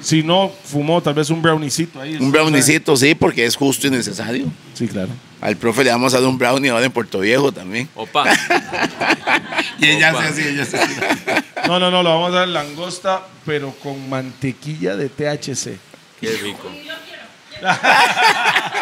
Speaker 2: si no fumó, tal vez un browniecito ahí.
Speaker 4: Un browniecito, sí, porque es justo y necesario.
Speaker 2: Sí, claro.
Speaker 4: Al profe le vamos a dar un brownie ahora en Puerto Viejo también.
Speaker 7: Opa.
Speaker 5: Y ella
Speaker 7: Opa.
Speaker 5: se así, ella se así.
Speaker 2: No, no, no, lo vamos a dar langosta, pero con mantequilla de THC.
Speaker 7: Qué rico.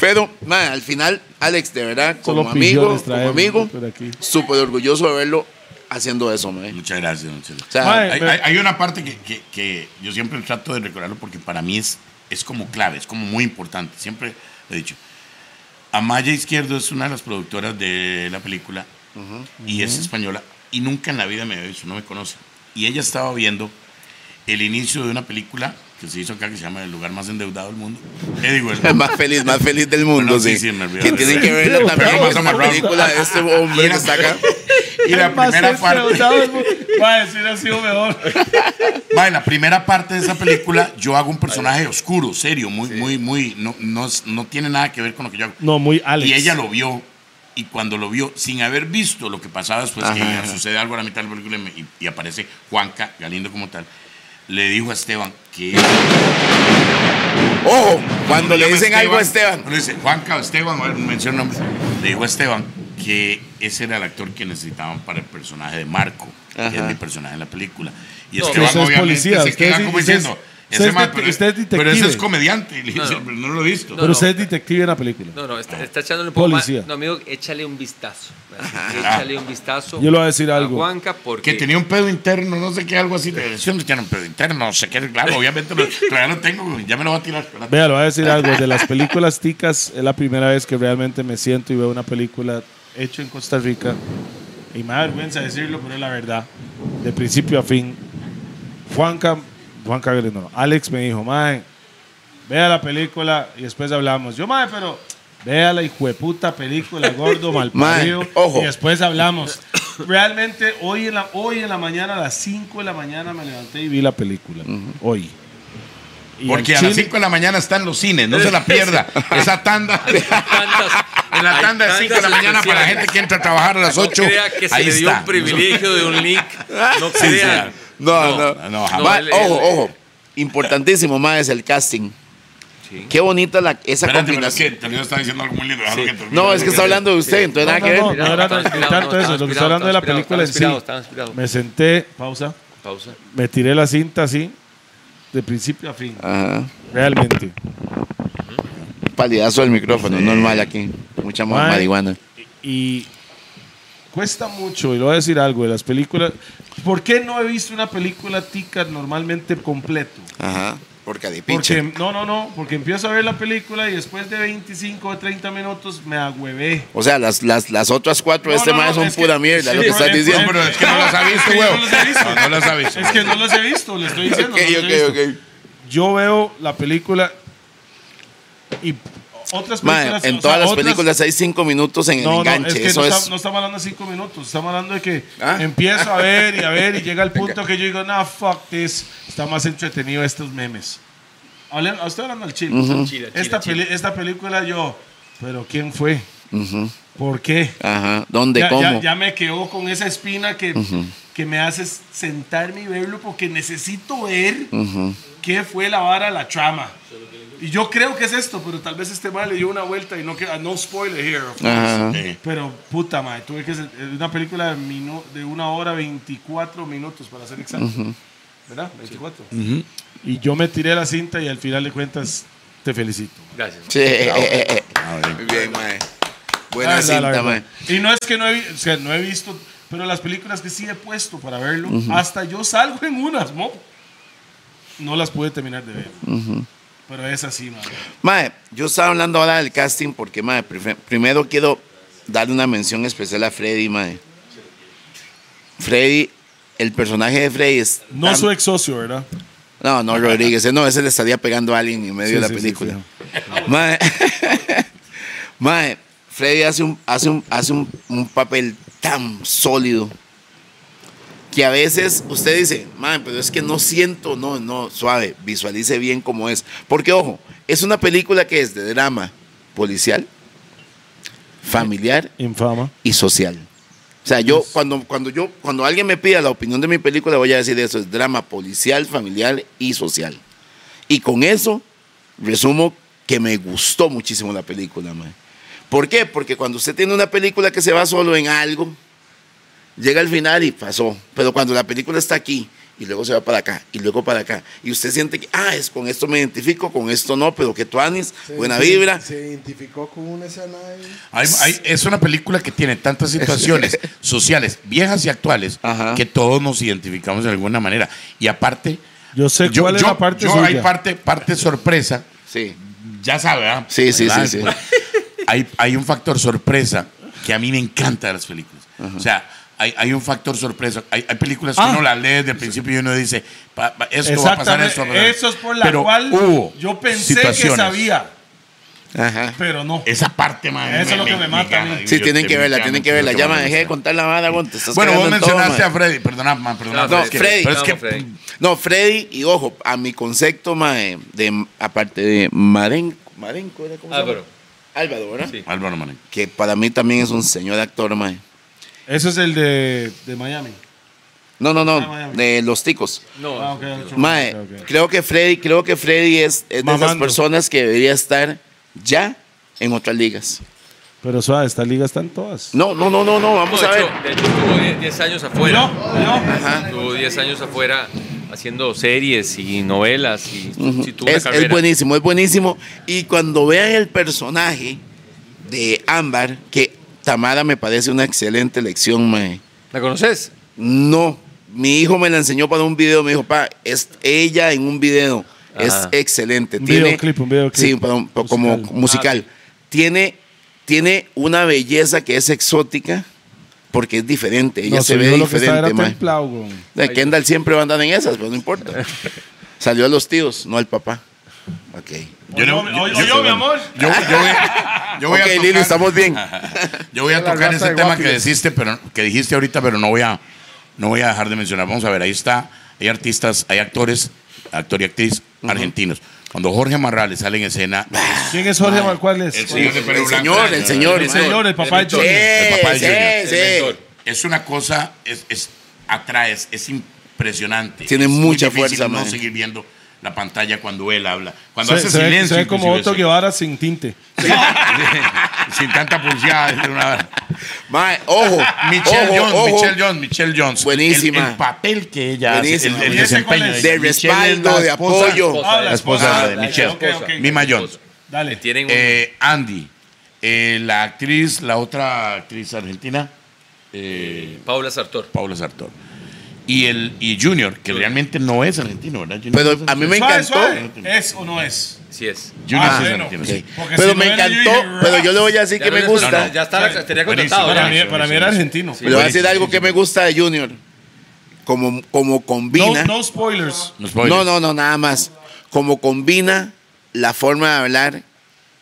Speaker 4: Pero, nada, al final, Alex, de verdad,
Speaker 2: Solo
Speaker 4: como amigo,
Speaker 2: pillones
Speaker 4: como
Speaker 2: traemos
Speaker 4: amigo,
Speaker 2: por aquí.
Speaker 4: súper orgulloso de verlo haciendo eso, man.
Speaker 5: Muchas gracias, muchas gracias.
Speaker 4: O sea,
Speaker 2: Mae,
Speaker 5: Hay,
Speaker 2: me-
Speaker 5: hay- hay una parte que, que- que yo siempre trato de recordarlo porque para mí es, es como clave, es como muy importante. Siempre lo he dicho. Amaya Izquierdo es una de las productoras de la película y es española y nunca en la vida me había visto, no me conoce. Y ella estaba viendo el inicio de una película que se hizo acá que se llama El lugar más endeudado del mundo. Eh, digo, el-
Speaker 4: el más feliz, más feliz del mundo,
Speaker 5: Bueno,
Speaker 4: sí.
Speaker 5: sí, sí, me olvidé.
Speaker 4: que tienen que verla
Speaker 2: Pero
Speaker 4: también
Speaker 5: no
Speaker 4: con
Speaker 5: más
Speaker 4: esta
Speaker 5: amarrado.
Speaker 4: película de este hombre que está acá.
Speaker 5: y la primera parte.
Speaker 2: Va a decir ha sido mejor.
Speaker 5: Va, en la primera parte de esa película yo hago un personaje oscuro, serio, muy, muy, muy, no, no, es- no tiene nada que ver con lo que yo hago.
Speaker 2: No, muy Alex.
Speaker 5: Y ella lo vio, y cuando lo vio, sin haber visto lo que pasaba después, que
Speaker 4: Ajá.
Speaker 5: sucede algo a la mitad de la película y me- y, y aparece Juanca Galindo como tal, le dijo a Esteban que...
Speaker 4: Ojo, cuando le
Speaker 5: llama
Speaker 4: dicen algo a Esteban.
Speaker 5: cuando le dice Juanca o Esteban, bueno, no menciono nombres, le dijo a Esteban que ese era el actor que necesitaban para el personaje de Marco, que es
Speaker 4: Ajá.
Speaker 5: mi personaje en la película. Y
Speaker 7: No,
Speaker 5: Esteban
Speaker 2: usted es
Speaker 5: obviamente
Speaker 2: policía,
Speaker 5: se
Speaker 2: usted
Speaker 5: queda
Speaker 2: es-
Speaker 5: como
Speaker 2: usted es-
Speaker 5: diciendo,
Speaker 2: usted
Speaker 5: ese
Speaker 2: es
Speaker 5: man,
Speaker 2: det-
Speaker 5: pero,
Speaker 2: usted es
Speaker 5: pero ese
Speaker 2: detective.
Speaker 5: es comediante, y le dice,
Speaker 7: no.
Speaker 5: "Pero no lo he visto.
Speaker 7: No,
Speaker 2: Pero usted es detective en la película.
Speaker 7: No, no, está, está echándole un poco más.
Speaker 2: Policía.
Speaker 7: No, amigo, échale un vistazo. Échale un vistazo.
Speaker 2: Yo le voy a decir algo.
Speaker 7: Juanca, porque.
Speaker 5: Que tenía un pedo interno, no sé qué, algo así. de que era un pedo interno, no sé qué, claro, obviamente, pero todavía lo tengo, ya me lo va a tirar. espérate.
Speaker 2: Vea, lo voy a decir algo. De las películas ticas, es la primera vez que realmente me siento y veo una película hecha en Costa Rica. Y me da vergüenza decirlo, pero es la verdad. De principio a fin. Juanca, Juanca Galindo, no, Alex me dijo, mae, vea la película y después hablamos. Yo, mae, pero vea la hijueputa película, gordo, malparido.
Speaker 4: Mae, ojo.
Speaker 2: Y después hablamos. Realmente, hoy en, la, hoy en la mañana, a las 5 de la mañana, me levanté y vi la película. Hoy. Y
Speaker 5: Porque
Speaker 2: al
Speaker 5: a las
Speaker 2: chile-
Speaker 5: 5 de la mañana están los cines, no se la pierda. Esa tanda.
Speaker 7: Tantas-
Speaker 5: En la
Speaker 7: hay
Speaker 5: tanda de 5 de la
Speaker 7: tantas
Speaker 5: mañana para la
Speaker 7: especiales.
Speaker 5: gente que entra a trabajar a las 8.
Speaker 7: No crea que se le dio un privilegio de un link. No crean.
Speaker 4: No, no.
Speaker 5: no, jamás.
Speaker 4: Ma,
Speaker 7: él-
Speaker 4: ojo,
Speaker 7: él-
Speaker 4: ojo. Importantísimo, más es el casting.
Speaker 7: Sí.
Speaker 4: Qué bonita la, esa
Speaker 5: Espérate, pero es que
Speaker 4: combinación.
Speaker 5: Toledo está diciendo algo muy lindo. déjalo que termine.
Speaker 4: No, es que está hablando de usted, entonces
Speaker 2: No,
Speaker 4: Pues
Speaker 2: no,
Speaker 4: nada que ver.
Speaker 2: no, no era ni tanto eso. Lo que está hablando de la película en sí.
Speaker 7: Estaba inspirado.
Speaker 2: Me senté, pausa,
Speaker 7: Pausa.
Speaker 2: me tiré la cinta así, de principio a fin,
Speaker 4: Ajá.
Speaker 2: realmente.
Speaker 4: Palidazo del micrófono, normal aquí. Mucha ma-
Speaker 2: Mae.
Speaker 4: marihuana.
Speaker 2: Y cuesta mucho, y le voy a decir algo de las películas. ¿Por qué no he visto una película tica normalmente completo?
Speaker 4: Ajá. Porque de
Speaker 2: Porque,
Speaker 4: pinche.
Speaker 2: no, no, no, porque empiezo a ver la película y después de 25 o 30 minutos me agüevé.
Speaker 4: O sea, las, las, las otras cuatro de
Speaker 2: No,
Speaker 4: este
Speaker 2: no,
Speaker 4: mae
Speaker 2: no,
Speaker 4: son
Speaker 2: es que-
Speaker 4: pura mierda,
Speaker 2: sí,
Speaker 4: lo que
Speaker 2: no,
Speaker 4: estás
Speaker 2: es-
Speaker 4: diciendo.
Speaker 5: No, pero es que no las ha visto,
Speaker 2: Es que
Speaker 5: huevo.
Speaker 2: yo no las he visto.
Speaker 5: No, no las ha visto.
Speaker 2: Es que no las he visto, le estoy diciendo.
Speaker 4: Ok,
Speaker 2: no las he
Speaker 4: ok,
Speaker 2: visto.
Speaker 4: ok.
Speaker 2: Yo veo la película y otras películas.
Speaker 4: Mae, en
Speaker 2: o sea,
Speaker 4: todas las
Speaker 2: otras-
Speaker 4: películas hay cinco minutos en el
Speaker 2: No, no,
Speaker 4: enganche.
Speaker 2: es que
Speaker 4: eso
Speaker 2: no,
Speaker 4: es.
Speaker 2: está- no estamos hablando de cinco minutos, estamos hablando de que
Speaker 4: Ah.
Speaker 2: empiezo a ver y a ver y llega el punto que yo digo, no, fuck this, está más entretenido estos memes. Hable- a usted hablando al chile.
Speaker 7: Chile, chile,
Speaker 2: esta,
Speaker 7: chile.
Speaker 2: peli- esta película yo, pero ¿quién fue? ¿Por qué?
Speaker 4: Ajá. ¿Dónde?
Speaker 2: ya,
Speaker 4: ¿Cómo?
Speaker 2: ya- ya me quedó con esa espina que, que me hace sentarme y verlo porque necesito ver qué fue la vara, la trama. Y yo creo que es esto, pero tal vez este mal le dio una vuelta y no que- ah, no spoiler here. of course.
Speaker 4: Ajá.
Speaker 2: Pero puta madre, tuve que sen- es una película de, minu- de una hora 24 minutos para ser exacto. ¿Verdad? 24. Y yo me tiré la cinta y al final de cuentas te felicito.
Speaker 7: Gracias.
Speaker 4: Sí.
Speaker 9: Ah,
Speaker 4: Muy bien, mae. Buena
Speaker 2: Ah, La verdad, la
Speaker 4: cinta,
Speaker 2: verdad.
Speaker 4: mae.
Speaker 2: Y no es que no he, vi- o sea, no he visto, pero las películas que sí he puesto para verlo, hasta yo salgo en unas, mo. No las pude terminar de ver. Pero es así, madre.
Speaker 4: Mae, yo estaba hablando ahora del casting porque, mae, prife- primero quiero darle una mención especial a Freddy, mae. Freddy, el personaje de Freddy es.
Speaker 2: No
Speaker 4: tan-
Speaker 2: soy ex socio, ¿verdad?
Speaker 4: No, no, Rodríguez. eh, No, ese le estaría pegando a alguien en medio
Speaker 2: Sí,
Speaker 4: de la
Speaker 2: sí, sí,
Speaker 4: película. Mae, Mae, Freddy hace, un, hace, un, hace un, un papel tan sólido que a veces usted dice, Mae, pero es que no siento, no, no, suave, visualice bien cómo es. Porque, ojo, es una película que es de drama policial, familiar
Speaker 2: Infama.
Speaker 4: y social. O sea, yo cuando, cuando yo cuando alguien me pida la opinión de mi película voy a decir eso, es drama policial, familiar y social. Y con eso resumo que me gustó muchísimo la película, mae. ¿Por qué? Porque cuando usted tiene una película que se va solo en algo, llega al final y pasó. Pero cuando la película está aquí y luego se va para acá y luego para acá y usted siente que ah, es con esto me identifico, con esto no, pero que tú anis, buena vibra.
Speaker 3: Se identificó con una escena ahí.
Speaker 5: Hay- hay- es una película que tiene tantas situaciones sociales, viejas y actuales,
Speaker 4: Ajá.
Speaker 5: que todos nos identificamos de alguna manera. Y aparte,
Speaker 2: Yo sé cuál es la parte
Speaker 5: yo
Speaker 2: suya.
Speaker 5: hay parte, parte sorpresa,
Speaker 4: Sí.
Speaker 5: ya sabe, ¿verdad?
Speaker 4: Sí, sí,
Speaker 5: ¿Verdad? Pues,
Speaker 4: sí, sí.
Speaker 5: Hay, hay un factor sorpresa que a mí me encanta de las películas. O sea, hay, hay un factor sorpresa. Hay, hay películas que
Speaker 2: Ah.
Speaker 5: uno las lee desde el principio y uno dice, pa- pa- esto va a pasar, esto va a pasar.
Speaker 2: Exactamente, Eso es por la
Speaker 5: Pero
Speaker 2: cual
Speaker 5: hubo
Speaker 2: yo pensé que
Speaker 5: situaciones.
Speaker 2: sabía,
Speaker 4: Ajá.
Speaker 2: pero no.
Speaker 5: Esa parte, man.
Speaker 2: Eso es lo que me mata a mí.
Speaker 5: gana,
Speaker 4: Sí,
Speaker 5: yo
Speaker 4: tienen
Speaker 5: te-
Speaker 4: que
Speaker 5: me
Speaker 4: verla,
Speaker 5: gana,
Speaker 4: tienen que
Speaker 5: es lo
Speaker 4: verla. Ya
Speaker 5: más
Speaker 4: me
Speaker 5: me
Speaker 4: dejé de
Speaker 5: gusta.
Speaker 4: contar la vara, Gon. te estás
Speaker 5: Bueno, vos
Speaker 4: cagando en todo,
Speaker 5: mencionaste
Speaker 4: mae.
Speaker 5: a Freddy, perdona, man, perdona.
Speaker 7: No,
Speaker 5: es que-
Speaker 4: Freddy.
Speaker 5: Pero es que
Speaker 7: Vamos, Freddy.
Speaker 4: No, Freddy, y ojo, a mi concepto, mae, de, aparte de Marenco, Marenco era como
Speaker 7: Álvaro.
Speaker 4: Álvaro, ¿verdad?
Speaker 7: Sí.
Speaker 5: Álvaro Marín.
Speaker 4: Que para mí también es un señor actor, mae.
Speaker 2: Eso es el de, de Miami.
Speaker 4: No, no,
Speaker 2: Ah,
Speaker 4: no,
Speaker 2: Miami.
Speaker 4: de los ticos.
Speaker 7: No,
Speaker 2: Ah, ok,
Speaker 7: no,
Speaker 2: ocho.
Speaker 4: Mae,
Speaker 2: Ok, ok.
Speaker 4: creo que Freddy, creo que Freddy es, es de esas
Speaker 2: Mamando.
Speaker 4: personas que debería estar ya en otras ligas.
Speaker 2: Pero suave, estas ligas están todas.
Speaker 4: No, no, no, no, no, vamos
Speaker 7: de
Speaker 4: a ver.
Speaker 7: hecho- de hecho, tuvo 10 10 años afuera.
Speaker 2: No, no.
Speaker 4: Ajá.
Speaker 7: Tuvo 10 años afuera haciendo series y novelas y sí tuvo una
Speaker 4: Es, es
Speaker 7: carrera.
Speaker 4: buenísimo, es buenísimo. Y cuando vean el personaje de Ámbar, que Tamara me parece una excelente elección, mae.
Speaker 7: ¿La conoces?
Speaker 4: No, mi hijo me la enseñó para un video, me dijo, pa, es ella en un video,
Speaker 7: Ajá.
Speaker 4: es excelente.
Speaker 2: Un
Speaker 4: Tiene,
Speaker 2: videoclip, un videoclip
Speaker 4: Sí, para un- para- como
Speaker 2: musical.
Speaker 7: Ah,
Speaker 4: musical. Tiene, tiene una belleza que es exótica porque es diferente, ella
Speaker 2: No,
Speaker 4: se
Speaker 2: soy
Speaker 4: ve
Speaker 2: yo lo que estaba
Speaker 4: diferente,
Speaker 2: era
Speaker 4: mae.
Speaker 2: templado, güey.
Speaker 4: De Kendall siempre va a andar en esas, pero no importa. Salió a los tíos, no al papá. Ok.
Speaker 5: Yo no-
Speaker 2: Oye,
Speaker 5: yo-
Speaker 2: oye,
Speaker 5: yo-
Speaker 2: oye, mi amor.
Speaker 5: Yo, yo voy, yo voy
Speaker 4: ok,
Speaker 5: a tocar,
Speaker 4: Lili, estamos bien.
Speaker 5: yo voy a
Speaker 3: La
Speaker 5: tocar
Speaker 3: raza
Speaker 5: ese
Speaker 3: de
Speaker 5: tema que
Speaker 3: guapiles.
Speaker 5: dijiste, pero que dijiste ahorita, pero no voy a, no voy a dejar de mencionar. Vamos a ver, ahí está, hay artistas, hay actores, actor y actriz argentinos. Cuando Jorge Marrales sale en escena,
Speaker 2: ¿Quién es Jorge Marcuales?
Speaker 5: el señor de pelo
Speaker 4: el
Speaker 5: blanco,
Speaker 4: señor, el señor.
Speaker 2: El señor, el papá de
Speaker 4: Sí,
Speaker 2: Johnny.
Speaker 5: El papá de
Speaker 4: sí,
Speaker 5: Junior.
Speaker 4: sí.
Speaker 5: es una cosa, es, es atraes, es impresionante.
Speaker 4: Tiene
Speaker 5: Es muy
Speaker 4: mucha
Speaker 5: difícil
Speaker 4: fuerza,
Speaker 5: No
Speaker 4: man.
Speaker 5: seguir viendo la pantalla cuando él habla. Cuando
Speaker 2: Se,
Speaker 5: hace
Speaker 2: se ve-
Speaker 5: silencio.
Speaker 2: se ve como
Speaker 5: inclusive,
Speaker 2: Otto
Speaker 5: sí.
Speaker 2: Guevara sin tinte.
Speaker 5: Sin tanta pulsada. es una-
Speaker 4: Mae, ojo.
Speaker 5: Michelle
Speaker 4: ojo,
Speaker 5: Jones,
Speaker 4: ojo.
Speaker 5: Michelle Jones, Michelle Jones.
Speaker 4: Buenísima.
Speaker 5: El, el papel que ella hace, el,
Speaker 4: Buenísima,
Speaker 5: el
Speaker 2: ¿Y ese cuál
Speaker 5: desempeño.
Speaker 2: es?
Speaker 5: ella.
Speaker 4: De
Speaker 5: Michelle es
Speaker 4: respaldo,
Speaker 5: la
Speaker 4: de
Speaker 5: esposa-
Speaker 4: apoyo.
Speaker 2: Ah, la
Speaker 5: esposa de
Speaker 2: esposa.
Speaker 5: Michelle.
Speaker 2: Ok, ok.
Speaker 5: Mima Jones.
Speaker 2: Dale.
Speaker 7: Tienen un-
Speaker 5: Eh, Andy, eh, la actriz, la otra actriz argentina, eh,
Speaker 7: Paula Sartor.
Speaker 5: Paula Sartor. Y, el, y Junior, que realmente no es argentino, ¿verdad? Junior
Speaker 4: Pero
Speaker 5: no es
Speaker 4: a mí me
Speaker 2: Suave,
Speaker 4: encantó.
Speaker 2: suave. ¿Es o no es?
Speaker 7: Sí es.
Speaker 5: Junior
Speaker 2: Ah,
Speaker 5: sí es
Speaker 2: bueno.
Speaker 5: argentino,
Speaker 4: Sí.
Speaker 5: sí.
Speaker 2: Porque
Speaker 4: Pero
Speaker 2: si
Speaker 4: me
Speaker 2: no era
Speaker 4: encantó,
Speaker 2: Yuri, rah.
Speaker 4: pero yo le voy a decir
Speaker 7: Ya
Speaker 4: que
Speaker 7: no
Speaker 4: me
Speaker 7: es-
Speaker 4: gusta.
Speaker 7: no, no, ya está, la- tenía
Speaker 5: Buenísimo.
Speaker 7: contratado.
Speaker 2: Para
Speaker 7: ya.
Speaker 2: mí, para mí era argentino.
Speaker 4: Le voy a decir algo que me gusta de Junior. Como, como
Speaker 2: No,
Speaker 4: combina.
Speaker 2: no spoilers.
Speaker 5: No es spoiler.
Speaker 4: No, no, no, nada más. Como combina la forma de hablar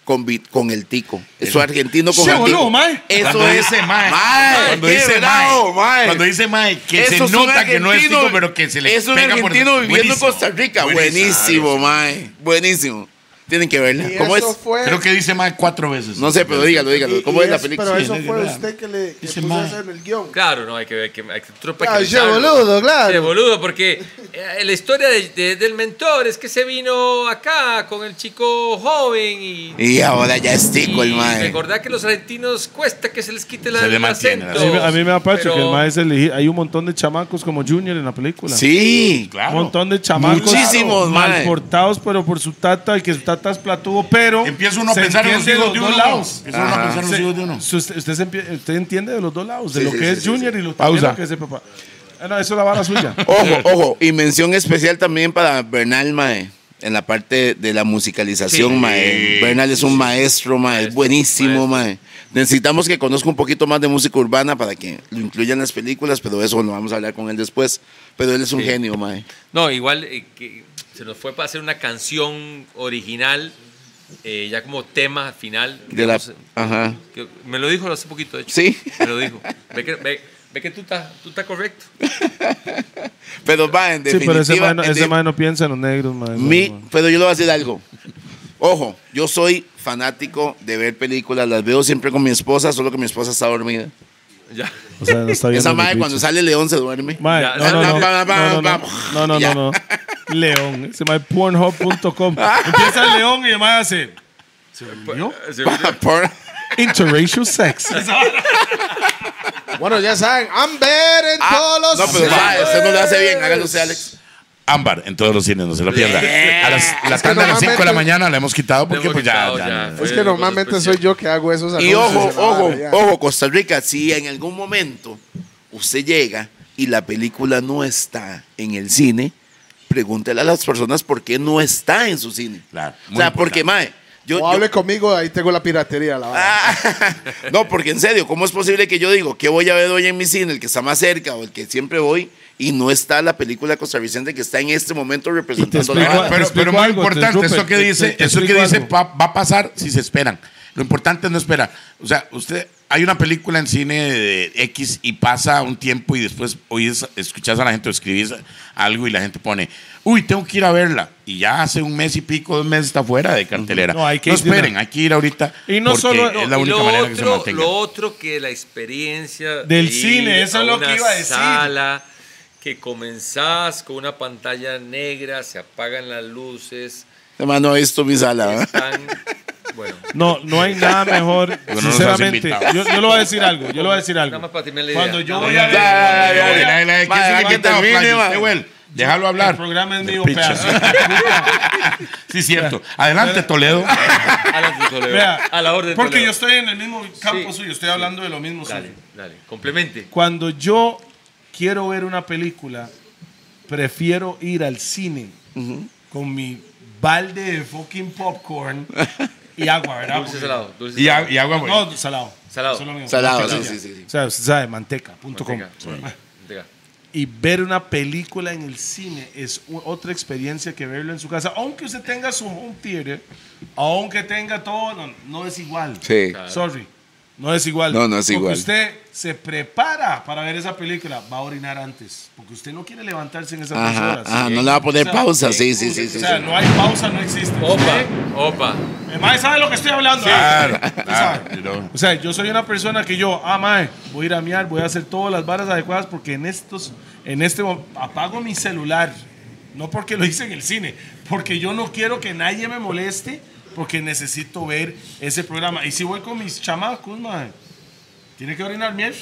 Speaker 4: con, vi- con el tico. Eso es argentino con
Speaker 2: Sí,
Speaker 4: el
Speaker 2: boludo,
Speaker 4: tico.
Speaker 2: mae.
Speaker 4: Eso
Speaker 5: cuando
Speaker 4: es.
Speaker 5: dice mae,
Speaker 4: Mae,
Speaker 5: cuando
Speaker 4: qué
Speaker 5: dice
Speaker 4: bravo, mae.
Speaker 5: mae, cuando dice mae, que
Speaker 4: Eso es
Speaker 5: se
Speaker 4: un
Speaker 5: nota que no es
Speaker 4: argentino-
Speaker 5: tico, pero que se le
Speaker 4: Es un
Speaker 5: pega por-
Speaker 4: argentino viviendo en
Speaker 5: buenísimo,
Speaker 4: Costa Rica.
Speaker 5: buenísimo. Ah,
Speaker 4: Buenísimo, mae. Buenísimo. Tienen que verla.
Speaker 3: Y
Speaker 4: ¿Cómo es?
Speaker 3: eso fue.
Speaker 5: Creo que dice mae cuatro veces.
Speaker 4: No sé, pero dígalo, dígalo.
Speaker 3: y-
Speaker 4: ¿Cómo
Speaker 3: y
Speaker 4: es la
Speaker 3: es-
Speaker 4: película?
Speaker 3: Pero
Speaker 5: Sí,
Speaker 3: eso
Speaker 5: es
Speaker 3: fue
Speaker 5: verdad.
Speaker 3: usted que le que
Speaker 5: Ese
Speaker 3: puso
Speaker 5: mae.
Speaker 3: eso en el guión.
Speaker 7: Claro, no, hay que ver que hay que tropa
Speaker 3: Ah,
Speaker 7: que
Speaker 3: yo,
Speaker 7: pensarlo.
Speaker 3: boludo, claro.
Speaker 7: Sí, boludo, porque eh, la historia de- de- del mentor es que se vino acá con el chico joven y.
Speaker 4: Y ahora ya es tico el
Speaker 7: y
Speaker 4: mae.
Speaker 7: recordá que los argentinos cuesta que se les quite la,
Speaker 5: Se le
Speaker 7: el
Speaker 5: mantiene,
Speaker 7: acento.
Speaker 2: A mí, me- a mí me da parcho
Speaker 7: Pero-
Speaker 2: que el maestro Hay un montón de chamacos como Junior en la película.
Speaker 4: Sí.
Speaker 5: Claro.
Speaker 2: Un montón de chamacos
Speaker 4: Muchísimos,
Speaker 2: mal
Speaker 4: mae.
Speaker 2: portados, pero por su tata, y que su tata es platuvo, pero.
Speaker 5: Empieza uno a
Speaker 2: se
Speaker 5: pensar en los
Speaker 2: entiende
Speaker 5: hijos de
Speaker 2: dos
Speaker 5: uno.
Speaker 2: lados.
Speaker 5: Empieza uno a pensar en los
Speaker 2: Se-
Speaker 5: hijos de uno.
Speaker 2: si Usted, usted, se empie- usted entiende de los dos lados, de
Speaker 4: Sí,
Speaker 2: lo
Speaker 4: sí,
Speaker 2: que
Speaker 4: sí,
Speaker 2: es
Speaker 4: sí,
Speaker 2: Junior
Speaker 4: sí.
Speaker 2: y lo,
Speaker 5: Pausa.
Speaker 2: también lo que es el papá. Ah, no, eso es la vara suya.
Speaker 4: Ojo, ojo. Y mención especial también para Bernal, mae. En la parte de la musicalización,
Speaker 7: Sí.
Speaker 4: mae. Bernal es un maestro, mae. Es
Speaker 7: Maestro,
Speaker 4: buenísimo, mae.
Speaker 7: maestro.
Speaker 4: Necesitamos que conozca un poquito más de música urbana para que lo incluyan en las películas, pero eso lo vamos a hablar con él después. Pero él es un
Speaker 7: Sí.
Speaker 4: genio, mae.
Speaker 7: No, igual eh, que se nos fue para hacer una canción original, eh, ya como tema final.
Speaker 4: De la,
Speaker 7: digamos,
Speaker 4: ajá.
Speaker 7: que me lo dijo hace poquito, de hecho.
Speaker 4: Sí.
Speaker 7: Me lo dijo. Ve que, ve, ve que tú estás tú estás correcto.
Speaker 4: Pero va, en
Speaker 2: sí,
Speaker 4: definitiva.
Speaker 2: pero ese man,
Speaker 4: en
Speaker 2: ese
Speaker 4: de-
Speaker 2: mae no piensa en los negros, mae.
Speaker 4: mi- pero yo le voy a decir algo. Ojo, yo soy fanático de ver películas. Las veo siempre con mi esposa, solo que mi esposa está dormida.
Speaker 7: Ya.
Speaker 2: O sea, no está viendo
Speaker 4: Esa
Speaker 2: ni
Speaker 4: madre
Speaker 2: bicho.
Speaker 4: cuando sale León se duerme.
Speaker 2: Mae,
Speaker 7: Ya,
Speaker 2: no, no,
Speaker 4: ya,
Speaker 2: no,
Speaker 4: ya,
Speaker 2: no, no,
Speaker 4: ya,
Speaker 2: no, no, no,
Speaker 4: ya.
Speaker 2: no. León, ese mae pornhub.com. Empieza el León y el mae hace
Speaker 7: Se-
Speaker 4: Por-
Speaker 2: interracial sex.
Speaker 3: Bueno, ya saben, Amber en
Speaker 4: Ah,
Speaker 3: todos los.
Speaker 4: no, pero va,
Speaker 3: lados.
Speaker 4: usted no lo hace bien. Hágalo usted, Alex.
Speaker 5: Ámbar en todos los cines, no se la pierda. A las, la tanda a las 5 de la mañana la hemos quitado porque
Speaker 7: hemos
Speaker 5: pues ya,
Speaker 7: quitado
Speaker 5: ya,
Speaker 7: ya.
Speaker 5: no.
Speaker 3: Es
Speaker 7: Fue
Speaker 3: que
Speaker 7: una
Speaker 3: normalmente
Speaker 7: cosa
Speaker 3: soy
Speaker 7: especial.
Speaker 3: yo que hago esos
Speaker 4: Y
Speaker 3: anuncios.
Speaker 4: ojo,
Speaker 3: de la
Speaker 4: ojo,
Speaker 3: vara, ya.
Speaker 4: ojo, Costa Rica, si en algún momento usted llega y la película no está en el cine, pregúntele a las personas por qué no está en su cine.
Speaker 5: Claro,
Speaker 4: o
Speaker 5: muy
Speaker 4: sea, porque, mae, yo,
Speaker 3: O
Speaker 4: yo-
Speaker 3: hable conmigo, ahí tengo la piratería, la vara.
Speaker 4: Ah, no, porque en serio, ¿cómo es posible que yo digo que voy a ver hoy en mi cine, el que está más cerca o el que siempre voy, y no está la película costarricense que está en este momento representando la
Speaker 2: explico-
Speaker 4: banda?
Speaker 5: Pero,
Speaker 2: explico
Speaker 5: pero más
Speaker 2: algo, te
Speaker 5: importante,
Speaker 2: interrumpe,
Speaker 5: eso que
Speaker 2: te-
Speaker 5: dice,
Speaker 2: te- te
Speaker 5: eso que
Speaker 2: explico
Speaker 5: dice
Speaker 2: algo.
Speaker 5: va, va a pasar si se esperan. Lo importante es no esperar. O sea, usted hay una película en cine de X y pasa un tiempo y después oyes, escuchas a la gente o escribís algo y la gente pone, uy, tengo que ir a verla. Y ya hace un mes y pico, dos meses está fuera de cartelera.
Speaker 2: No,
Speaker 5: No,
Speaker 2: hay que ir de
Speaker 5: esperen,
Speaker 2: una.
Speaker 5: hay que ir ahorita.
Speaker 2: Y no
Speaker 5: porque
Speaker 2: solo-
Speaker 5: es la
Speaker 7: y
Speaker 5: única
Speaker 7: lo
Speaker 5: manera
Speaker 7: otro,
Speaker 5: que se mantenga.
Speaker 7: Lo otro que la experiencia
Speaker 2: Del
Speaker 7: de
Speaker 2: cine,
Speaker 7: ir
Speaker 2: eso es lo que
Speaker 7: una
Speaker 2: iba a decir.
Speaker 7: Sala, que comenzás con una pantalla negra, se apagan las luces,
Speaker 4: Además, no he visto mi sala. ¿eh?
Speaker 7: están. bueno.
Speaker 2: No, no hay nada mejor,
Speaker 5: no nos has
Speaker 2: sinceramente.
Speaker 5: invitado.
Speaker 2: Yo, yo le voy a decir algo, yo le voy a decir
Speaker 7: Nada
Speaker 2: algo.
Speaker 7: más para terminar la idea.
Speaker 2: Cuando yo
Speaker 7: Nada
Speaker 2: voy
Speaker 7: más.
Speaker 2: a
Speaker 5: Ya, ya, ya, ya, ya, ya, ya.
Speaker 4: Va,
Speaker 5: ¿Quién se
Speaker 4: va,
Speaker 5: le
Speaker 4: que
Speaker 5: invitaba?
Speaker 4: termine,
Speaker 5: Fly,
Speaker 4: va.
Speaker 5: usted, Well, Déjalo
Speaker 2: El
Speaker 5: hablar.
Speaker 2: programa es mío,
Speaker 5: Picha.
Speaker 2: pedazo.
Speaker 5: Sí, cierto. Adelante, Toledo.
Speaker 7: Adelante, Toledo.
Speaker 2: Vea,
Speaker 7: a la orden.
Speaker 2: Porque
Speaker 7: Toledo.
Speaker 2: yo estoy en el mismo campo
Speaker 7: Sí,
Speaker 2: suyo, estoy hablando de lo mismo
Speaker 7: Dale,
Speaker 2: suyo.
Speaker 7: dale, complemente.
Speaker 2: Cuando yo quiero ver una película, prefiero ir al cine con mi balde de fucking popcorn y agua, ¿verdad?
Speaker 7: Dulce salado. Dulce
Speaker 5: Y,
Speaker 7: salado.
Speaker 5: a- y agua, güey.
Speaker 2: No, salado.
Speaker 7: Salado.
Speaker 2: Eso es lo mismo.
Speaker 4: Salado,
Speaker 2: Mantequilla.
Speaker 4: sí, sí, sí.
Speaker 2: O sea, usted sabe, manteca.com.
Speaker 7: Manteca, manteca.
Speaker 2: Ah. Y ver una película en el cine es u- otra experiencia que verlo en su casa. Aunque usted tenga su home theater, aunque tenga todo, no, no es igual.
Speaker 4: Sí.
Speaker 2: Sorry. No es igual.
Speaker 4: No, no es igual.
Speaker 2: Porque usted se prepara para ver esa película, va a orinar antes. Porque usted no quiere levantarse en esas dos
Speaker 4: Ajá,
Speaker 2: horas.
Speaker 4: ajá, no le va a poner
Speaker 2: O sea,
Speaker 4: pausa. Sí, sí, sí.
Speaker 2: o
Speaker 4: sí,
Speaker 2: sea,
Speaker 4: sí.
Speaker 2: no hay pausa, no existe. Usted-
Speaker 7: Opa, opa.
Speaker 2: el mae sabe lo que estoy hablando. ¿ah?
Speaker 5: Claro,
Speaker 2: Usted
Speaker 5: claro,
Speaker 2: sabe.
Speaker 5: you know.
Speaker 2: O sea, yo soy una persona que yo, ah, mae, voy a ir a miar, voy a hacer todas las varas adecuadas porque en estos, en este mo- apago mi celular. No porque lo hice en el cine, porque yo no quiero que nadie me moleste porque necesito ver ese programa. Y si voy con mis chamacos, mae, tiene que orinar miel.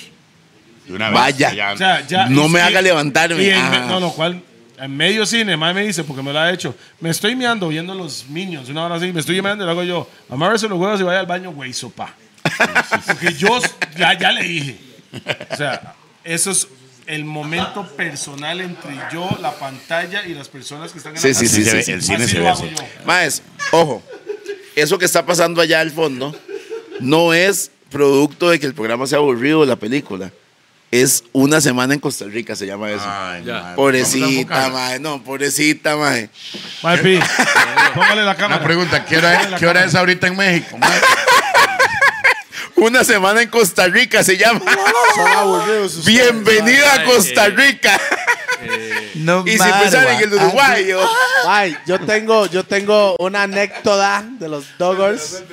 Speaker 5: De una vez,
Speaker 4: Vaya.
Speaker 5: allá.
Speaker 2: O sea, ya-
Speaker 4: No
Speaker 2: y-
Speaker 4: me
Speaker 2: y-
Speaker 4: haga levantarme.
Speaker 2: y en-
Speaker 4: Ah.
Speaker 2: no, no, ¿cuál? En medio cine, mae me dice, porque me lo ha hecho. Me estoy meando viendo los Minions, una hora así, me estoy meando y lo hago yo. Amárrese los huevos y vaya al baño, güey, sopa. porque yo s- ya, ya le dije. O sea, eso es el momento personal entre yo, la pantalla y las personas que están en
Speaker 4: Sí,
Speaker 2: la
Speaker 4: sí,
Speaker 2: casa.
Speaker 4: sí,
Speaker 5: Se
Speaker 4: sí,
Speaker 5: ve-
Speaker 4: sí.
Speaker 5: El cine
Speaker 2: Así
Speaker 5: se
Speaker 2: lo
Speaker 5: ve
Speaker 2: hago
Speaker 5: así.
Speaker 2: yo.
Speaker 4: Maes, ojo, eso que está pasando allá al fondo no es producto de que el programa sea aburrido de la película. Es una semana en Costa Rica, se llama eso.
Speaker 5: Ay,
Speaker 7: Ya.
Speaker 5: mae, vamos a
Speaker 4: pobrecita,
Speaker 5: enfocar.
Speaker 4: mae. No, pobrecita, mae.
Speaker 2: Mae, Pi, póngale la cámara.
Speaker 5: Una pregunta, ¿qué hora, qué hora es ahorita en México? mae?
Speaker 4: Una semana en Costa Rica se llama.
Speaker 3: Son aburridos ustedes.
Speaker 4: Bienvenida a
Speaker 7: Ay,
Speaker 4: Costa
Speaker 7: eh.
Speaker 4: Rica.
Speaker 10: No
Speaker 4: Y si
Speaker 10: matter
Speaker 4: pensaron en
Speaker 10: what.
Speaker 4: el uruguayo.
Speaker 3: Ah. Ay, yo tengo, yo tengo una anécdota de los Doggers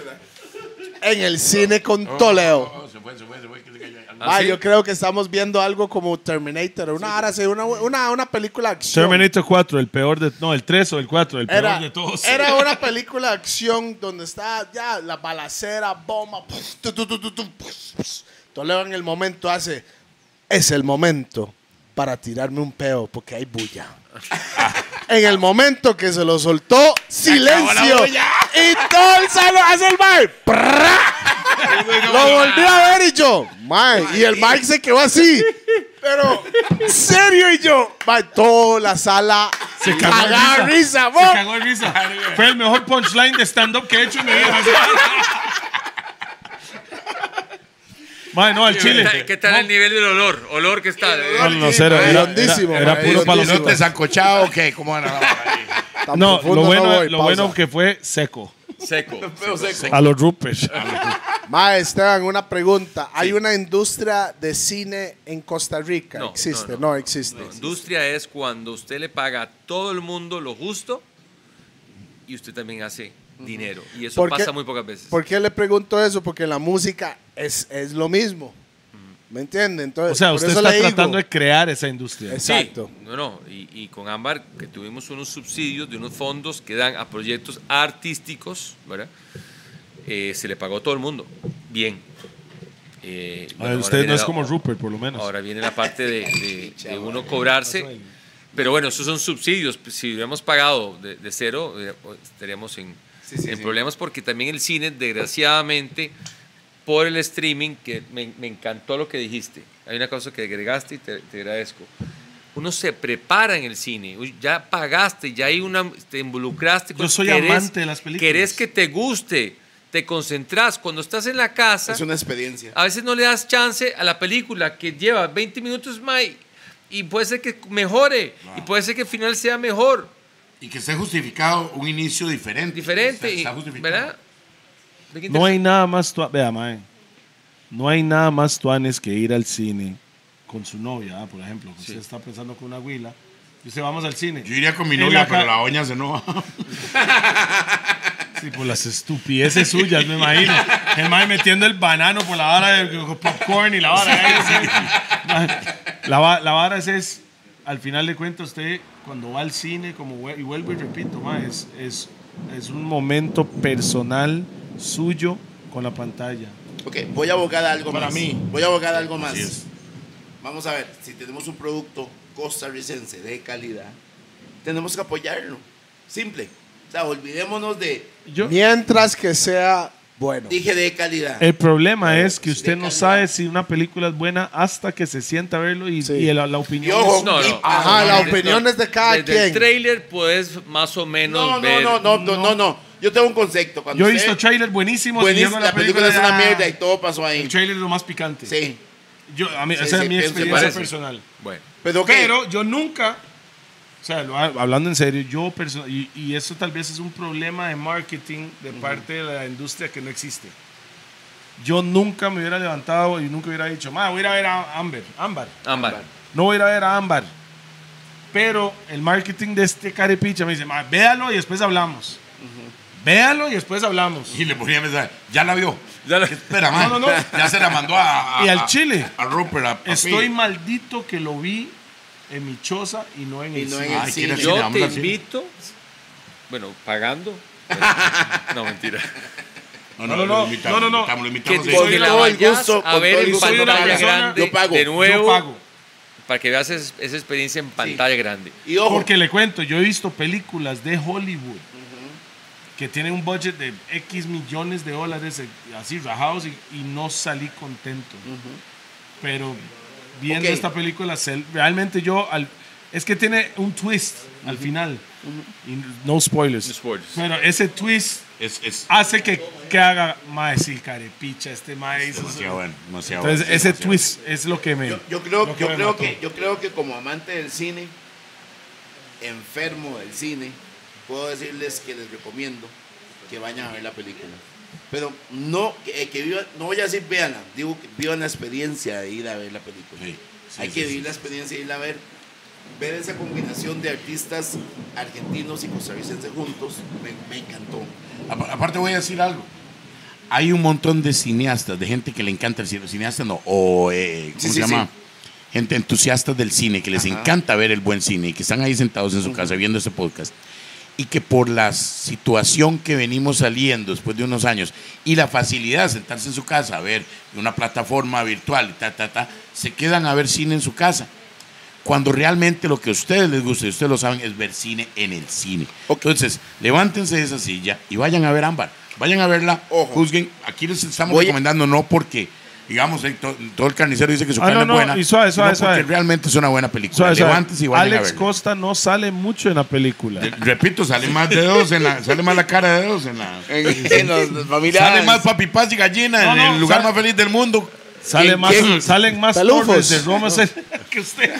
Speaker 3: en el cine con Toledo.
Speaker 5: Oh, se fue, se fue, se fue, que se cayó.
Speaker 7: ¿Ah,
Speaker 3: Ay,
Speaker 7: sí?
Speaker 3: yo creo que estamos viendo algo como Terminator, una ahora sí, una, una, una película de acción.
Speaker 2: Terminator 4, el peor de. No, el 3 o el 4, el peor
Speaker 3: Era,
Speaker 2: de todos.
Speaker 3: era una película de acción donde está ya la balacera, bomba. puf, tu, tu, tu, tu, tu, puf, puf. Toledo en el momento hace. Es el momento para tirarme un peo porque hay bulla. en el momento que se lo soltó, silencio. Y todo el salón hace el Mike. Lo volví a ver y yo, Mike. Y el Mike se quedó así. Pero, serio, y yo, Mike, toda la sala se
Speaker 2: cagó de risa.
Speaker 3: risa,
Speaker 2: Se
Speaker 3: mo.
Speaker 2: cagó de risa. Fue el mejor punchline de stand-up que he hecho en mi vida. Mae, no, al
Speaker 7: ¿Qué
Speaker 2: chile.
Speaker 7: tal, qué tal el nivel del olor? Olor que está. eh,
Speaker 2: No, no, no, cero. Era,
Speaker 3: Redondísimo,
Speaker 2: era- era
Speaker 3: mae,
Speaker 2: puro
Speaker 5: ¿Y
Speaker 2: palo.
Speaker 5: no te sancochado o qué? ¿Cómo era la vara ahí?
Speaker 3: Tan
Speaker 2: No,
Speaker 3: profundo
Speaker 2: lo bueno,
Speaker 3: voy,
Speaker 2: lo
Speaker 3: pausa.
Speaker 2: bueno que fue seco.
Speaker 7: Seco.
Speaker 2: A los Rupert.
Speaker 3: Ma, Esteban, una pregunta. ¿Hay una industria de cine en Costa Rica?
Speaker 7: No,
Speaker 3: existe, no,
Speaker 7: no, no.
Speaker 3: existe.
Speaker 7: No, industria es cuando usted le paga a todo el mundo lo justo y usted también hace dinero. Y eso
Speaker 3: ¿Por qué-
Speaker 7: pasa muy pocas veces.
Speaker 3: ¿Por qué le pregunto eso? Porque la música es, es lo mismo.
Speaker 7: Mm.
Speaker 3: ¿Me entiende? Entonces,
Speaker 2: O sea,
Speaker 3: por
Speaker 2: usted
Speaker 3: eso
Speaker 2: está
Speaker 3: le digo.
Speaker 2: tratando de crear esa industria.
Speaker 3: Es-
Speaker 7: Sí,
Speaker 3: Exacto.
Speaker 7: no, no. Y, y con Ámbar, que tuvimos unos subsidios de unos fondos que dan a proyectos artísticos, ¿verdad? Eh, se le pagó a todo el mundo. Bien. Eh,
Speaker 2: A
Speaker 7: bueno,
Speaker 2: ver,
Speaker 7: ahora
Speaker 2: usted
Speaker 7: viene
Speaker 2: no es
Speaker 7: la-
Speaker 2: como Rupert, por lo menos.
Speaker 7: Ahora viene la parte de, de- de uno cobrarse. Pero bueno, esos son subsidios. Pues, Si hubiéramos pagado de, de cero, eh, estaríamos en, en problemas porque también el cine, desgraciadamente, por el streaming, que me, me encantó lo que dijiste. Hay una cosa que agregaste y te, te agradezco. Uno se prepara en el cine. Uy, Ya pagaste, ya hay una, te involucraste. con-
Speaker 2: Yo soy amante de las películas.
Speaker 7: Querés que te guste, te concentrás. Cuando estás en la casa...
Speaker 4: Es una experiencia.
Speaker 7: A veces no le das chance a la película que lleva 20 minutos más y- y puede ser que mejore y puede ser que el final sea mejor,
Speaker 5: Y que esté justificado un inicio diferente.
Speaker 7: diferente,
Speaker 5: Está-
Speaker 7: y-
Speaker 5: está justificado.
Speaker 7: ¿verdad? Ve qué
Speaker 2: No hay
Speaker 7: interesante.
Speaker 2: nada más tuanes. Vea, mae. No hay nada más tuanes que ir al cine con su novia, ah, por ejemplo. que Usted está pensando con una huila. Y usted vamos al cine.
Speaker 5: Yo iría con mi
Speaker 2: En
Speaker 5: novia,
Speaker 2: la ca-
Speaker 5: pero la doña se enoja.
Speaker 2: Sí, por las estupideces suyas, me imagino. El mae metiendo el banano por la vara del popcorn y la vara. ¿eh? Mae, La, va- la vara es, es, al final de cuentas, usted cuando va al cine, como, vue- y vuelvo y repito, mae, es, es, es un momento personal suyo con la pantalla.
Speaker 4: Ok, voy a abogar a algo
Speaker 5: Para
Speaker 4: más.
Speaker 5: mí.
Speaker 4: Voy a abogar a algo más.
Speaker 5: Así es.
Speaker 4: Vamos a ver, si tenemos un producto costarricense de calidad, tenemos que apoyarlo. Simple. O sea, olvidémonos de,
Speaker 2: Yo,
Speaker 3: Mientras que sea bueno.
Speaker 4: dije de calidad.
Speaker 2: El problema es que usted
Speaker 4: de
Speaker 2: no
Speaker 4: calidad.
Speaker 2: sabe si una película es buena hasta que se sienta a verlo y,
Speaker 3: Sí.
Speaker 2: y la, la opinión.
Speaker 4: Y ojo,
Speaker 2: es-
Speaker 7: No, no.
Speaker 3: Ajá, la
Speaker 7: No,
Speaker 3: opinión
Speaker 7: no.
Speaker 3: es de cada
Speaker 7: Desde
Speaker 3: quien.
Speaker 7: el trailer puedes más o menos
Speaker 4: No, no,
Speaker 7: ver.
Speaker 4: no, no, no, no, no. Yo tengo un concepto. Cuando
Speaker 2: Yo he
Speaker 4: usted-
Speaker 2: visto trailer buenísimos y
Speaker 4: buenísimo,
Speaker 2: llego a
Speaker 4: la película es
Speaker 2: ya-
Speaker 4: una mierda y todo pasó ahí.
Speaker 2: El trailer es lo más picante.
Speaker 4: Sí.
Speaker 2: Yo, a mí,
Speaker 4: Sí,
Speaker 2: esa
Speaker 4: sí,
Speaker 2: es mi
Speaker 4: se
Speaker 2: experiencia
Speaker 7: parece.
Speaker 2: personal.
Speaker 7: Bueno,
Speaker 4: Pero, ¿qué?
Speaker 2: Pero yo nunca, o sea, lo- hablando en serio, yo perso- y, y eso tal vez es un problema de marketing de parte de la industria que no existe. Yo nunca me hubiera levantado y nunca hubiera dicho, ma, voy a ir a ver a Amber, Ámbar.
Speaker 7: ámbar.
Speaker 2: No voy a ir a ver a Ámbar. Pero el marketing de este carepicha me dice, "Ma, véalo y después hablamos. Véalo y después hablamos.
Speaker 5: Y le ponía mensaje. Ya la vio.
Speaker 7: Ya la-
Speaker 5: Espera, man.
Speaker 2: No, no, no.
Speaker 5: Ya se la mandó a. a-
Speaker 2: Y al
Speaker 5: a-
Speaker 2: chile.
Speaker 5: A Rupert. a- a
Speaker 2: Estoy
Speaker 5: Pi.
Speaker 2: maldito que lo vi en mi choza y no en
Speaker 4: Y
Speaker 2: el
Speaker 4: no
Speaker 2: cine.
Speaker 4: en el
Speaker 5: Ay,
Speaker 4: cine.
Speaker 5: ¿quieres ir
Speaker 7: Yo
Speaker 5: a
Speaker 7: te
Speaker 5: una cine?
Speaker 7: invito, bueno, pagando. No, mentira.
Speaker 5: No,
Speaker 2: No, no,
Speaker 5: lo
Speaker 2: no,
Speaker 5: invitamos,
Speaker 2: no, no,
Speaker 5: lo
Speaker 2: no.
Speaker 5: invitamos, lo
Speaker 7: Que
Speaker 5: invitamos,
Speaker 7: te
Speaker 5: sí.
Speaker 4: con
Speaker 7: que la
Speaker 4: todo el
Speaker 7: vayas
Speaker 4: gusto,
Speaker 7: a
Speaker 4: con
Speaker 7: ver
Speaker 4: todo el
Speaker 7: en
Speaker 4: gusto.
Speaker 2: Soy una
Speaker 7: pantalla
Speaker 2: persona-
Speaker 7: grande.
Speaker 4: Yo pago,
Speaker 7: De
Speaker 4: yo
Speaker 7: nuevo,
Speaker 2: Yo pago.
Speaker 7: para que veas es- esa experiencia en pantalla grande.
Speaker 4: Y ojo,
Speaker 2: Porque le cuento, yo he visto películas de Hollywood que tienen un budget de X millones de dólares eh, así rajados y, y no salí contento. Pero viendo
Speaker 4: Ok.
Speaker 2: esta película, se- realmente yo, al- es que tiene un twist al final. Y no spoilers.
Speaker 7: No spoilers.
Speaker 2: Pero ese twist
Speaker 5: Es, es
Speaker 2: Hace que, que haga, mae, sí, carepicha, este mae. hizo su-
Speaker 5: demasiado bueno, demasiado
Speaker 2: Entonces,
Speaker 5: bueno,
Speaker 2: ese
Speaker 5: demasiado.
Speaker 2: twist es lo que me.
Speaker 4: Yo, yo creo,
Speaker 2: lo que
Speaker 4: yo,
Speaker 2: me
Speaker 4: creo
Speaker 2: mató.
Speaker 4: que, yo creo que como amante del cine, enfermo del cine, puedo decirles que les recomiendo que vayan a ver la película. Pero no, que, eh, que vivan, no voy a decir véanla, digo que vivan la experiencia de ir a ver la película.
Speaker 5: Sí, sí,
Speaker 4: Hay
Speaker 5: sí,
Speaker 4: que
Speaker 5: sí.
Speaker 4: vivir la experiencia de ir a ver, ver esa combinación de artistas argentinos y costarricenses juntos, me, me encantó.
Speaker 5: Apa- Aparte voy a decir algo. Hay un montón de cineastas, de gente que le encanta el cine, cineastas no, o eh, ¿cómo
Speaker 4: Sí,
Speaker 5: se
Speaker 4: sí,
Speaker 5: llama? Gente entusiasta del cine, que les encanta ver el buen cine y que están ahí sentados en su casa viendo este podcast. Y que por la situación que venimos saliendo después de unos años y la facilidad de sentarse en su casa a ver una plataforma virtual, ta, ta, ta, se quedan a ver cine en su casa. Cuando realmente lo que a ustedes les gusta, y ustedes lo saben, es ver cine en el cine. Entonces, levántense de esa silla y vayan a ver Ámbar. Vayan a verla,
Speaker 4: Ojo.
Speaker 5: juzguen. Aquí les estamos
Speaker 4: Voy-
Speaker 5: recomendando, no porque, digamos, eh, to- todo el carnicero dice que su
Speaker 2: Ah,
Speaker 5: carne
Speaker 2: no,
Speaker 5: es
Speaker 2: no,
Speaker 5: buena.
Speaker 2: y suave, suave,
Speaker 5: no porque
Speaker 2: suave.
Speaker 5: realmente es una buena película.
Speaker 2: Suave, suave.
Speaker 5: Levántense y vayan
Speaker 2: Alex
Speaker 5: a verla.
Speaker 2: Costa no sale mucho en la película.
Speaker 5: Repito, sale más de dos en la, sale más la cara de dos en la.
Speaker 4: En, en los, los familiares.
Speaker 5: Sale más papipaz y gallina
Speaker 2: No,
Speaker 5: en
Speaker 2: no,
Speaker 5: el lugar
Speaker 2: sale-
Speaker 5: más feliz del mundo.
Speaker 2: Sale
Speaker 5: ¿Quién-
Speaker 2: más,
Speaker 5: quién?
Speaker 2: salen más
Speaker 3: Talufos.
Speaker 2: torres de Roma se- que usted.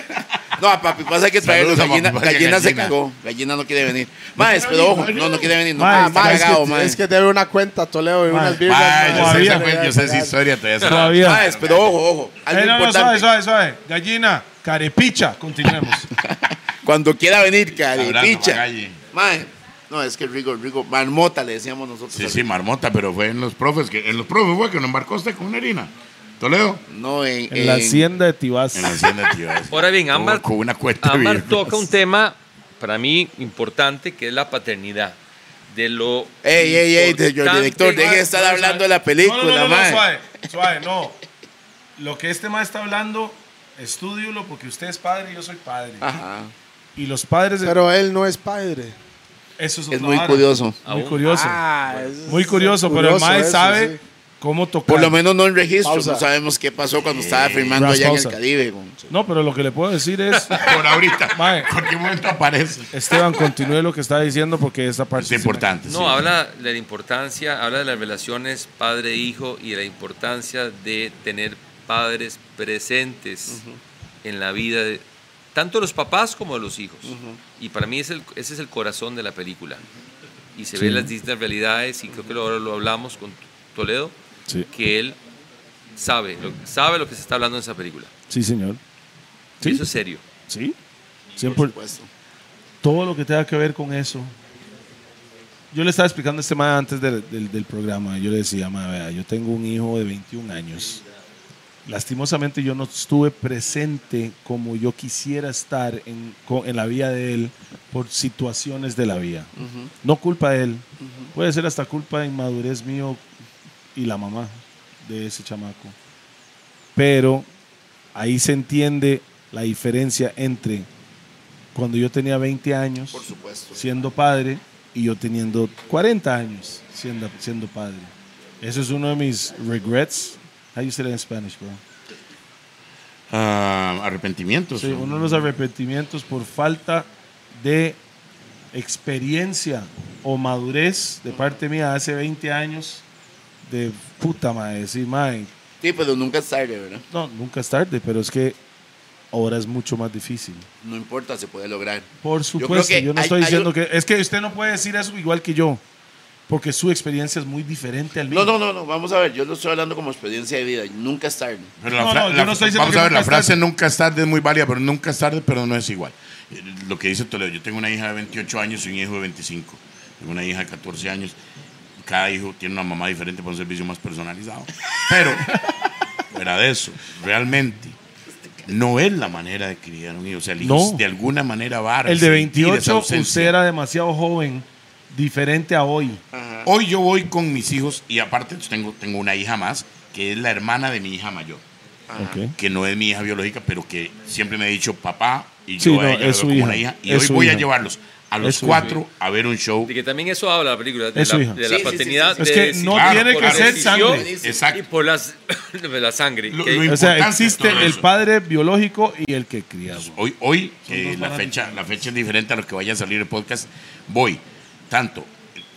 Speaker 4: No, a papi, pasa que traerlo.
Speaker 5: Saludos a
Speaker 4: Gallina,
Speaker 5: papá, que
Speaker 4: gallina se
Speaker 5: gallina.
Speaker 4: cagó. Gallina no quiere venir. Más, pero ojo, no, no quiere venir. No,
Speaker 2: Maes, maes,
Speaker 4: ah, está
Speaker 3: es,
Speaker 7: oh,
Speaker 4: cagado,
Speaker 3: que,
Speaker 4: maes.
Speaker 3: es que debe una cuenta, Toledo, y unas birras.
Speaker 5: Ah,
Speaker 3: mae.
Speaker 5: yo sé, esa
Speaker 2: Todavía.
Speaker 5: fue- yo sé esa historia todavía. se la-
Speaker 2: Todavía.
Speaker 4: Maes, pero ojo, ojo. ah, Algo
Speaker 2: Eh, no, no, suave,
Speaker 4: importante.
Speaker 2: suave, suave. Gallina, carepicha. Continuemos.
Speaker 4: Cuando quiera venir, cari,
Speaker 5: Hablando,
Speaker 4: picha.
Speaker 5: Magalle.
Speaker 4: Maes, no, es que Rigo, Rigo, marmota le decíamos nosotros.
Speaker 5: Sí,
Speaker 4: al-
Speaker 5: sí, marmota, pero fue en los profes. Que, en los profes fue que nos embarcó usted con una harina. Toledo.
Speaker 4: No, en,
Speaker 2: En la
Speaker 4: en-
Speaker 2: hacienda de Tibás.
Speaker 5: En la hacienda de Tibás.
Speaker 7: Ahora bien,
Speaker 5: Con-
Speaker 7: Ámbar,
Speaker 5: Con una cuenta de
Speaker 7: Ámbar
Speaker 5: birras.
Speaker 7: toca un tema para mí importante que es la paternidad. De lo.
Speaker 4: Ey, ey, ey, de- yo,
Speaker 7: importante-
Speaker 4: director, deje de estar hablando de la película,
Speaker 2: No, no, no, no,
Speaker 4: mae.
Speaker 2: suave, suave, no. Lo que este mae está hablando, estudiolo porque usted es padre y yo soy padre.
Speaker 4: Ajá,
Speaker 2: Y los padres, de,
Speaker 3: Pero él no es padre.
Speaker 2: eso es,
Speaker 4: es
Speaker 2: otra
Speaker 4: muy
Speaker 2: vara.
Speaker 4: curioso.
Speaker 2: Muy
Speaker 7: Aún.
Speaker 2: curioso.
Speaker 3: Ah, eso
Speaker 2: muy
Speaker 3: es
Speaker 2: curioso, pero el mae
Speaker 3: curioso eso,
Speaker 2: sabe
Speaker 3: sí.
Speaker 2: cómo tocar.
Speaker 4: Por lo menos no en registro.
Speaker 3: Pausa.
Speaker 4: No sabemos qué pasó cuando estaba firmando
Speaker 2: Ras
Speaker 4: allá en el
Speaker 2: pausa.
Speaker 4: Caribe. con-
Speaker 2: No, pero lo que le puedo decir es,
Speaker 5: Por ahorita.
Speaker 2: Mae.
Speaker 5: Cualquier momento aparece.
Speaker 2: Esteban, continúe lo que está diciendo porque esta parte
Speaker 5: Es
Speaker 2: sí ah. me-
Speaker 5: importante.
Speaker 7: No,
Speaker 5: sí.
Speaker 7: habla de la importancia, habla de las relaciones padre-hijo y de la importancia de tener padres presentes en la vida, de, tanto de los papás como de los hijos. Y para mí es el- ese es el corazón de la película. Y se ven las distintas realidades, y creo que ahora lo hablamos con Toledo,
Speaker 2: Sí.
Speaker 7: que él sabe, lo, sabe lo que se está hablando en esa película.
Speaker 2: Sí, señor.
Speaker 7: Y
Speaker 2: Sí.
Speaker 7: eso es serio.
Speaker 2: Sí. Siempre- todo lo que tenga que ver con eso. Yo le estaba explicando a este tema antes del, del- del programa. Yo le decía, "Ma, vea, yo tengo un hijo de 21 años. Lastimosamente yo no estuve presente como yo quisiera estar en, co- en la vida de él por situaciones de la vida. No culpa de él. Puede ser hasta culpa de inmadurez mío y la mamá de ese chamaco. Pero ahí se entiende la diferencia entre cuando yo tenía 20 años
Speaker 4: Por supuesto.
Speaker 2: siendo padre y yo teniendo 40 años siendo, siendo padre. Eso es uno de mis regrets. How you say that in Spanish, bro?
Speaker 5: Ah, arrepentimientos.
Speaker 2: Sí, uno de los arrepentimientos por falta de experiencia o madurez de parte mía hace 20 años de puta madre, decir, mae,
Speaker 4: Sí, pero nunca es tarde, ¿verdad?
Speaker 2: no, nunca es tarde, pero es que ahora es mucho más difícil.
Speaker 4: No importa, se puede lograr.
Speaker 2: Por
Speaker 4: creo
Speaker 2: supuesto, yo, no
Speaker 4: que hay-
Speaker 2: estoy
Speaker 4: hay
Speaker 2: diciendo
Speaker 4: un-
Speaker 2: que... Es que usted no puede decir eso igual que yo, porque su experiencia es muy diferente al mío.
Speaker 4: No, no, no, no, vamos a ver, yo lo estoy hablando como experiencia de vida, nunca es tarde.
Speaker 5: Pero la
Speaker 2: No,
Speaker 5: fra-
Speaker 2: no, yo
Speaker 5: la-
Speaker 2: no estoy diciendo
Speaker 5: vamos
Speaker 2: que
Speaker 5: a ver, la
Speaker 2: nunca es
Speaker 5: frase
Speaker 2: tarde.
Speaker 5: nunca es tarde es muy válida, pero nunca es tarde, pero no es igual. Eh, Lo que dice Toledo, yo tengo una hija de 28 años y un hijo de 25. Tengo una hija de 14 años. Cada hijo tiene una mamá diferente para un servicio más personalizado. Pero, fuera de eso, realmente no es la manera de criar un hijo. O sea, el hijo
Speaker 2: No.
Speaker 5: de alguna manera va a
Speaker 2: El de
Speaker 5: resentir esa
Speaker 2: 28,
Speaker 5: ausencia.
Speaker 2: usted era demasiado joven, diferente a hoy.
Speaker 4: Ah,
Speaker 5: Hoy yo voy con mis hijos y aparte tengo, tengo una hija más, que es la hermana de mi hija mayor.
Speaker 4: ah.
Speaker 5: que no es mi hija biológica, pero que siempre me ha dicho papá y yo
Speaker 2: Sí,
Speaker 5: a ella
Speaker 2: no,
Speaker 5: la
Speaker 2: es
Speaker 5: veo
Speaker 2: su
Speaker 5: como
Speaker 2: hija,
Speaker 5: una hija. Y
Speaker 2: es
Speaker 5: hoy
Speaker 2: su
Speaker 5: voy a
Speaker 2: hija.
Speaker 5: llevarlos a
Speaker 2: Es
Speaker 5: los
Speaker 2: su
Speaker 5: cuatro a ver un show.
Speaker 7: De que también eso habla la película, de
Speaker 2: Es su hija.
Speaker 7: la, de la
Speaker 4: Sí, sí, sí,
Speaker 7: paternidad.
Speaker 4: sí,
Speaker 2: Es
Speaker 7: de
Speaker 2: que
Speaker 7: decisión
Speaker 2: no
Speaker 5: claro,
Speaker 2: tiene que
Speaker 5: claro,
Speaker 2: ser
Speaker 7: decisión
Speaker 2: sangre.
Speaker 7: Y
Speaker 5: Exacto.
Speaker 7: por las, de la sangre.
Speaker 5: Lo-
Speaker 7: que-
Speaker 5: lo
Speaker 2: O sea,
Speaker 5: importante
Speaker 2: existe
Speaker 5: de todo
Speaker 2: el
Speaker 5: eso.
Speaker 2: padre biológico y el que cría. güey.
Speaker 5: Hoy, hoy
Speaker 2: Son
Speaker 5: eh,
Speaker 2: dos
Speaker 5: la,
Speaker 2: parámetros.
Speaker 5: fecha, la fecha es diferente a lo que vaya a salir el podcast. Voy tanto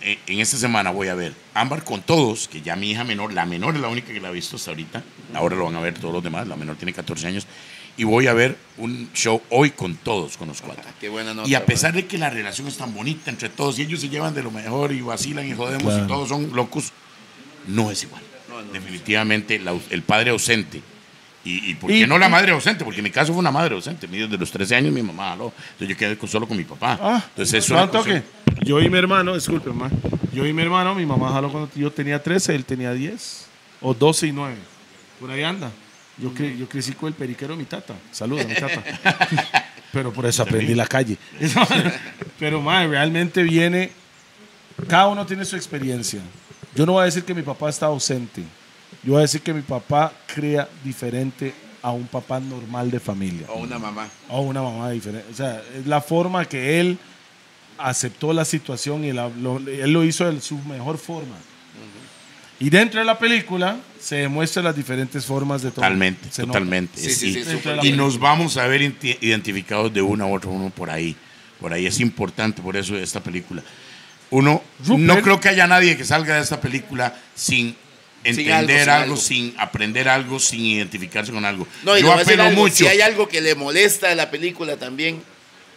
Speaker 5: eh, en esta semana voy a ver Ámbar con todos, que ya mi hija menor, la menor es la única que la ha visto hasta ahorita, ahora lo van a ver todos los demás, la menor tiene 14 años, y voy a ver un show hoy con todos, con los cuatro.
Speaker 4: Qué buena nota.
Speaker 5: Y a pesar de que la relación es tan bonita entre todos, y ellos se llevan de lo mejor y vacilan y jodemos y todos son locos, no es igual. Definitivamente la au- el padre ausente. ¿Y, y por qué
Speaker 2: Y-
Speaker 5: no la madre ausente? Porque en mi caso fue una madre ausente. Mira, Desde los 13 años mi mamá, aló. Entonces yo quedé con- solo con mi papá.
Speaker 2: Ah,
Speaker 5: Entonces eso
Speaker 2: no toque. Yo y mi hermano, disculpe, mamá. Yo y mi hermano, mi mamá jaló cuando yo tenía 13, él tenía 10. O 12 y 9. Por ahí anda. Yo, cre- yo crecí con el periquero de mi tata. Saluda, mi tata. Pero por eso aprendí la calle. Pero, madre, realmente viene. Cada uno tiene su experiencia. Yo no voy a decir que mi papá está ausente. Yo voy a decir que mi papá crea diferente a un papá normal de familia
Speaker 4: O una mamá.
Speaker 2: o Oh, una mamá diferente. O sea, es la forma que él aceptó la situación y la- lo- él lo hizo de su mejor forma. Y dentro de la película se demuestran las diferentes formas de todo.
Speaker 5: Totalmente,
Speaker 2: Se nota.
Speaker 5: totalmente.
Speaker 4: Sí, sí,
Speaker 5: Y-
Speaker 4: sí,
Speaker 2: Dentro
Speaker 4: súper
Speaker 2: de
Speaker 5: y
Speaker 2: la película.
Speaker 5: nos vamos a ver inti- identificados de una u otra uno por ahí. Por ahí es importante, por eso esta película. Uno,
Speaker 2: Rupert.
Speaker 5: no creo que haya nadie que salga de esta película sin entender
Speaker 4: algo, sin
Speaker 5: algo,
Speaker 4: algo.
Speaker 5: sin aprender algo, sin identificarse con algo.
Speaker 4: No, y le
Speaker 5: Yo
Speaker 4: voy a decir
Speaker 5: apelo
Speaker 4: algo,
Speaker 5: mucho.
Speaker 4: Si hay algo que le molesta de la película también,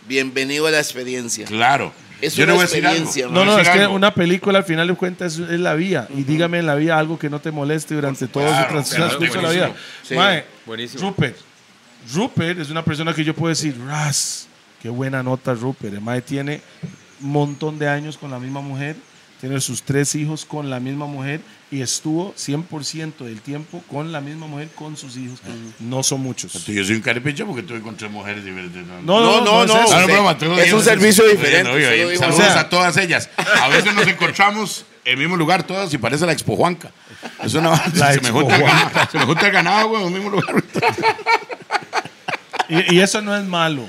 Speaker 4: bienvenido a la experiencia.
Speaker 5: Claro.
Speaker 4: Es
Speaker 5: Yo
Speaker 4: una
Speaker 5: le voy a decir algo.
Speaker 4: experiencia,
Speaker 2: No,
Speaker 5: Le voy
Speaker 2: no,
Speaker 5: a
Speaker 2: es
Speaker 5: decir
Speaker 2: que
Speaker 5: algo.
Speaker 2: una película al final de cuentas es, es la vía. Y dígame en la vía algo que no te moleste durante todo
Speaker 5: Claro,
Speaker 2: su trans-
Speaker 5: claro,
Speaker 2: transcurso de la
Speaker 5: buenísimo.
Speaker 2: vida.
Speaker 4: Sí,
Speaker 2: Mae,
Speaker 7: buenísimo.
Speaker 2: Rupert. Rupert es una persona que yo puedo decir, Ras, qué buena nota Rupert. El mae tiene un montón de años con la misma mujer, tiene sus tres hijos con la misma mujer y estuvo 100% del tiempo con la misma mujer, con sus hijos. No son muchos.
Speaker 5: Entonces, Yo soy un carepicho porque tuve con tres mujeres diferentes.
Speaker 2: No, no, no, no,
Speaker 5: Ah, no,
Speaker 4: usted-
Speaker 5: broma, todo
Speaker 4: es
Speaker 5: bien.
Speaker 4: un servicio
Speaker 5: Oye,
Speaker 4: diferente.
Speaker 5: no, oye,
Speaker 4: solo digo-
Speaker 5: saludos
Speaker 2: O sea-
Speaker 5: a todas ellas. A veces nos encontramos en el mismo lugar todas y parece la Expo Juanca. Es una
Speaker 2: La
Speaker 5: se, me
Speaker 2: Expo
Speaker 5: junta el ganado, se me junta el ganado, güey, en el mismo lugar.
Speaker 2: Y, y eso no es malo.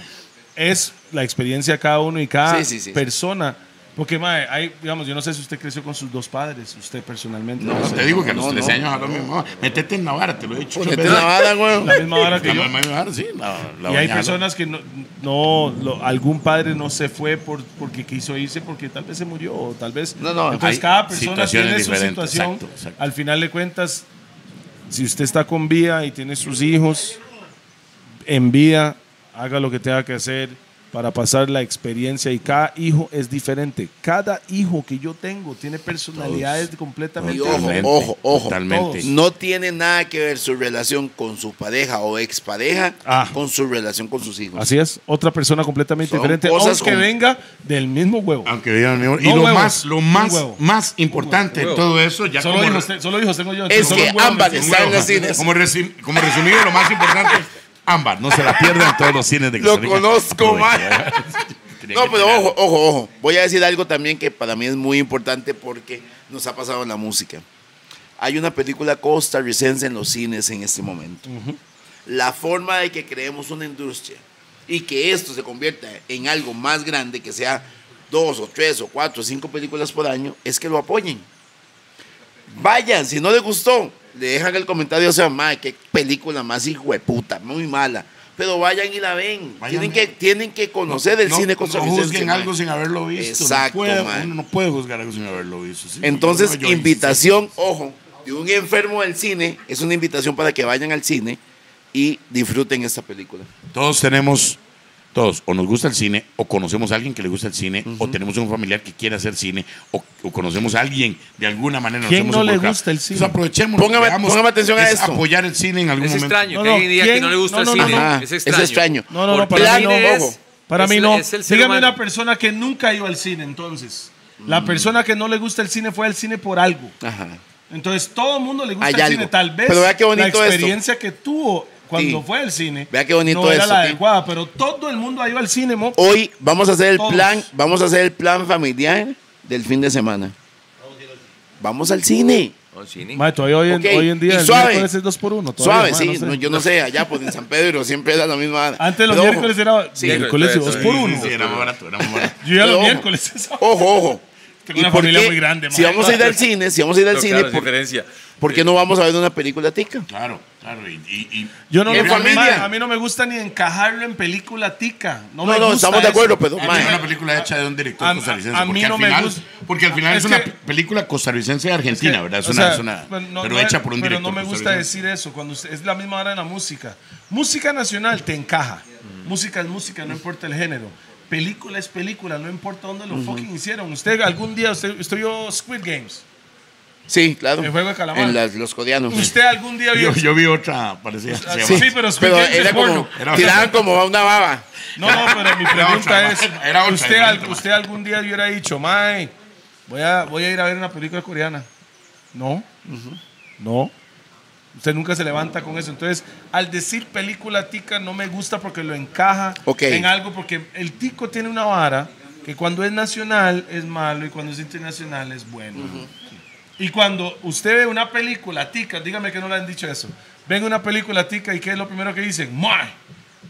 Speaker 2: Es la experiencia de cada uno y cada
Speaker 4: Sí, sí, sí.
Speaker 2: persona. Porque, mae, hay, digamos, yo no sé si usted creció con sus dos padres, usted personalmente. No, sé.
Speaker 5: te digo que a los
Speaker 4: no,
Speaker 5: 13
Speaker 4: no.
Speaker 5: años a lo mismo. Métete en Navarra, te lo he dicho.
Speaker 4: Ponete la vara, güey.
Speaker 2: La misma hora que yo.
Speaker 5: La mamá de Navarra, sí, la- la
Speaker 2: y hay
Speaker 5: doña
Speaker 2: personas que no, no lo- algún padre no se fue por, porque quiso irse, porque tal vez se murió, o tal vez.
Speaker 4: No, no,
Speaker 2: Entonces
Speaker 5: hay
Speaker 2: cada persona
Speaker 5: situaciones
Speaker 2: tiene su
Speaker 5: diferentes,
Speaker 2: situación.
Speaker 5: exacto, exacto.
Speaker 2: Al final de cuentas, si usted está con vida y tiene sus hijos, en vida, haga lo que tenga que hacer para pasar la experiencia. Y cada hijo es diferente. Cada hijo que yo tengo tiene personalidades completamente
Speaker 4: Y ojo,
Speaker 2: diferentes.
Speaker 5: Totalmente,
Speaker 4: ojo, ojo.
Speaker 5: Totalmente.
Speaker 4: No tiene nada que ver su relación con su pareja o expareja
Speaker 2: Ah.
Speaker 4: con su relación con sus hijos.
Speaker 2: Así es, otra persona completamente
Speaker 4: Son
Speaker 2: diferente,
Speaker 4: cosas
Speaker 2: aunque
Speaker 4: con-
Speaker 2: venga del mismo huevo.
Speaker 5: Aunque vivan mejor.
Speaker 2: No
Speaker 5: y lo
Speaker 2: huevos,
Speaker 5: más, lo
Speaker 2: un
Speaker 5: más,
Speaker 2: huevo.
Speaker 5: más importante de
Speaker 7: huevo.
Speaker 5: todo eso, ya
Speaker 2: solo,
Speaker 5: como
Speaker 2: hijos, te- solo hijos tengo yo.
Speaker 4: Es
Speaker 2: solo
Speaker 4: que
Speaker 2: huevos
Speaker 4: ambas
Speaker 2: me-
Speaker 5: Un
Speaker 4: están en
Speaker 5: huevo.
Speaker 4: los cines.
Speaker 5: Como, resi- como resumido, lo más importante es ámbar. No se la pierdan todos los cines de
Speaker 4: Lo
Speaker 5: Costa Rica.
Speaker 4: conozco, man.
Speaker 5: Tenía
Speaker 4: No,
Speaker 5: que
Speaker 4: pero
Speaker 5: tirar.
Speaker 4: ojo, ojo, ojo. Voy a decir algo también que para mí es muy importante porque nos ha pasado en la música. Hay una película costarricense en los cines en este momento. La forma de que creemos una industria y que esto se convierta en algo más grande, que sea dos o tres o cuatro o cinco películas por año, es que lo apoyen. Vayan, si no les gustó, le dejan el comentario, o sea, madre, qué película más hijo de puta, muy mala. Pero vayan y la ven.
Speaker 5: Vayan.
Speaker 4: tienen, que, tienen que conocer el
Speaker 5: No-
Speaker 4: cine
Speaker 5: no
Speaker 4: costarricense.
Speaker 5: juzguen
Speaker 4: mae.
Speaker 5: algo sin haberlo visto.
Speaker 4: Exacto,
Speaker 5: no puede,
Speaker 4: man.
Speaker 5: uno no puede juzgar algo sin haberlo visto. sí.
Speaker 4: Entonces,
Speaker 5: Yo- yo-
Speaker 4: invitación, ojo, de un enfermo del cine, es una invitación para que vayan al cine y disfruten esta película.
Speaker 5: Todos tenemos, todos, o nos gusta el cine, o conocemos a alguien que le gusta el cine, o tenemos un familiar que quiere hacer cine, o, o conocemos a alguien de alguna manera. nos
Speaker 2: ¿Quién
Speaker 5: hemos
Speaker 2: no le
Speaker 5: involucrado.
Speaker 2: gusta el cine?
Speaker 5: Entonces, aprovechemos.
Speaker 4: Póngame- póngame atención a
Speaker 5: es
Speaker 4: esto.
Speaker 5: apoyar el cine en algún
Speaker 7: Es
Speaker 5: momento.
Speaker 7: extraño
Speaker 2: No,
Speaker 7: que
Speaker 2: no,
Speaker 7: alguien diga que
Speaker 2: ¿quién?
Speaker 7: no le gusta
Speaker 2: No,
Speaker 7: el
Speaker 2: no,
Speaker 7: cine.
Speaker 4: Ajá,
Speaker 7: Es
Speaker 4: es
Speaker 7: extraño.
Speaker 4: extraño.
Speaker 2: No, no, no,
Speaker 7: Porque
Speaker 2: para
Speaker 7: el
Speaker 2: mí no.
Speaker 7: cine
Speaker 4: ojo.
Speaker 2: Para
Speaker 7: es
Speaker 2: mí
Speaker 7: el-
Speaker 2: no.
Speaker 7: es el ser
Speaker 2: Dígame
Speaker 7: humano.
Speaker 2: una persona que nunca ha ido al cine, entonces.
Speaker 4: Mm.
Speaker 2: La persona que no le gusta el cine fue al cine por algo.
Speaker 4: Ajá.
Speaker 2: Entonces, todo el mundo le gusta
Speaker 4: Hay
Speaker 2: el
Speaker 4: algo.
Speaker 2: cine. Tal vez
Speaker 4: Pero vea qué bonito
Speaker 2: la
Speaker 4: esto.
Speaker 2: experiencia que tuvo cuando
Speaker 4: Sí.
Speaker 2: fue al cine
Speaker 4: Vea qué bonito
Speaker 2: no era
Speaker 4: esto,
Speaker 2: la
Speaker 4: sí. Oh.
Speaker 2: adecuada, pero todo el mundo ha ido al cine, mo.
Speaker 4: Hoy vamos a hacer el
Speaker 2: Todos.
Speaker 4: plan, vamos a hacer el plan familiar del fin de semana. Vamos al cine.
Speaker 7: No, cine.
Speaker 2: Mae, todavía hoy en,
Speaker 4: Ok,
Speaker 2: hoy en
Speaker 4: y
Speaker 2: día el
Speaker 4: suave.
Speaker 2: miércoles es dos por uno.
Speaker 4: Suave,
Speaker 2: todavía, mae,
Speaker 4: sí.
Speaker 2: no sé.
Speaker 4: no, yo no sé, allá pues en San Pedro siempre era la misma. hora.
Speaker 2: Antes los
Speaker 4: Pero ojo,
Speaker 2: miércoles era
Speaker 7: Sí,
Speaker 2: miércoles y
Speaker 7: pero-
Speaker 2: dos
Speaker 7: pero-
Speaker 2: por
Speaker 5: Sí,
Speaker 2: uno.
Speaker 5: sí, sí, era más barato, era más barato.
Speaker 2: Yo ya
Speaker 4: Pero
Speaker 2: los
Speaker 4: ojo.
Speaker 2: miércoles.
Speaker 4: Ojo, ojo.
Speaker 2: Tengo
Speaker 4: ¿Y
Speaker 2: una
Speaker 4: por
Speaker 2: familia
Speaker 4: qué?
Speaker 2: muy grande,
Speaker 4: Si
Speaker 2: mae.
Speaker 4: vamos a ir al cine, si vamos a ir al
Speaker 7: No,
Speaker 4: cine,
Speaker 7: claro, es
Speaker 4: por-
Speaker 7: diferencia.
Speaker 4: ¿Por qué no vamos a ver una película tica?
Speaker 5: Claro, claro. Y, y- y-
Speaker 2: Yo no
Speaker 4: En
Speaker 2: lo-
Speaker 4: familia.
Speaker 2: A mí no me gusta ni encajarlo en película tica. No,
Speaker 4: No,
Speaker 2: me
Speaker 4: no,
Speaker 2: gusta
Speaker 4: estamos de
Speaker 2: eso.
Speaker 4: acuerdo, pero
Speaker 5: Ah,
Speaker 4: mae,
Speaker 5: Es una película hecha de un director
Speaker 2: A- a-
Speaker 5: costarricense.
Speaker 2: a mí
Speaker 5: porque al
Speaker 2: no me
Speaker 5: final-
Speaker 2: gusta.
Speaker 5: Porque al final
Speaker 2: Es
Speaker 5: es, una
Speaker 2: que-
Speaker 5: película costarricense argentina,
Speaker 2: que,
Speaker 5: ¿verdad? Es
Speaker 2: o
Speaker 5: una,
Speaker 2: sea,
Speaker 5: es una-
Speaker 2: bueno, no-
Speaker 5: pero
Speaker 2: no-
Speaker 5: hecha por un
Speaker 2: pero
Speaker 5: director.
Speaker 2: no me gusta
Speaker 5: costarricense.
Speaker 2: decir eso, cuando usted- es la misma hora en la música. Música nacional te encaja.
Speaker 5: Mm.
Speaker 2: Música es música, no importa el género. Película es película, no importa dónde lo fucking hicieron. Usted algún día, usted, usted vio Squid Games.
Speaker 4: sí, claro.
Speaker 2: El juego de calamar.
Speaker 4: En las- los codianos.
Speaker 2: Usted algún día vio...
Speaker 5: Yo, yo vi otra, parecía. se
Speaker 2: Ah,
Speaker 5: llama-
Speaker 2: sí, pero Squid
Speaker 4: Pero
Speaker 2: Games es
Speaker 4: era como,
Speaker 2: porno.
Speaker 5: Era-
Speaker 4: tiraban como a una baba.
Speaker 2: No, no, pero mi pregunta
Speaker 5: otra,
Speaker 2: es,
Speaker 5: era otra,
Speaker 2: usted,
Speaker 5: era
Speaker 2: al-
Speaker 5: otra.
Speaker 2: usted algún día hubiera dicho, Mae, voy a, voy a ir a ver una película coreana. No, no. Usted nunca se levanta con eso. Entonces, al decir película tica, no me gusta porque lo encaja
Speaker 4: Ok.
Speaker 2: en algo, porque el tico tiene una vara que cuando es nacional es malo y cuando es internacional es bueno. Y cuando usted ve una película tica, dígame que no le han dicho eso. Ven una película tica y ¿qué es lo primero que dicen? ¡Mae!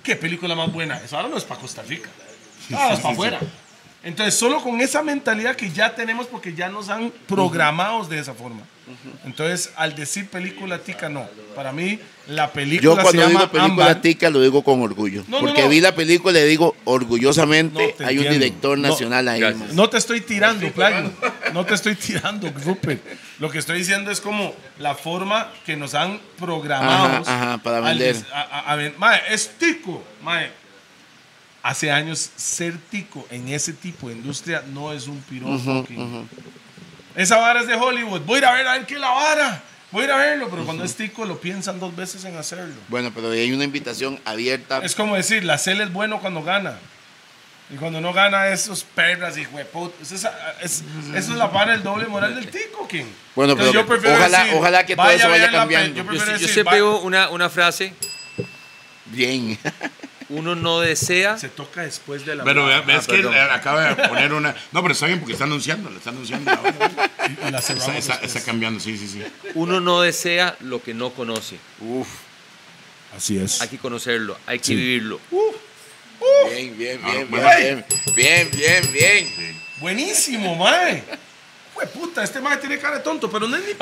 Speaker 2: ¡Qué película más buena! Eso ahora no es para Costa Rica. Ahora es para afuera. Entonces, solo con esa mentalidad que ya tenemos porque ya nos han programados de esa forma. Entonces, al decir película tica, no. Para mí, la película
Speaker 4: Yo
Speaker 2: se
Speaker 4: cuando
Speaker 2: llama
Speaker 4: digo película
Speaker 2: Ámbar.
Speaker 4: tica lo digo con orgullo.
Speaker 2: No, no,
Speaker 4: porque
Speaker 2: no.
Speaker 4: vi la película y digo orgullosamente
Speaker 2: No, te
Speaker 4: hay un
Speaker 2: entiendo.
Speaker 4: director
Speaker 2: No,
Speaker 4: nacional ahí.
Speaker 7: gracias.
Speaker 4: mae.
Speaker 2: No te estoy tirando, Playo. No te estoy tirando, Rupert. Lo que estoy diciendo es como la forma que nos han programado.
Speaker 4: Ajá, ajá, para
Speaker 2: al
Speaker 4: vender.
Speaker 2: des- a- a- a ven- mae, es tico. Mae. Hace años ser tico en ese tipo de industria no es un piro. fucking. Esa vara es de Hollywood. Voy a ir a ver a ver qué es la vara. Voy a ir a verlo, pero cuando es tico lo piensan dos veces en hacerlo.
Speaker 4: Bueno, pero hay una invitación abierta.
Speaker 2: Es como decir, la CEL es bueno cuando gana. Y cuando no gana, esos perras y hueputas. Esa es, eso es la para el doble moral del tico, King.
Speaker 4: Bueno, pero
Speaker 2: Entonces,
Speaker 4: ojalá- ojalá que todo
Speaker 2: vaya
Speaker 4: eso
Speaker 2: a
Speaker 4: vaya
Speaker 2: ver la pe-
Speaker 4: cambiando.
Speaker 2: Yo,
Speaker 7: Yo,
Speaker 2: prefiero
Speaker 7: sí- yo
Speaker 2: decir,
Speaker 7: siempre
Speaker 2: va-
Speaker 7: digo una, una frase,
Speaker 4: Bien.
Speaker 7: uno no desea...
Speaker 2: se toca después de la.
Speaker 5: Pero vea- vea,
Speaker 7: Ah,
Speaker 5: es que
Speaker 7: perdón.
Speaker 5: le- acaba de poner una. No, pero está bien porque está anunciando, le está anunciando. la hora.
Speaker 2: y la cerramos
Speaker 5: Está, está-
Speaker 2: después.
Speaker 5: está cambiando, sí, sí, sí.
Speaker 7: Uno no desea lo que no conoce.
Speaker 2: Así es.
Speaker 7: Hay que conocerlo, hay que vivirlo.
Speaker 4: Bien, bien,
Speaker 5: Ah,
Speaker 4: bien, bien,
Speaker 5: bueno.
Speaker 4: bien, bien, bien, bien.
Speaker 2: Buenísimo, mae. Hueputa, este mae tiene cara de tonto, pero no es ni.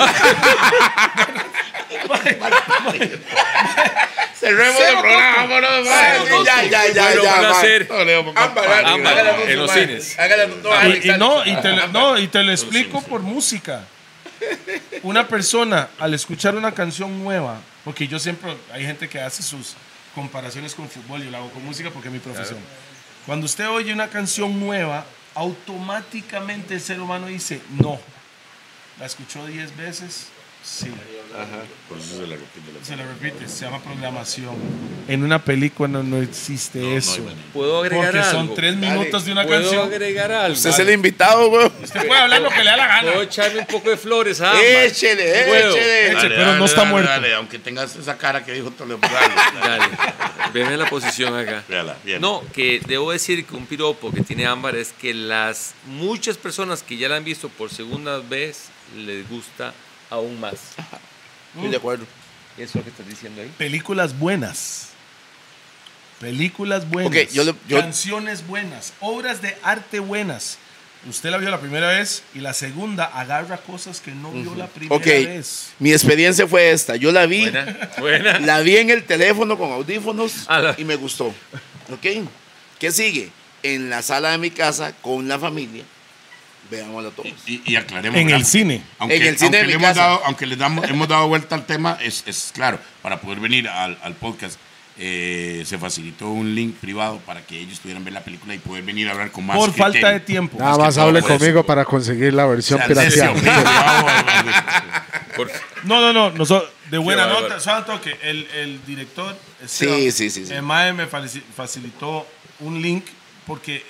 Speaker 4: Cerremos el programa, vámonos, mae.
Speaker 2: Cero
Speaker 4: Ya, ya, ya,
Speaker 7: Bueno,
Speaker 4: ya.
Speaker 7: un
Speaker 4: mae.
Speaker 7: placer.
Speaker 5: No, Leo, papá.
Speaker 4: Ámbar, hágale,
Speaker 7: Ámbar,
Speaker 4: hágale anuncio,
Speaker 7: en los
Speaker 4: mae.
Speaker 7: cines.
Speaker 4: Hágale anuncio, no,
Speaker 2: Y, y
Speaker 4: hágale,
Speaker 2: no, y te, lo- no, y te lo explico por música. Una persona al escuchar una canción nueva, porque yo siempre, hay gente que hace sus comparaciones con fútbol, yo la hago con música porque es mi profesión. Cuando usted oye una canción nueva, automáticamente el ser humano dice, no, la escuchó 10 veces, sí. se la repite. Se llama programación. En una película no existe eso.
Speaker 7: ¿Puedo agregar
Speaker 2: porque
Speaker 7: algo?
Speaker 2: son tres minutos de una
Speaker 7: ¿Puedo
Speaker 2: canción.
Speaker 7: agregar algo?
Speaker 4: Usted es el invitado, güey.
Speaker 2: Usted puede hablar lo que le da la gana.
Speaker 7: Puedo echarme un poco de flores, ah.
Speaker 4: Échele,
Speaker 7: Puedo.
Speaker 4: échele.
Speaker 2: Eche, pero no está muerto.
Speaker 5: Dale, aunque tengas esa cara que dijo Toledo. pues, dale.
Speaker 7: Dale, veme la posición acá.
Speaker 5: Véala, bien.
Speaker 7: No, que debo decir que un piropo que tiene Ámbar es que las muchas personas que ya la han visto por segunda vez les gusta aún más.
Speaker 4: Estoy de acuerdo.
Speaker 7: ¿Eso es lo que estás diciendo ahí?
Speaker 2: Películas buenas. Películas buenas.
Speaker 4: Ok, yo le- yo-
Speaker 2: Canciones buenas. Obras de arte buenas. Usted la vio la primera vez y la segunda agarra cosas que no vio la primera
Speaker 4: Ok,
Speaker 2: vez.
Speaker 4: mi experiencia fue esta. Yo la vi,
Speaker 7: Buena.
Speaker 4: la vi en el teléfono con audífonos
Speaker 7: A la-
Speaker 4: y me gustó. ¿Ok? ¿Qué sigue? En la sala de mi casa con la familia. Veámosla todos.
Speaker 5: Y, y aclaremos.
Speaker 2: En
Speaker 5: ¿verdad?
Speaker 2: el cine.
Speaker 5: Aunque,
Speaker 4: En el cine
Speaker 5: aunque
Speaker 4: de mi
Speaker 5: le hemos
Speaker 4: casa.
Speaker 5: dado, aunque le damos, hemos dado vuelta al tema, es, es claro, para poder venir al, al podcast, eh, se facilitó un link privado para que ellos pudieran ver la película y poder venir a hablar con más
Speaker 2: Por falta de
Speaker 5: criterio.
Speaker 2: tiempo.
Speaker 5: Es
Speaker 10: Nada
Speaker 5: que
Speaker 10: más
Speaker 5: todo
Speaker 10: hable
Speaker 5: puede ser.
Speaker 10: conmigo para conseguir la versión
Speaker 5: O sea,
Speaker 10: pirateada.
Speaker 5: necio, bravo,
Speaker 7: Por-
Speaker 2: No, no, no. nosotros- de buena
Speaker 7: bárbaro.
Speaker 2: nota. Solo toque. El, el director.
Speaker 4: Sí, sí, sí, sí.
Speaker 2: El MAE me faci- facilitó un link porque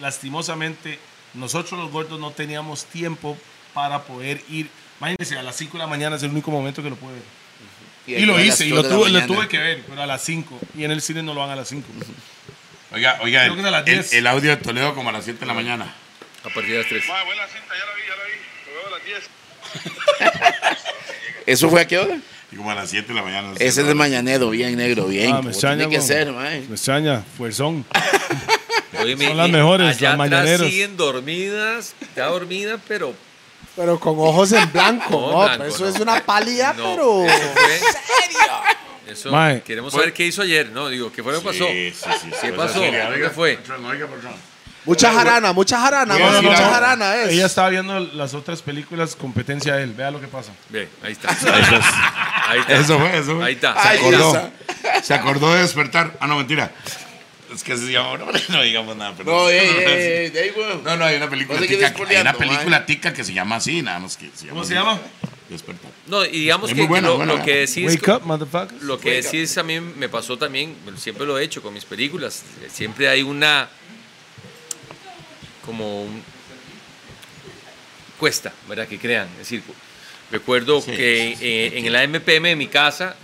Speaker 2: lastimosamente nosotros los gordos no teníamos tiempo para poder ir. Imagínense, a las 5 de la mañana es el único momento que lo puedo ver. Y, lo
Speaker 4: a las
Speaker 2: hice, y lo
Speaker 4: dos de la
Speaker 2: tuve, lo
Speaker 4: mañana.
Speaker 2: tuve que ver, pero a las 5. Y en el cine no lo van a las Ah, 5.
Speaker 5: Oiga, oiga,
Speaker 2: Creo que es a las
Speaker 5: el, el-
Speaker 2: 10.
Speaker 5: el audio de Toledo como a las 7 de la mañana.
Speaker 7: A partir de las tres.
Speaker 4: ¿Eso fue a qué hora?
Speaker 5: Y como a las 7 de la mañana.
Speaker 4: Ese es el mañanero, bien negro, bien.
Speaker 2: Ah,
Speaker 4: como
Speaker 2: me extraña,
Speaker 4: tiene que
Speaker 2: weón.
Speaker 4: ser, mae.
Speaker 2: Me extraña, fuerzón.
Speaker 7: Oye, mi-
Speaker 2: las mejores, las
Speaker 7: allá atrás
Speaker 2: mañaneras.
Speaker 7: siguen dormidas, está dormida, pero
Speaker 3: Pero con ojos en blanco.
Speaker 7: No,
Speaker 3: ¿no?
Speaker 7: blanco,
Speaker 3: eso
Speaker 7: no.
Speaker 3: es una pálida,
Speaker 7: No,
Speaker 3: pero.
Speaker 7: eso fue- Eso,
Speaker 2: Mae.
Speaker 7: queremos saber qué hizo ayer, ¿no? Digo, ¿qué fue lo que pasó?
Speaker 6: Sí, sí, sí, sí.
Speaker 7: ¿Qué pasó? ¿Qué fue?
Speaker 3: Mucha jarana, mucha jarana,
Speaker 5: Voy a
Speaker 3: mano,
Speaker 5: decir
Speaker 3: mucha
Speaker 5: algo.
Speaker 3: jarana es.
Speaker 2: Ella estaba viendo las otras películas competencia de él. Vea lo que pasa.
Speaker 7: Bien, ahí está. Ahí está.
Speaker 5: Eso fue, eso fue.
Speaker 7: Ahí está.
Speaker 5: Se
Speaker 7: Ahí
Speaker 5: acordó. Se acordó de despertar. Ah, no, mentira. Es que sí, ahora no digamos nada. Pero
Speaker 4: No, eh, ey, ey, ey, de ahí, güey.
Speaker 5: No, no, hay una película
Speaker 4: No sé qué
Speaker 5: tica. Hay
Speaker 4: despoleando,
Speaker 5: una película tica que se llama así, nada más que. ¿Cómo se llama? Despertar.
Speaker 7: No, y digamos
Speaker 5: Es
Speaker 7: que,
Speaker 5: muy buena,
Speaker 7: que lo,
Speaker 5: buena,
Speaker 7: lo que
Speaker 5: buena.
Speaker 7: decís.
Speaker 2: Wake up, motherfucker.
Speaker 7: Lo que decís a mí me pasó también, bueno, siempre lo he hecho con mis películas, siempre hay una como un- cuesta, ¿verdad? Que crean. Es decir, recuerdo que eh, en el AMPM de mi casa,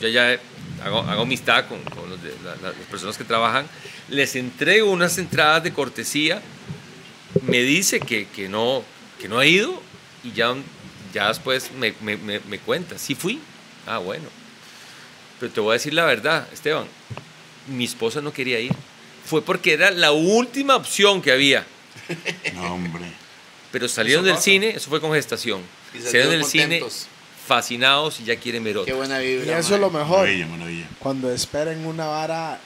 Speaker 7: yo ya hago, hago amistad con, con los de- la- la- las personas que trabajan, les entrego unas entradas de cortesía, me dice que, que no, que no ha ido y ya, ya después me, me, me- me cuenta, sí fui, ah bueno. Pero te voy a decir la verdad, Esteban. Mi esposa no quería ir. Fue porque era la última opción que había.
Speaker 5: No, hombre.
Speaker 7: Pero salieron del cine, eso fue con gestación.
Speaker 4: Y
Speaker 7: Salieron
Speaker 4: salieron
Speaker 7: del
Speaker 4: contentos.
Speaker 7: cine fascinados y ya quieren ver
Speaker 4: Qué
Speaker 7: otro.
Speaker 4: buena
Speaker 3: Y
Speaker 4: vibra.
Speaker 3: eso es lo mejor.
Speaker 5: Maravilla, maravilla.
Speaker 3: Cuando esperan una vara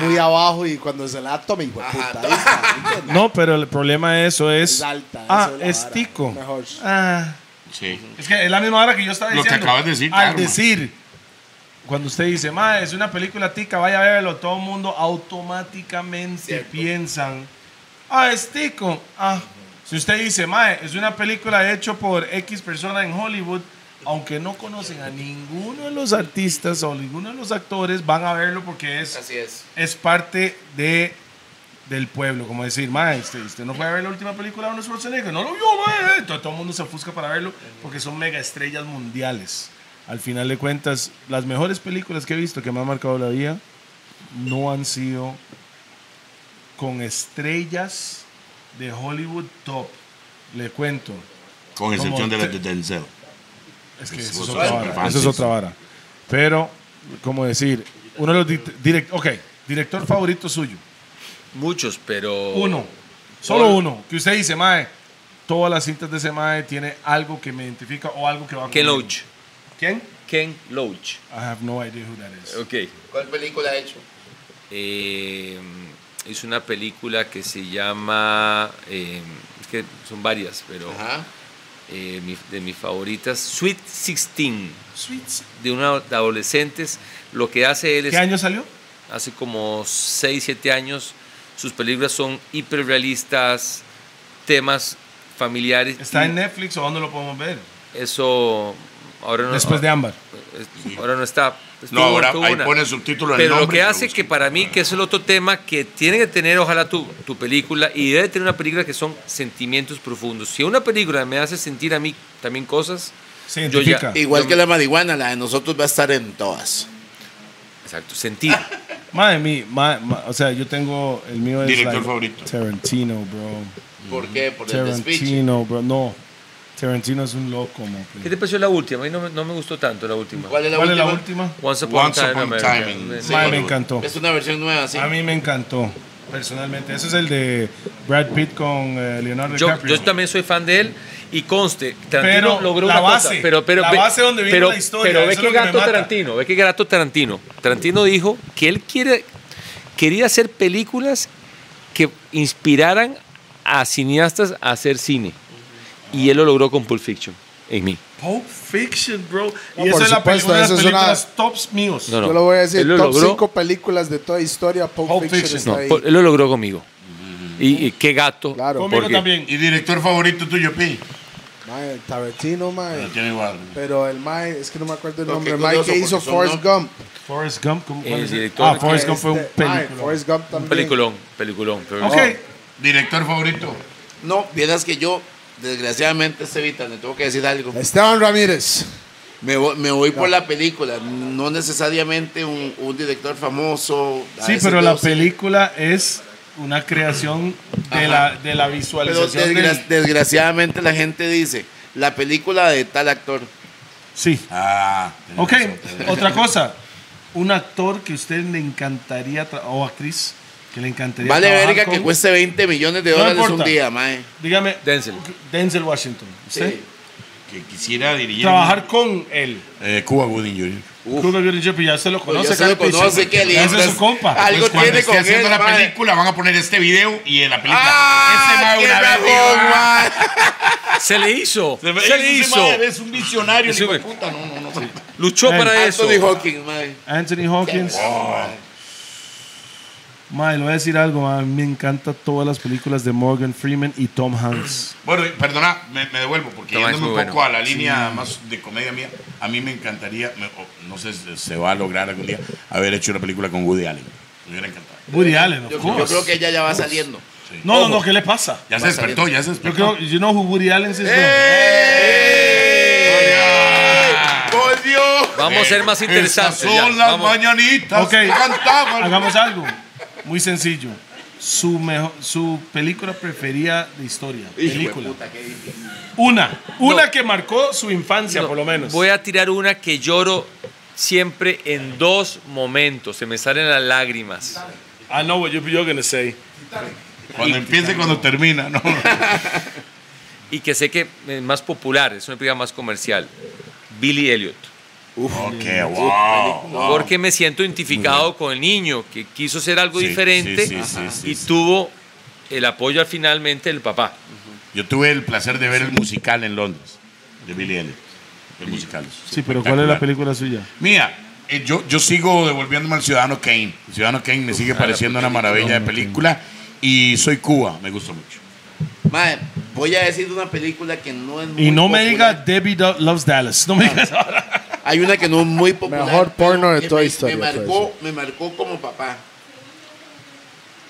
Speaker 3: muy abajo y cuando se la toma, hijo de puta. ahí está, ¿entiendes?
Speaker 2: No, pero el problema de eso es.
Speaker 3: Es alta,
Speaker 2: ah,
Speaker 3: eso es la
Speaker 2: es
Speaker 3: vara.
Speaker 2: tico.
Speaker 3: Mejor.
Speaker 2: Ah.
Speaker 5: Sí.
Speaker 2: Es que es la misma hora que yo estaba
Speaker 5: Lo que
Speaker 2: diciendo.
Speaker 5: acabas de decir,
Speaker 2: Al
Speaker 5: claro, ma.
Speaker 2: decir, cuando usted dice, ma, es una película tica, vaya a verlo, todo el mundo automáticamente piensan, ah, es tico. Ah. Si usted dice, ma, es una película hecha por X persona en Hollywood, aunque no conocen a ninguno de los artistas o ninguno de los actores, van a verlo porque es
Speaker 4: Así es.
Speaker 2: es parte de del pueblo, como decir, mae, usted, usted no fue a ver la última película de Arnold Schwarzenegger, no lo vio, mae, todo, todo el mundo se ofusca para verlo, porque son mega estrellas mundiales. Al final de cuentas, las mejores películas que he visto que me han marcado la vida no han sido con estrellas de Hollywood top. Le cuento,
Speaker 5: Con excepción de la
Speaker 2: te-
Speaker 5: de Denzel.
Speaker 2: es que
Speaker 5: Es
Speaker 2: eso es
Speaker 5: otro
Speaker 2: otra
Speaker 5: super
Speaker 2: vara.
Speaker 5: fan,
Speaker 2: Eso es
Speaker 5: sí,
Speaker 2: otra vara. Pero, como decir, uno de los di- direct- ok, director favorito suyo.
Speaker 7: Muchos, pero.
Speaker 2: Uno. Solo
Speaker 7: Por-
Speaker 2: uno. Que usted dice, mae, todas las cintas de ese mae tiene algo que me identifica o algo que va
Speaker 7: Ken
Speaker 2: conmigo".
Speaker 7: Loach.
Speaker 2: ¿Quién?
Speaker 7: Ken Loach.
Speaker 2: I have no idea who that is.
Speaker 7: Ok.
Speaker 4: ¿Cuál película ha hecho?
Speaker 7: Eh, hizo una película que se llama. eh, es que son varias, pero.
Speaker 4: Ajá.
Speaker 7: eh, mi- de mis favoritas. Sweet 16.
Speaker 2: Sweet.
Speaker 7: De una de adolescentes. Lo que hace él es
Speaker 2: ¿Qué año salió?
Speaker 7: hace como 6, 7 años. Sus películas son hiperrealistas, temas familiares.
Speaker 2: ¿Está
Speaker 7: y
Speaker 2: en Netflix o dónde lo podemos ver?
Speaker 7: Eso ahora no,
Speaker 2: Después de Ámbar.
Speaker 7: es- ahora no está.
Speaker 5: No,
Speaker 7: Estuvo-
Speaker 5: ahora
Speaker 7: estuvo
Speaker 5: ahí
Speaker 7: una.
Speaker 5: pone subtítulo el
Speaker 7: Pero lo
Speaker 5: nombre,
Speaker 7: que hace
Speaker 5: busca.
Speaker 7: que para mí, que es el otro tema que tiene que tener, ojalá tu, tu película, y debe tener una película que son sentimientos profundos. Si una película me hace sentir a mí también cosas,
Speaker 2: Se
Speaker 7: Yo ya- Eh.
Speaker 2: identifica.
Speaker 4: Igual que la marihuana, la de nosotros va a estar en todas.
Speaker 7: exacto, sentir.
Speaker 2: Mae, mi, mae, ma- o sea, yo tengo el mío es
Speaker 5: Director
Speaker 2: like
Speaker 5: favorito.
Speaker 2: Tarantino, bro.
Speaker 4: ¿Por qué? Por el despiche.
Speaker 2: Tarantino, bro. No. Tarantino es un loco, mo.
Speaker 7: ¿Qué te pareció la última? A mí no, me- no me gustó tanto la última.
Speaker 4: ¿Cuál es la
Speaker 2: ¿Cuál es la
Speaker 4: última?
Speaker 2: última?
Speaker 7: Once Upon,
Speaker 5: Once
Speaker 7: a Time,
Speaker 5: Upon a
Speaker 7: in
Speaker 5: Time
Speaker 7: America.
Speaker 5: in-
Speaker 7: Me-
Speaker 5: Sí.
Speaker 2: Mae, me encantó.
Speaker 4: Es una versión nueva, sí.
Speaker 2: A mí me encantó, personalmente. Eso es el de Brad Pitt con eh, Leonardo
Speaker 7: Yo,
Speaker 2: DiCaprio.
Speaker 7: yo también soy fan de él y conste, Tarantino
Speaker 2: Pero
Speaker 7: logró
Speaker 2: la
Speaker 7: una
Speaker 2: base,
Speaker 7: cosa, pero, pero
Speaker 2: la
Speaker 7: ve-
Speaker 2: base donde viene
Speaker 7: pero-
Speaker 2: la historia,
Speaker 7: pero ve
Speaker 2: eso es lo
Speaker 7: que
Speaker 2: que me
Speaker 7: gato
Speaker 2: mata.
Speaker 7: Tarantino, ve que gato Tarantino. Tarantino dijo que él quiere, quería hacer películas que inspiraran a cineastas a hacer cine y él lo logró con Pulp Fiction en mí.
Speaker 2: Pulp Fiction, bro.
Speaker 3: No, por
Speaker 2: y eso es la
Speaker 3: supuesto,
Speaker 2: película de las
Speaker 3: eso es una-
Speaker 2: películas tops míos.
Speaker 7: No, no.
Speaker 3: Yo lo voy a decir:
Speaker 7: Él lo
Speaker 3: top
Speaker 7: logró.
Speaker 3: 5 películas de toda historia. Pulp,
Speaker 2: Pulp
Speaker 3: Fiction,
Speaker 2: Fiction.
Speaker 3: está
Speaker 7: No,
Speaker 3: ahí.
Speaker 7: por- él lo logró conmigo. Y, y qué gato.
Speaker 3: Claro.
Speaker 2: Conmigo
Speaker 7: porque-
Speaker 2: también.
Speaker 5: ¿Y director favorito tuyo, Pi?
Speaker 3: Mae, Tarantino, mae.
Speaker 5: Lo
Speaker 2: Ah.
Speaker 5: tiene igual.
Speaker 3: Pero el mae, es que no me acuerdo el
Speaker 4: Pero
Speaker 3: nombre.
Speaker 4: qué
Speaker 3: El mae
Speaker 4: curioso,
Speaker 3: que hizo
Speaker 4: porque son
Speaker 3: Forrest Gump.
Speaker 2: Forrest Gump, ¿cómo, cuál
Speaker 7: El
Speaker 2: es el-
Speaker 7: director
Speaker 2: Ah, Forrest
Speaker 3: que
Speaker 2: Gump fue un
Speaker 3: este- mae,
Speaker 2: película.
Speaker 3: Forrest Gump
Speaker 7: Un
Speaker 3: también.
Speaker 7: peliculón, peliculón. pero-
Speaker 2: Ok.
Speaker 5: Director favorito.
Speaker 4: No, vieras que yo, desgraciadamente, Estevita, le tengo que decir algo.
Speaker 3: Esteban Ramírez.
Speaker 4: Me voy, me voy por la película, no necesariamente un, un director famoso. a
Speaker 2: Sí,
Speaker 4: veces
Speaker 2: pero
Speaker 4: veo
Speaker 2: la
Speaker 4: Ah, sí.
Speaker 2: película es una creación de, la, de la
Speaker 4: Pero
Speaker 2: visualización.
Speaker 4: desgra-
Speaker 2: del-
Speaker 4: desgraciadamente la gente dice, la película de tal actor.
Speaker 2: Sí.
Speaker 5: Ah. tenés
Speaker 2: Ok,
Speaker 5: razón, tenés razón.
Speaker 2: otra cosa. Un actor que a usted le encantaría, tra- o actriz, que le encantaría
Speaker 4: Vale
Speaker 2: trabajar
Speaker 4: verga que
Speaker 2: con-
Speaker 4: cueste 20 millones de
Speaker 2: No
Speaker 4: dólares un
Speaker 2: importa.
Speaker 4: día, mae.
Speaker 2: Dígame,
Speaker 7: Denzel.
Speaker 2: Denzel Washington. ¿Usted?
Speaker 4: Sí.
Speaker 5: Que quisiera dirigir.
Speaker 2: Trabajar con él.
Speaker 5: Eh, Cuba Gooding Jr.
Speaker 2: Cuba Gooding Jr., ya se lo
Speaker 4: Pues
Speaker 2: conoce.
Speaker 4: ya se lo
Speaker 2: Carpizo.
Speaker 4: conoce, qué lindo.
Speaker 2: Ese es su compa.
Speaker 4: Algo
Speaker 5: Pues cuando
Speaker 4: tiene
Speaker 5: esté
Speaker 4: con él,
Speaker 5: haciendo la
Speaker 4: mae.
Speaker 5: película van a poner este video y en la película.
Speaker 4: ¡Ah!
Speaker 5: ese
Speaker 4: ¡Qué
Speaker 5: mae una vez dijo,
Speaker 4: rabón,
Speaker 5: ah,
Speaker 4: mae!
Speaker 7: Se le hizo. Se,
Speaker 5: ese
Speaker 7: le hizo.
Speaker 5: mae Es un visionario.
Speaker 7: Ese
Speaker 5: hijo de
Speaker 7: güey.
Speaker 5: puta, no, no, no.
Speaker 7: Luchó
Speaker 2: Ey.
Speaker 7: para eso.
Speaker 4: Anthony Hawking, mae.
Speaker 2: Anthony Hawkins. Mae, le voy a decir algo, mae. me encantan todas las películas de Morgan Freeman y Tom Hanks.
Speaker 5: Bueno, y perdona, me, me devuelvo porque
Speaker 7: No, es
Speaker 5: yéndome
Speaker 7: muy
Speaker 5: un
Speaker 7: bueno.
Speaker 5: poco a la línea más de comedia mía, a mí me encantaría, me- o no sé si se va a lograr algún día, haber hecho una película con Woody Allen. Me hubiera encantado.
Speaker 2: Woody Allen, of
Speaker 4: Eh, Yo, yo
Speaker 2: course.
Speaker 4: creo que ella ya va saliendo.
Speaker 2: No, no, no, ¿qué le pasa?
Speaker 5: Ya se despertó, ya se
Speaker 2: Yo
Speaker 5: despertó.
Speaker 2: creo, you know who Woody Allen is? bro?
Speaker 4: Eh,
Speaker 5: ¡Eh!
Speaker 7: ¡Eh!
Speaker 4: ¡Por Dios!
Speaker 7: Vamos a ser más interesantes.
Speaker 5: Estas
Speaker 7: ya.
Speaker 5: son las
Speaker 7: Vamos.
Speaker 5: mañanitas.
Speaker 2: Ok,
Speaker 5: que cantaban.
Speaker 2: hagamos algo. Muy sencillo. Su, mejo- su película preferida de historia. Película. Una. Una que marcó su infancia,
Speaker 7: No,
Speaker 2: por lo menos.
Speaker 7: Voy a tirar una que lloro siempre en dos momentos. Se me salen las lágrimas.
Speaker 2: I know what you- you're going to say.
Speaker 5: Cuando empiece, cuando termina. No,
Speaker 7: Y que sé que es más popular, es una película más comercial. Billy Elliot.
Speaker 5: ok, wow.
Speaker 7: Porque me siento identificado con el niño que quiso ser algo
Speaker 5: Sí,
Speaker 7: diferente
Speaker 5: sí, sí, sí, sí,
Speaker 7: y
Speaker 5: sí.
Speaker 7: tuvo el apoyo al finalmente del papá.
Speaker 5: Yo tuve el placer de ver el musical en Londres, de Billy Elliot. El musical.
Speaker 2: Sí, pero ¿cuál es la
Speaker 5: Espectacular.
Speaker 2: película suya?
Speaker 5: Mira, eh, yo, yo sigo devolviéndome al Ciudadano Kane. El Ciudadano Kane me
Speaker 7: Ah,
Speaker 5: sigue pareciendo una maravilla de película. Y soy Cuba, me gusta mucho.
Speaker 4: Mae, voy a decir una película que no es muy
Speaker 2: Y no me diga
Speaker 4: popular.
Speaker 2: Debbie Do- Loves Dallas. No me digas ahora.
Speaker 4: Hay una que no es muy popular.
Speaker 3: Mejor
Speaker 4: pero
Speaker 3: porno de
Speaker 4: que
Speaker 3: Toy
Speaker 4: me,
Speaker 3: Story,
Speaker 4: Me
Speaker 3: Toy
Speaker 4: marcó, me marcó como papá.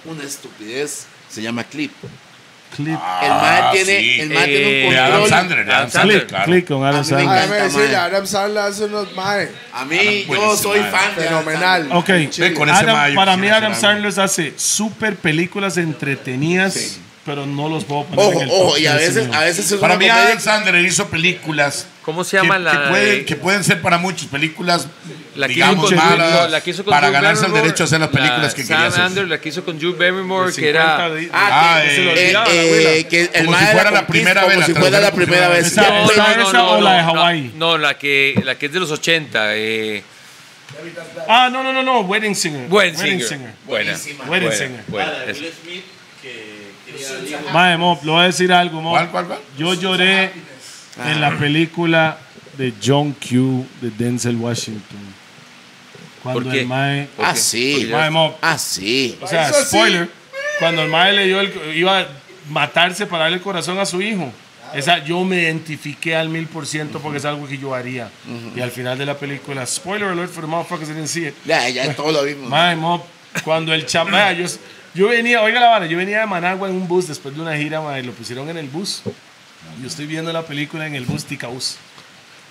Speaker 4: Una estupidez. Se llama Clip.
Speaker 2: Clip.
Speaker 4: El mae tiene,
Speaker 5: sí.
Speaker 4: el mae tiene un
Speaker 5: De Adam
Speaker 4: control.
Speaker 5: Sandler, de Adam
Speaker 7: Eh, Adam
Speaker 5: Sandler,
Speaker 7: Sandler.
Speaker 5: claro.
Speaker 2: Click con Adam
Speaker 4: A mí me
Speaker 2: Sandler.
Speaker 3: Ay, me
Speaker 4: encanta,
Speaker 3: decirle,
Speaker 4: mae.
Speaker 3: Adam Sandler hace unos mae.
Speaker 4: A mí,
Speaker 5: Adam,
Speaker 4: yo
Speaker 5: buenísimo,
Speaker 4: soy
Speaker 5: mae.
Speaker 4: fan de Adam
Speaker 3: Fenomenal.
Speaker 4: Sandler.
Speaker 2: Ok.
Speaker 5: Ve, con ese
Speaker 2: Adam-
Speaker 5: mayo
Speaker 2: para
Speaker 5: quisiera
Speaker 2: mí
Speaker 5: hacer
Speaker 2: Adam
Speaker 5: algo.
Speaker 2: Sandler hace super películas entretenidas, pero no los puedo poner en
Speaker 4: Ojo,
Speaker 2: el
Speaker 4: ojo,
Speaker 2: top
Speaker 4: y a
Speaker 2: del
Speaker 4: veces,
Speaker 2: señor.
Speaker 4: a veces es
Speaker 5: Para
Speaker 4: una
Speaker 5: mí,
Speaker 4: comedia-
Speaker 5: Adam Sandler hizo películas.
Speaker 7: ¿Cómo se llama
Speaker 5: que,
Speaker 7: la
Speaker 5: que pueden,
Speaker 7: de-
Speaker 5: que pueden ser para muchos películas,
Speaker 7: La que hizo
Speaker 5: digamos,
Speaker 7: con-
Speaker 5: malas,
Speaker 7: no, la que hizo con
Speaker 5: para
Speaker 7: Drew
Speaker 5: ganarse el
Speaker 7: Barrymore,
Speaker 5: derecho a hacer las películas
Speaker 7: la
Speaker 5: que quería
Speaker 7: Sam
Speaker 5: hacer.
Speaker 7: Anders, la que hizo con Drew Barrymore, que
Speaker 2: 50
Speaker 7: era...
Speaker 2: de-
Speaker 4: Ah,
Speaker 5: Ah,
Speaker 4: que,
Speaker 5: eh,
Speaker 4: eh,
Speaker 2: olvidaba,
Speaker 4: eh,
Speaker 2: abuela.
Speaker 4: que el
Speaker 5: Como
Speaker 4: mae
Speaker 5: si
Speaker 4: la
Speaker 5: fuera la
Speaker 4: conquista,
Speaker 5: primera vez,
Speaker 4: Como
Speaker 5: la
Speaker 4: si fuera la
Speaker 5: traducción
Speaker 4: primera
Speaker 5: que
Speaker 4: vez.
Speaker 5: se llama.
Speaker 2: Esa-
Speaker 4: Ya, pues,
Speaker 2: esa o la de Hawái.
Speaker 7: No, la que, la que es de los 80. Eh,
Speaker 2: Ah, no, no, no, no, Wedding Singer.
Speaker 7: Buen
Speaker 2: Wedding
Speaker 7: singer.
Speaker 2: Singer.
Speaker 7: Buena.
Speaker 2: Wedding
Speaker 7: buena,
Speaker 2: Singer.
Speaker 7: buena. Es-
Speaker 2: Mae, Mop, le voy a decir algo, Mop.
Speaker 5: ¿Cuál, cuál, cuál?
Speaker 2: Yo lloré en la película de John Q de Denzel Washington. Cuando
Speaker 7: qué?
Speaker 2: el Mae.
Speaker 4: Ah,
Speaker 7: Ok.
Speaker 4: sí.
Speaker 2: Mae, Mop,
Speaker 4: Ah, sí.
Speaker 2: O sea, spoiler, cuando el mae le dio el- iba a matarse para darle el corazón a su hijo. Esa, yo me identifiqué al mil por ciento porque es algo que yo haría. Y al final de la película, spoiler alert for the motherfuckers that didn't see it.
Speaker 4: Ya, ya todo lo vimos.
Speaker 2: Mae, mo, cuando el chamán, yo, yo venía, oiga la vara, yo venía de Managua en un bus después de una gira, mae, lo pusieron en el bus. Yo estoy viendo la película en el bus, tica bus.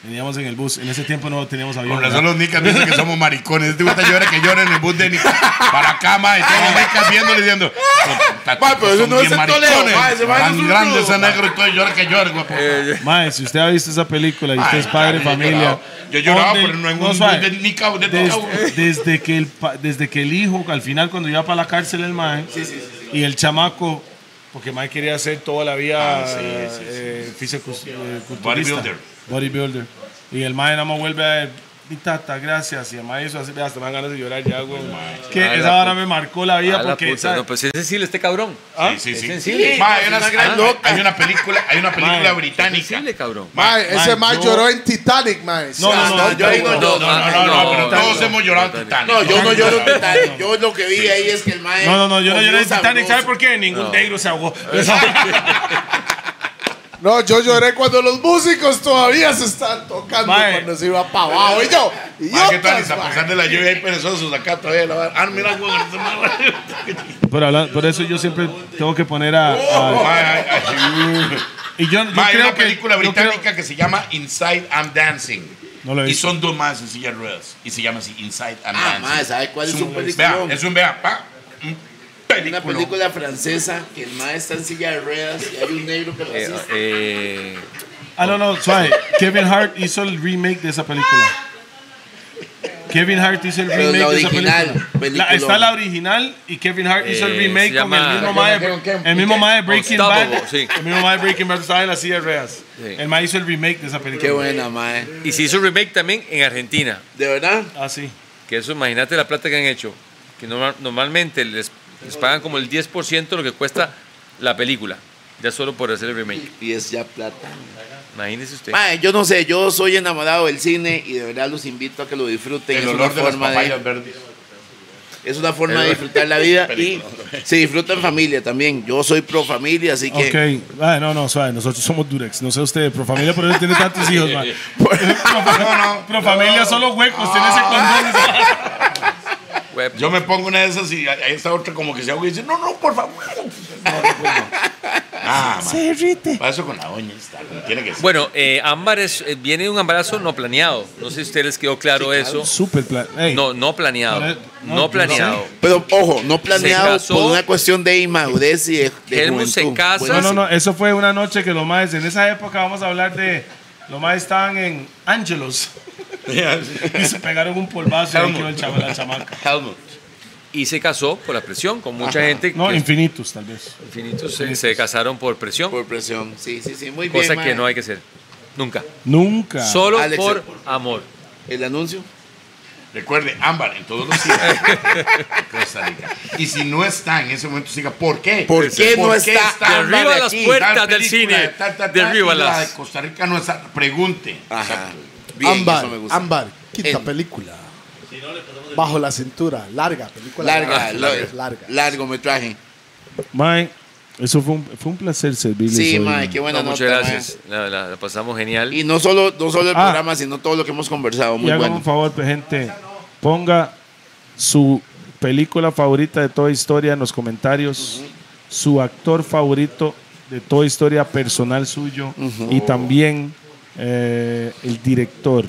Speaker 2: Veníamos en el bus, en ese tiempo no teníamos avión.
Speaker 5: Con
Speaker 2: ¿verdad?
Speaker 5: razón los nicas dicen que somos maricones. Este puta llora que llora en el bus de Nicas. Para acá, ma. Y todos los nicas viéndole y diciendo.
Speaker 4: Ma, pero eso no es en Toledo, ma, ese ma es
Speaker 5: Tan
Speaker 4: un
Speaker 5: grande
Speaker 4: rudo,
Speaker 5: ese negro y todo llora que llora, guapo.
Speaker 7: Eh,
Speaker 2: Mae, si usted ha visto esa película y usted Este es padre,
Speaker 5: yo
Speaker 2: familia.
Speaker 5: lloraba. Yo lloraba,
Speaker 2: donde-
Speaker 5: pero no en un
Speaker 2: suave,
Speaker 5: bus de Nicao, de
Speaker 2: des-
Speaker 5: Nicao.
Speaker 2: desde, que el, pa- desde que el hijo, al final, cuando iba para la cárcel, el mae, y el chamaco, porque mae quería hacer toda la vida eh, fisiocus- eh, culturista,
Speaker 5: Bodybuilder.
Speaker 2: bodybuilder. Y el mae nada más vuelve a mi tata, gracias. Y el mae hizo así, vea, hasta me dan ganas de llorar ya, güey. Que
Speaker 7: Ay,
Speaker 2: esa
Speaker 7: la
Speaker 2: hora me marcó la vida
Speaker 7: Ah, la
Speaker 2: porque.
Speaker 7: puta.
Speaker 2: ¿sabe?
Speaker 7: No, pues es sensible este cabrón.
Speaker 2: ¿Ah?
Speaker 5: Sí, sí,
Speaker 7: Es
Speaker 5: sí.
Speaker 7: sensible.
Speaker 5: Ma, hay,
Speaker 4: Es
Speaker 5: una,
Speaker 4: una gran
Speaker 5: hay-
Speaker 4: loca.
Speaker 5: hay una película, hay una película
Speaker 2: Ma,
Speaker 7: Es
Speaker 5: británica.
Speaker 7: sensible, cabrón.
Speaker 3: Mae, ese mae
Speaker 2: Mae, yo-
Speaker 3: lloró en Titanic, mae.
Speaker 2: No, no, no,
Speaker 4: No, yo ahí no
Speaker 5: No,
Speaker 4: lloro.
Speaker 5: no, no, no,
Speaker 7: No,
Speaker 5: pero
Speaker 7: no,
Speaker 5: todos
Speaker 7: no.
Speaker 5: hemos llorado en Titanic.
Speaker 4: No, yo no lloro en
Speaker 5: en
Speaker 4: Titanic. Yo lo que vi ahí es que el mae.
Speaker 2: No, no, no, yo no lloré en
Speaker 4: comió
Speaker 2: Titanic, ¿sabe
Speaker 4: sabroso.
Speaker 2: por qué? Ningún negro se ahogó.
Speaker 3: No, yo lloré cuando los músicos todavía se están tocando
Speaker 2: Mae.
Speaker 3: cuando se iba para abajo. Y yo, y
Speaker 5: Ma, ¿qué tal?
Speaker 3: otras,
Speaker 5: A
Speaker 3: mae.
Speaker 5: pesar de la lluvia, hay perezosos acá todavía. la verdad. Ah, mira, güey. este ma-
Speaker 2: Por, hablar- por eso yo siempre tengo que poner a.
Speaker 7: Oh,
Speaker 2: a-
Speaker 5: Ma, ay, ay.
Speaker 2: y yo, yo
Speaker 5: Ma, hay
Speaker 2: creo
Speaker 5: una
Speaker 2: que-
Speaker 5: película
Speaker 2: yo creo-
Speaker 5: británica que se llama Inside I'm Dancing.
Speaker 2: No la he
Speaker 5: y
Speaker 2: visto.
Speaker 5: son dos más en silla de ruedas. Y se llama así Inside I'm
Speaker 4: Ah,
Speaker 5: Dancing.
Speaker 4: mae, ¿sabe cuál es un
Speaker 5: Vea,
Speaker 4: película?
Speaker 5: es un vea, pa. un película.
Speaker 4: Una película francesa que el mae está en silla de ruedas y hay un negro que lo
Speaker 7: Eh,
Speaker 4: asiste.
Speaker 7: eh,
Speaker 2: Ah, no, no, suave. Kevin Hart hizo el remake de esa película. Kevin Hart hizo el
Speaker 4: Pero
Speaker 2: remake
Speaker 4: la
Speaker 2: de esa
Speaker 4: original,
Speaker 2: película. La-
Speaker 4: película.
Speaker 2: está la original y Kevin Hart hizo el
Speaker 7: Eh,
Speaker 2: remake
Speaker 7: se
Speaker 2: con el
Speaker 7: llama-
Speaker 2: mismo mae de-
Speaker 3: ¿Qué?
Speaker 2: el mismo mae de Breaking Bad.
Speaker 7: Unstoppable, sí.
Speaker 2: El mismo mae de Breaking Bad estaba en la silla de ruedas.
Speaker 7: Sí.
Speaker 2: El mae hizo el remake de esa
Speaker 7: ah.
Speaker 2: película.
Speaker 4: Qué buena, mae.
Speaker 7: Y se hizo un remake también en Argentina.
Speaker 4: ¿De verdad?
Speaker 2: Ah, sí.
Speaker 7: Que eso, imagínate la plata que han hecho. Que norma- normalmente les, les pagan como el 10% de lo que cuesta la película. Ya solo por hacer el remake.
Speaker 4: Y es ya plata.
Speaker 7: Imagínese usted.
Speaker 4: Mae, yo no sé, yo soy enamorado del cine y de verdad los invito a que lo disfruten.
Speaker 5: El
Speaker 4: es
Speaker 5: olor
Speaker 4: una
Speaker 5: de las
Speaker 4: forma de,
Speaker 5: papayas verdes.
Speaker 4: es una forma de disfrutar la vida y se disfruta en familia también. Yo soy pro familia, así que
Speaker 2: Ok, ah, no, no, suave, nosotros somos Durex, no sé usted, pro familia, pero él tiene tantos hijos, man. pro, no, pro familia solo huecos, tiene ese condón.
Speaker 7: Web-
Speaker 5: Yo me pongo una de esas y ahí está otra como que se ahoga y dice, no, no, por favor. No, pues no. Ah, man. Se rite. Paso con la doña, está, como tiene que ser.
Speaker 7: Bueno, eh, Ámbar es- eh, viene de un embarazo no planeado. No sé si a ustedes les quedó claro eso.
Speaker 2: Super plan. Ey,
Speaker 7: No, no planeado.
Speaker 2: Ahora- no,
Speaker 7: No,
Speaker 2: yo no
Speaker 7: planeado.
Speaker 4: Pero ojo, no planeado
Speaker 7: casó.
Speaker 4: por una cuestión de inmadurez y de, de
Speaker 7: Helmut se
Speaker 4: juventud.
Speaker 7: casa.
Speaker 2: no,
Speaker 4: Buenísimo.
Speaker 2: no, no, eso fue una noche que los maes, en esa época vamos a hablar de, los maes estaban en Angelos y se pegaron un polvazo y ahí quedó el chama- la chamaca.
Speaker 5: Helmut.
Speaker 7: Y se casó por la presión, con mucha gente.
Speaker 2: No,
Speaker 7: que
Speaker 2: infinitos tal vez.
Speaker 7: infinitos se, se casaron por presión,
Speaker 4: Por presión. Sí, sí, sí, muy bien.
Speaker 7: cosa que
Speaker 4: mae.
Speaker 7: no hay que hacer. Nunca.
Speaker 2: Nunca.
Speaker 7: Solo
Speaker 4: Alex, eh,
Speaker 7: por
Speaker 4: el-
Speaker 7: amor.
Speaker 4: El anuncio.
Speaker 5: Recuerde, ámbar en todos los días. Costa Rica. Y si no está en ese momento, siga, ¿por qué?
Speaker 4: ¿Por qué no está?
Speaker 5: ámbar
Speaker 7: Derriba las puertas
Speaker 5: Tal
Speaker 7: del
Speaker 5: película,
Speaker 7: cine.
Speaker 5: tal, tal, tal,
Speaker 7: Derríbalas.
Speaker 5: y la de Costa Rica no está. Pregunte.
Speaker 4: Ajá. Bien,
Speaker 3: Ámbar,
Speaker 4: eso me gusta.
Speaker 3: Ámbar, quinta
Speaker 4: El-
Speaker 3: película. Bajo la cintura, larga, película
Speaker 4: Larga,
Speaker 3: larga.
Speaker 4: larga,
Speaker 3: larga.
Speaker 4: largometraje.
Speaker 2: Mae, eso fue un, fue un placer servirles
Speaker 4: Sí,
Speaker 2: hoy,
Speaker 4: mae,
Speaker 2: man.
Speaker 4: qué buena
Speaker 7: No, muchas
Speaker 4: nota,
Speaker 7: gracias. La, la- la pasamos genial.
Speaker 4: mae. Y no solo, no solo el
Speaker 2: Ah.
Speaker 4: programa, sino todo lo que hemos conversado.
Speaker 2: y
Speaker 4: Muy
Speaker 2: hagan
Speaker 4: bueno.
Speaker 2: un favor, pues, gente, ponga su película favorita de toda historia en los comentarios, su actor favorito de toda historia personal suyo y también eh, el director.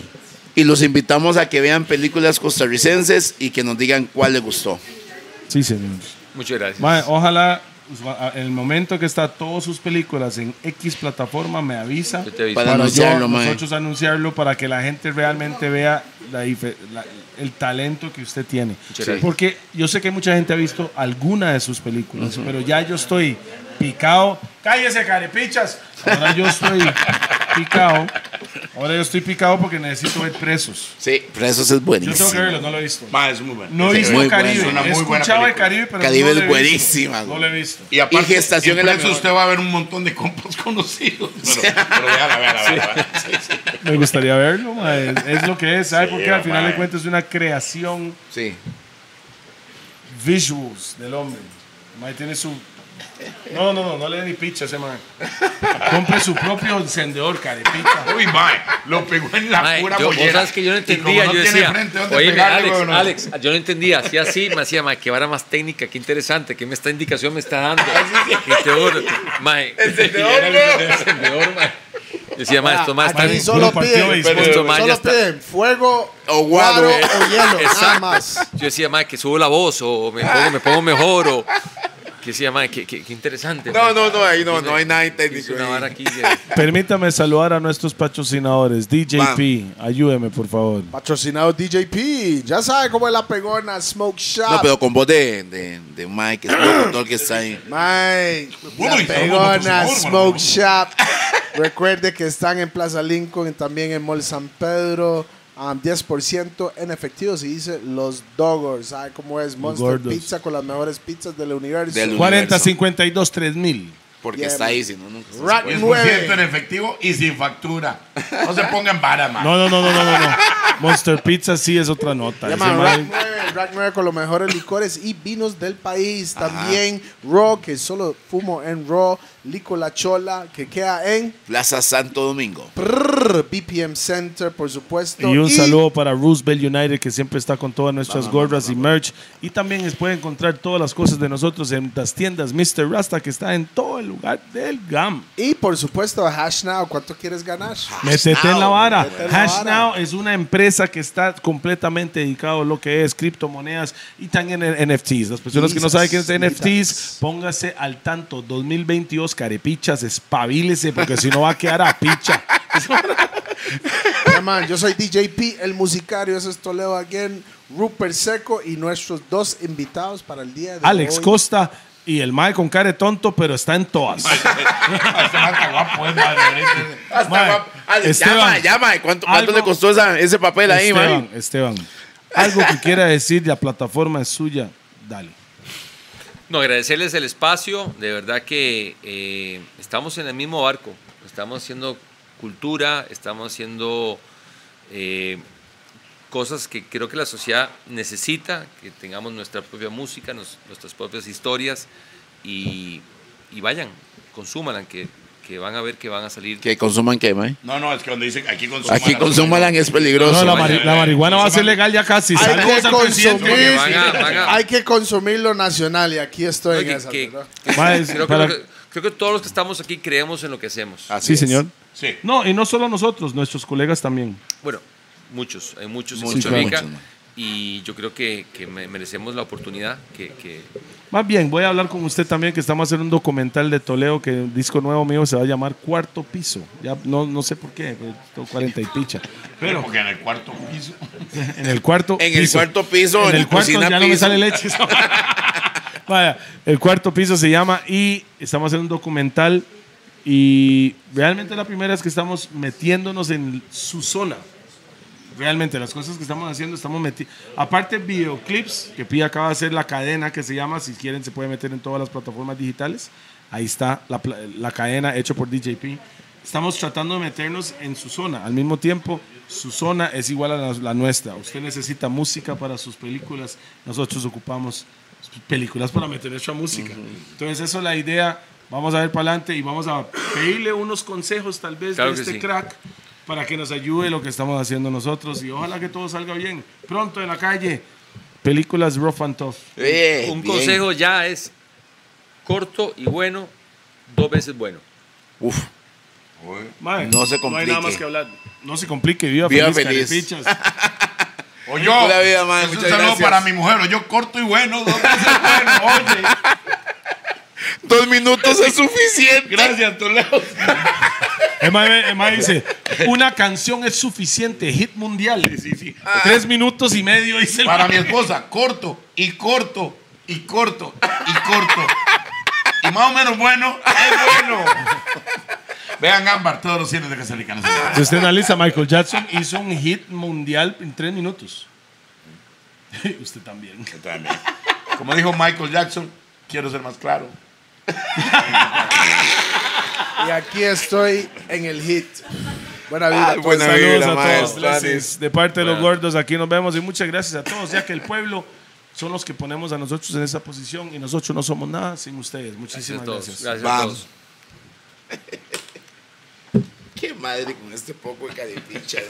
Speaker 4: Y los invitamos a que vean películas costarricenses y que nos digan cuál les gustó.
Speaker 2: Sí, señor.
Speaker 7: Muchas gracias.
Speaker 2: Mae, ojalá usua- a- en el momento que está todas sus películas en X plataforma me avisa.
Speaker 7: Yo te aviso.
Speaker 4: Para
Speaker 2: para
Speaker 4: anunciarlo,
Speaker 2: yo,
Speaker 4: mae.
Speaker 2: nosotros anunciarlo para que la gente realmente vea la dife- la- el talento que usted tiene.
Speaker 7: gracias.
Speaker 2: Porque yo sé que mucha gente ha visto alguna de sus películas, pero ya yo estoy picado. ¡Cállese, carepichas! Ahora yo estoy picado. Ahora yo estoy picado porque necesito ver presos.
Speaker 4: Sí, pero eso es
Speaker 2: Yo
Speaker 4: buenísimo.
Speaker 2: tengo que verlo, no lo he visto.
Speaker 5: Ma, es muy bueno.
Speaker 2: No he
Speaker 4: es
Speaker 2: visto
Speaker 4: muy
Speaker 2: Caribe.
Speaker 4: bueno.
Speaker 5: Una
Speaker 2: he
Speaker 5: muy buena
Speaker 2: escuchado de
Speaker 5: película.
Speaker 2: Caribe, pero
Speaker 4: Caribe
Speaker 2: no
Speaker 4: es
Speaker 2: lo he visto.
Speaker 4: buenísima,
Speaker 2: No
Speaker 4: güey.
Speaker 2: lo he visto.
Speaker 5: Y aparte,
Speaker 4: Y gestación
Speaker 5: en
Speaker 4: es la
Speaker 5: preso
Speaker 4: mejor.
Speaker 5: usted va a ver un montón de compas conocidos. Pero, pero véala, véala, véala, véala. Sí, sí.
Speaker 2: Me gustaría verlo, mae. Es, es lo que es, ¿sabes?
Speaker 5: Sí,
Speaker 2: Porque al final de
Speaker 5: mae.
Speaker 2: cuentas es una creación
Speaker 4: Sí.
Speaker 2: visuals del hombre. Mae tiene su. No, no, no, no le dé ni picha a ese man. Compre su propio encendedor, carepita.
Speaker 5: Uy, mae, lo pegó en la
Speaker 7: Mae,
Speaker 5: pura
Speaker 7: yo, vos
Speaker 5: mollera.
Speaker 7: sabes que yo no
Speaker 5: Y como
Speaker 7: entendía,
Speaker 5: no
Speaker 7: yo
Speaker 5: tiene
Speaker 7: decía,
Speaker 5: frente donde
Speaker 7: oye,
Speaker 5: pegarle,
Speaker 7: Alex,
Speaker 5: bueno,
Speaker 7: Alex, ah, yo no entendía, hacía así, me hacía, mae, qué vara más técnica, qué interesante, qué me esta indicación me está dando, qué qué duro, mae,
Speaker 4: Encendedor,
Speaker 7: Era el encendedor, mae. Decía, mae, esto más
Speaker 2: Aquí
Speaker 3: Ah, Aquí
Speaker 2: está bien.
Speaker 3: solo
Speaker 2: Puro partido de
Speaker 3: piden,
Speaker 2: béisbol.
Speaker 7: Esto, mae, ya
Speaker 3: solo
Speaker 7: está.
Speaker 3: piden fuego,
Speaker 4: O
Speaker 3: o
Speaker 4: guaro,
Speaker 3: guaro
Speaker 4: eh.
Speaker 3: o hielo, nada
Speaker 7: Exacto.
Speaker 3: más.
Speaker 7: Yo decía, mae, que subo la voz, o me pongo, me pongo mejor, o que decía, mae, qué, qué- qué interesante.
Speaker 4: No,
Speaker 7: mae.
Speaker 4: no, no, ahí no,
Speaker 7: Hice-
Speaker 4: no hay nada
Speaker 7: hice
Speaker 4: técnico.
Speaker 7: una
Speaker 4: ahí.
Speaker 7: vara aquí,
Speaker 2: Permítame saludar a nuestros patrocinadores. DJP, ayúdeme, por favor.
Speaker 3: Patrocinado DJP, ya sabe cómo es la pegona, Smoke Shop.
Speaker 4: No, pero con voz de, de, de Mike, es un locutor que está ahí.
Speaker 3: Mae,
Speaker 5: Bueno,
Speaker 3: la
Speaker 5: y saludos, por
Speaker 3: pegona
Speaker 5: favor, bueno.
Speaker 3: Smoke Shop. Recuerde que están en Plaza Lincoln y también en Mall San Pedro. um, 10% en efectivo se dice Los Doggers. ¿Sabe cómo es? Monster
Speaker 2: Gordos.
Speaker 3: Pizza con las mejores pizzas del universo.
Speaker 4: Del-
Speaker 2: 40, 52, 3000.
Speaker 4: Porque
Speaker 3: Yeah,
Speaker 4: está
Speaker 3: man.
Speaker 4: ahí, si no, nunca se
Speaker 3: Rat-
Speaker 4: puede.
Speaker 5: 10% en efectivo y sin factura. No se pongan vara, mae.
Speaker 2: No, no, no, no, no, no. no. Monster Pizza sí es otra nota. Ese
Speaker 3: Llaman Rack
Speaker 2: mae-
Speaker 3: 9, Rack 9 con los mejores licores y vinos del país. También Raw, que solo fumo en Raw. Lico La Chola, que queda en
Speaker 4: Plaza Santo Domingo.
Speaker 3: prrr, BPM Center, por supuesto.
Speaker 2: Y un saludo para Roosevelt United que siempre está con todas nuestras gorras y merch. Y también es- puede encontrar todas las cosas de nosotros en las tiendas Mr. Rasta que está en todo el lugar del GAM.
Speaker 3: Y por supuesto, Hash Now, ¿cuánto quieres ganar?
Speaker 2: Métete en la vara.
Speaker 3: Métete en la
Speaker 2: Hash
Speaker 3: vara.
Speaker 2: Now es una empresa que está completamente dedicada a lo que es criptomonedas y también en NFTs. Las personas que no
Speaker 3: Jesus,
Speaker 2: saben qué es
Speaker 3: Jesus.
Speaker 2: NFTs, póngase al tanto. 2022, carepichas, espabilese, porque si no va a quedar a picha.
Speaker 3: Yeah, man, yo soy DJP, el musicario, eso es Toledo Again, Rupert Seco y nuestros dos invitados para el día de
Speaker 2: Alex
Speaker 3: hoy.
Speaker 2: Costa y el Mae con care tonto, pero está en todas.
Speaker 5: Hasta guapo es, madre, ahorita.
Speaker 4: Hasta
Speaker 2: Mae,
Speaker 4: va- Ale,
Speaker 2: Esteban,
Speaker 4: llama, llama. ¿Cuánto, cuánto
Speaker 2: algo-
Speaker 4: le costó esa- ese papel ahí,
Speaker 2: Esteban,
Speaker 4: man?
Speaker 2: Esteban, algo que quiera decir, la plataforma es suya, dale.
Speaker 7: No, agradecerles el espacio. De verdad que eh, estamos en el mismo barco. Estamos haciendo cultura, estamos haciendo eh, cosas que creo que la sociedad necesita, que tengamos nuestra propia música, nos- nuestras propias historias y, y vayan, consúmanla, que, que van a ver que van a salir.
Speaker 4: Que consuman qué, man.
Speaker 5: No, no, es que cuando dicen aquí consuman.
Speaker 4: Aquí consumalan es peligroso.
Speaker 2: No, la,
Speaker 4: man.
Speaker 2: mari- la marihuana va a ser legal ya casi.
Speaker 3: Hay
Speaker 2: Saludos
Speaker 3: que
Speaker 2: al presidente.
Speaker 3: consumir,
Speaker 7: Porque van a- van a-
Speaker 3: hay que consumir lo nacional y aquí estoy
Speaker 7: Oye,
Speaker 3: en
Speaker 7: que-
Speaker 3: esa,
Speaker 7: que-
Speaker 3: ¿verdad?
Speaker 7: que-
Speaker 2: Mae,
Speaker 7: creo, que-
Speaker 2: para-
Speaker 7: creo que, creo que todos los que estamos aquí creemos en lo que hacemos.
Speaker 2: Sí, señor.
Speaker 5: Sí.
Speaker 2: No, y no solo nosotros, nuestros colegas también.
Speaker 7: Bueno, muchos, hay muchos en
Speaker 4: Muchos,
Speaker 7: Costa Rica.
Speaker 4: muchos, man.
Speaker 7: Y yo creo que, que me- merecemos la oportunidad que, que-
Speaker 2: Más bien, voy a hablar con usted también que estamos haciendo un documental de Toledo que el disco nuevo mío se va a llamar Cuarto Piso. Ya no, no sé por qué, pero tengo 40 y picha.
Speaker 5: Pero porque en el cuarto piso.
Speaker 2: En el cuarto
Speaker 4: En el
Speaker 2: piso.
Speaker 4: cuarto piso,
Speaker 2: en
Speaker 4: en
Speaker 2: el
Speaker 4: la
Speaker 2: cuarto
Speaker 4: cocina
Speaker 2: ya no me
Speaker 4: piso.
Speaker 2: sale leche. Vaya, el cuarto piso se llama y estamos haciendo un documental y realmente la primera es que estamos metiéndonos en su zona. Realmente las cosas que estamos haciendo estamos metiendo. Aparte videoclips que Pi acaba de hacer la cadena que se llama, si quieren se puede meter en todas las plataformas digitales. Ahí está la, pla- la cadena hecho por DJP. Estamos tratando de meternos en su zona. Al mismo tiempo, su zona es igual a la, la nuestra. Usted necesita música para sus películas. Nosotros ocupamos películas para meter nuestra música. Entonces, eso es la idea. Vamos a ver para adelante y vamos a pedirle unos consejos tal vez
Speaker 7: Claro
Speaker 2: de
Speaker 7: que
Speaker 2: este
Speaker 7: sí.
Speaker 2: crack para que nos ayude lo que estamos haciendo nosotros y ojalá que todo salga bien. Pronto en la calle, películas rough and tough.
Speaker 4: Eh,
Speaker 7: Un
Speaker 4: bien.
Speaker 7: consejo ya es corto y bueno, dos veces bueno.
Speaker 4: Uf.
Speaker 2: Mae,
Speaker 4: No se
Speaker 2: No hay nada
Speaker 4: complique.
Speaker 2: más que hablar. No se complique, viva,
Speaker 4: Viva
Speaker 2: feliz,
Speaker 4: feliz.
Speaker 2: carepichas.
Speaker 5: O yo.
Speaker 4: Pura vida, man,
Speaker 5: es un
Speaker 4: muchas
Speaker 5: saludo
Speaker 4: gracias.
Speaker 5: para mi mujer. O yo corto y bueno. Dos veces bueno. Oye.
Speaker 4: Dos minutos es suficiente.
Speaker 5: Gracias, Toledo.
Speaker 2: El mae- el mae dice, una canción es suficiente, hit mundial.
Speaker 4: Ah.
Speaker 2: Tres minutos y medio, dice el
Speaker 5: Para mi
Speaker 2: mae.
Speaker 5: esposa, corto y corto y corto y corto. Y más o menos bueno, es bueno. Vean Ámbar, todos los cines de Casalicanos.
Speaker 2: Si usted analiza, Michael Jackson hizo un hit mundial en tres minutos. usted también.
Speaker 5: Como dijo Michael Jackson, quiero ser más claro.
Speaker 3: Y aquí estoy en el hit.
Speaker 7: Ah,
Speaker 3: Buena vida. a todos.
Speaker 4: buena
Speaker 3: Saludos
Speaker 4: vibra,
Speaker 3: a
Speaker 4: mae.
Speaker 3: todos. Blessings.
Speaker 2: De parte de los gordos, aquí nos vemos y muchas gracias a todos, ya que el pueblo son los que ponemos a nosotros en esa posición y nosotros no somos nada sin ustedes.
Speaker 7: Gracias
Speaker 2: Muchísimas
Speaker 7: a todos.
Speaker 2: gracias.
Speaker 7: Gracias a
Speaker 4: Vamos.
Speaker 7: todos.
Speaker 4: Qué madre con este poco de caripicha,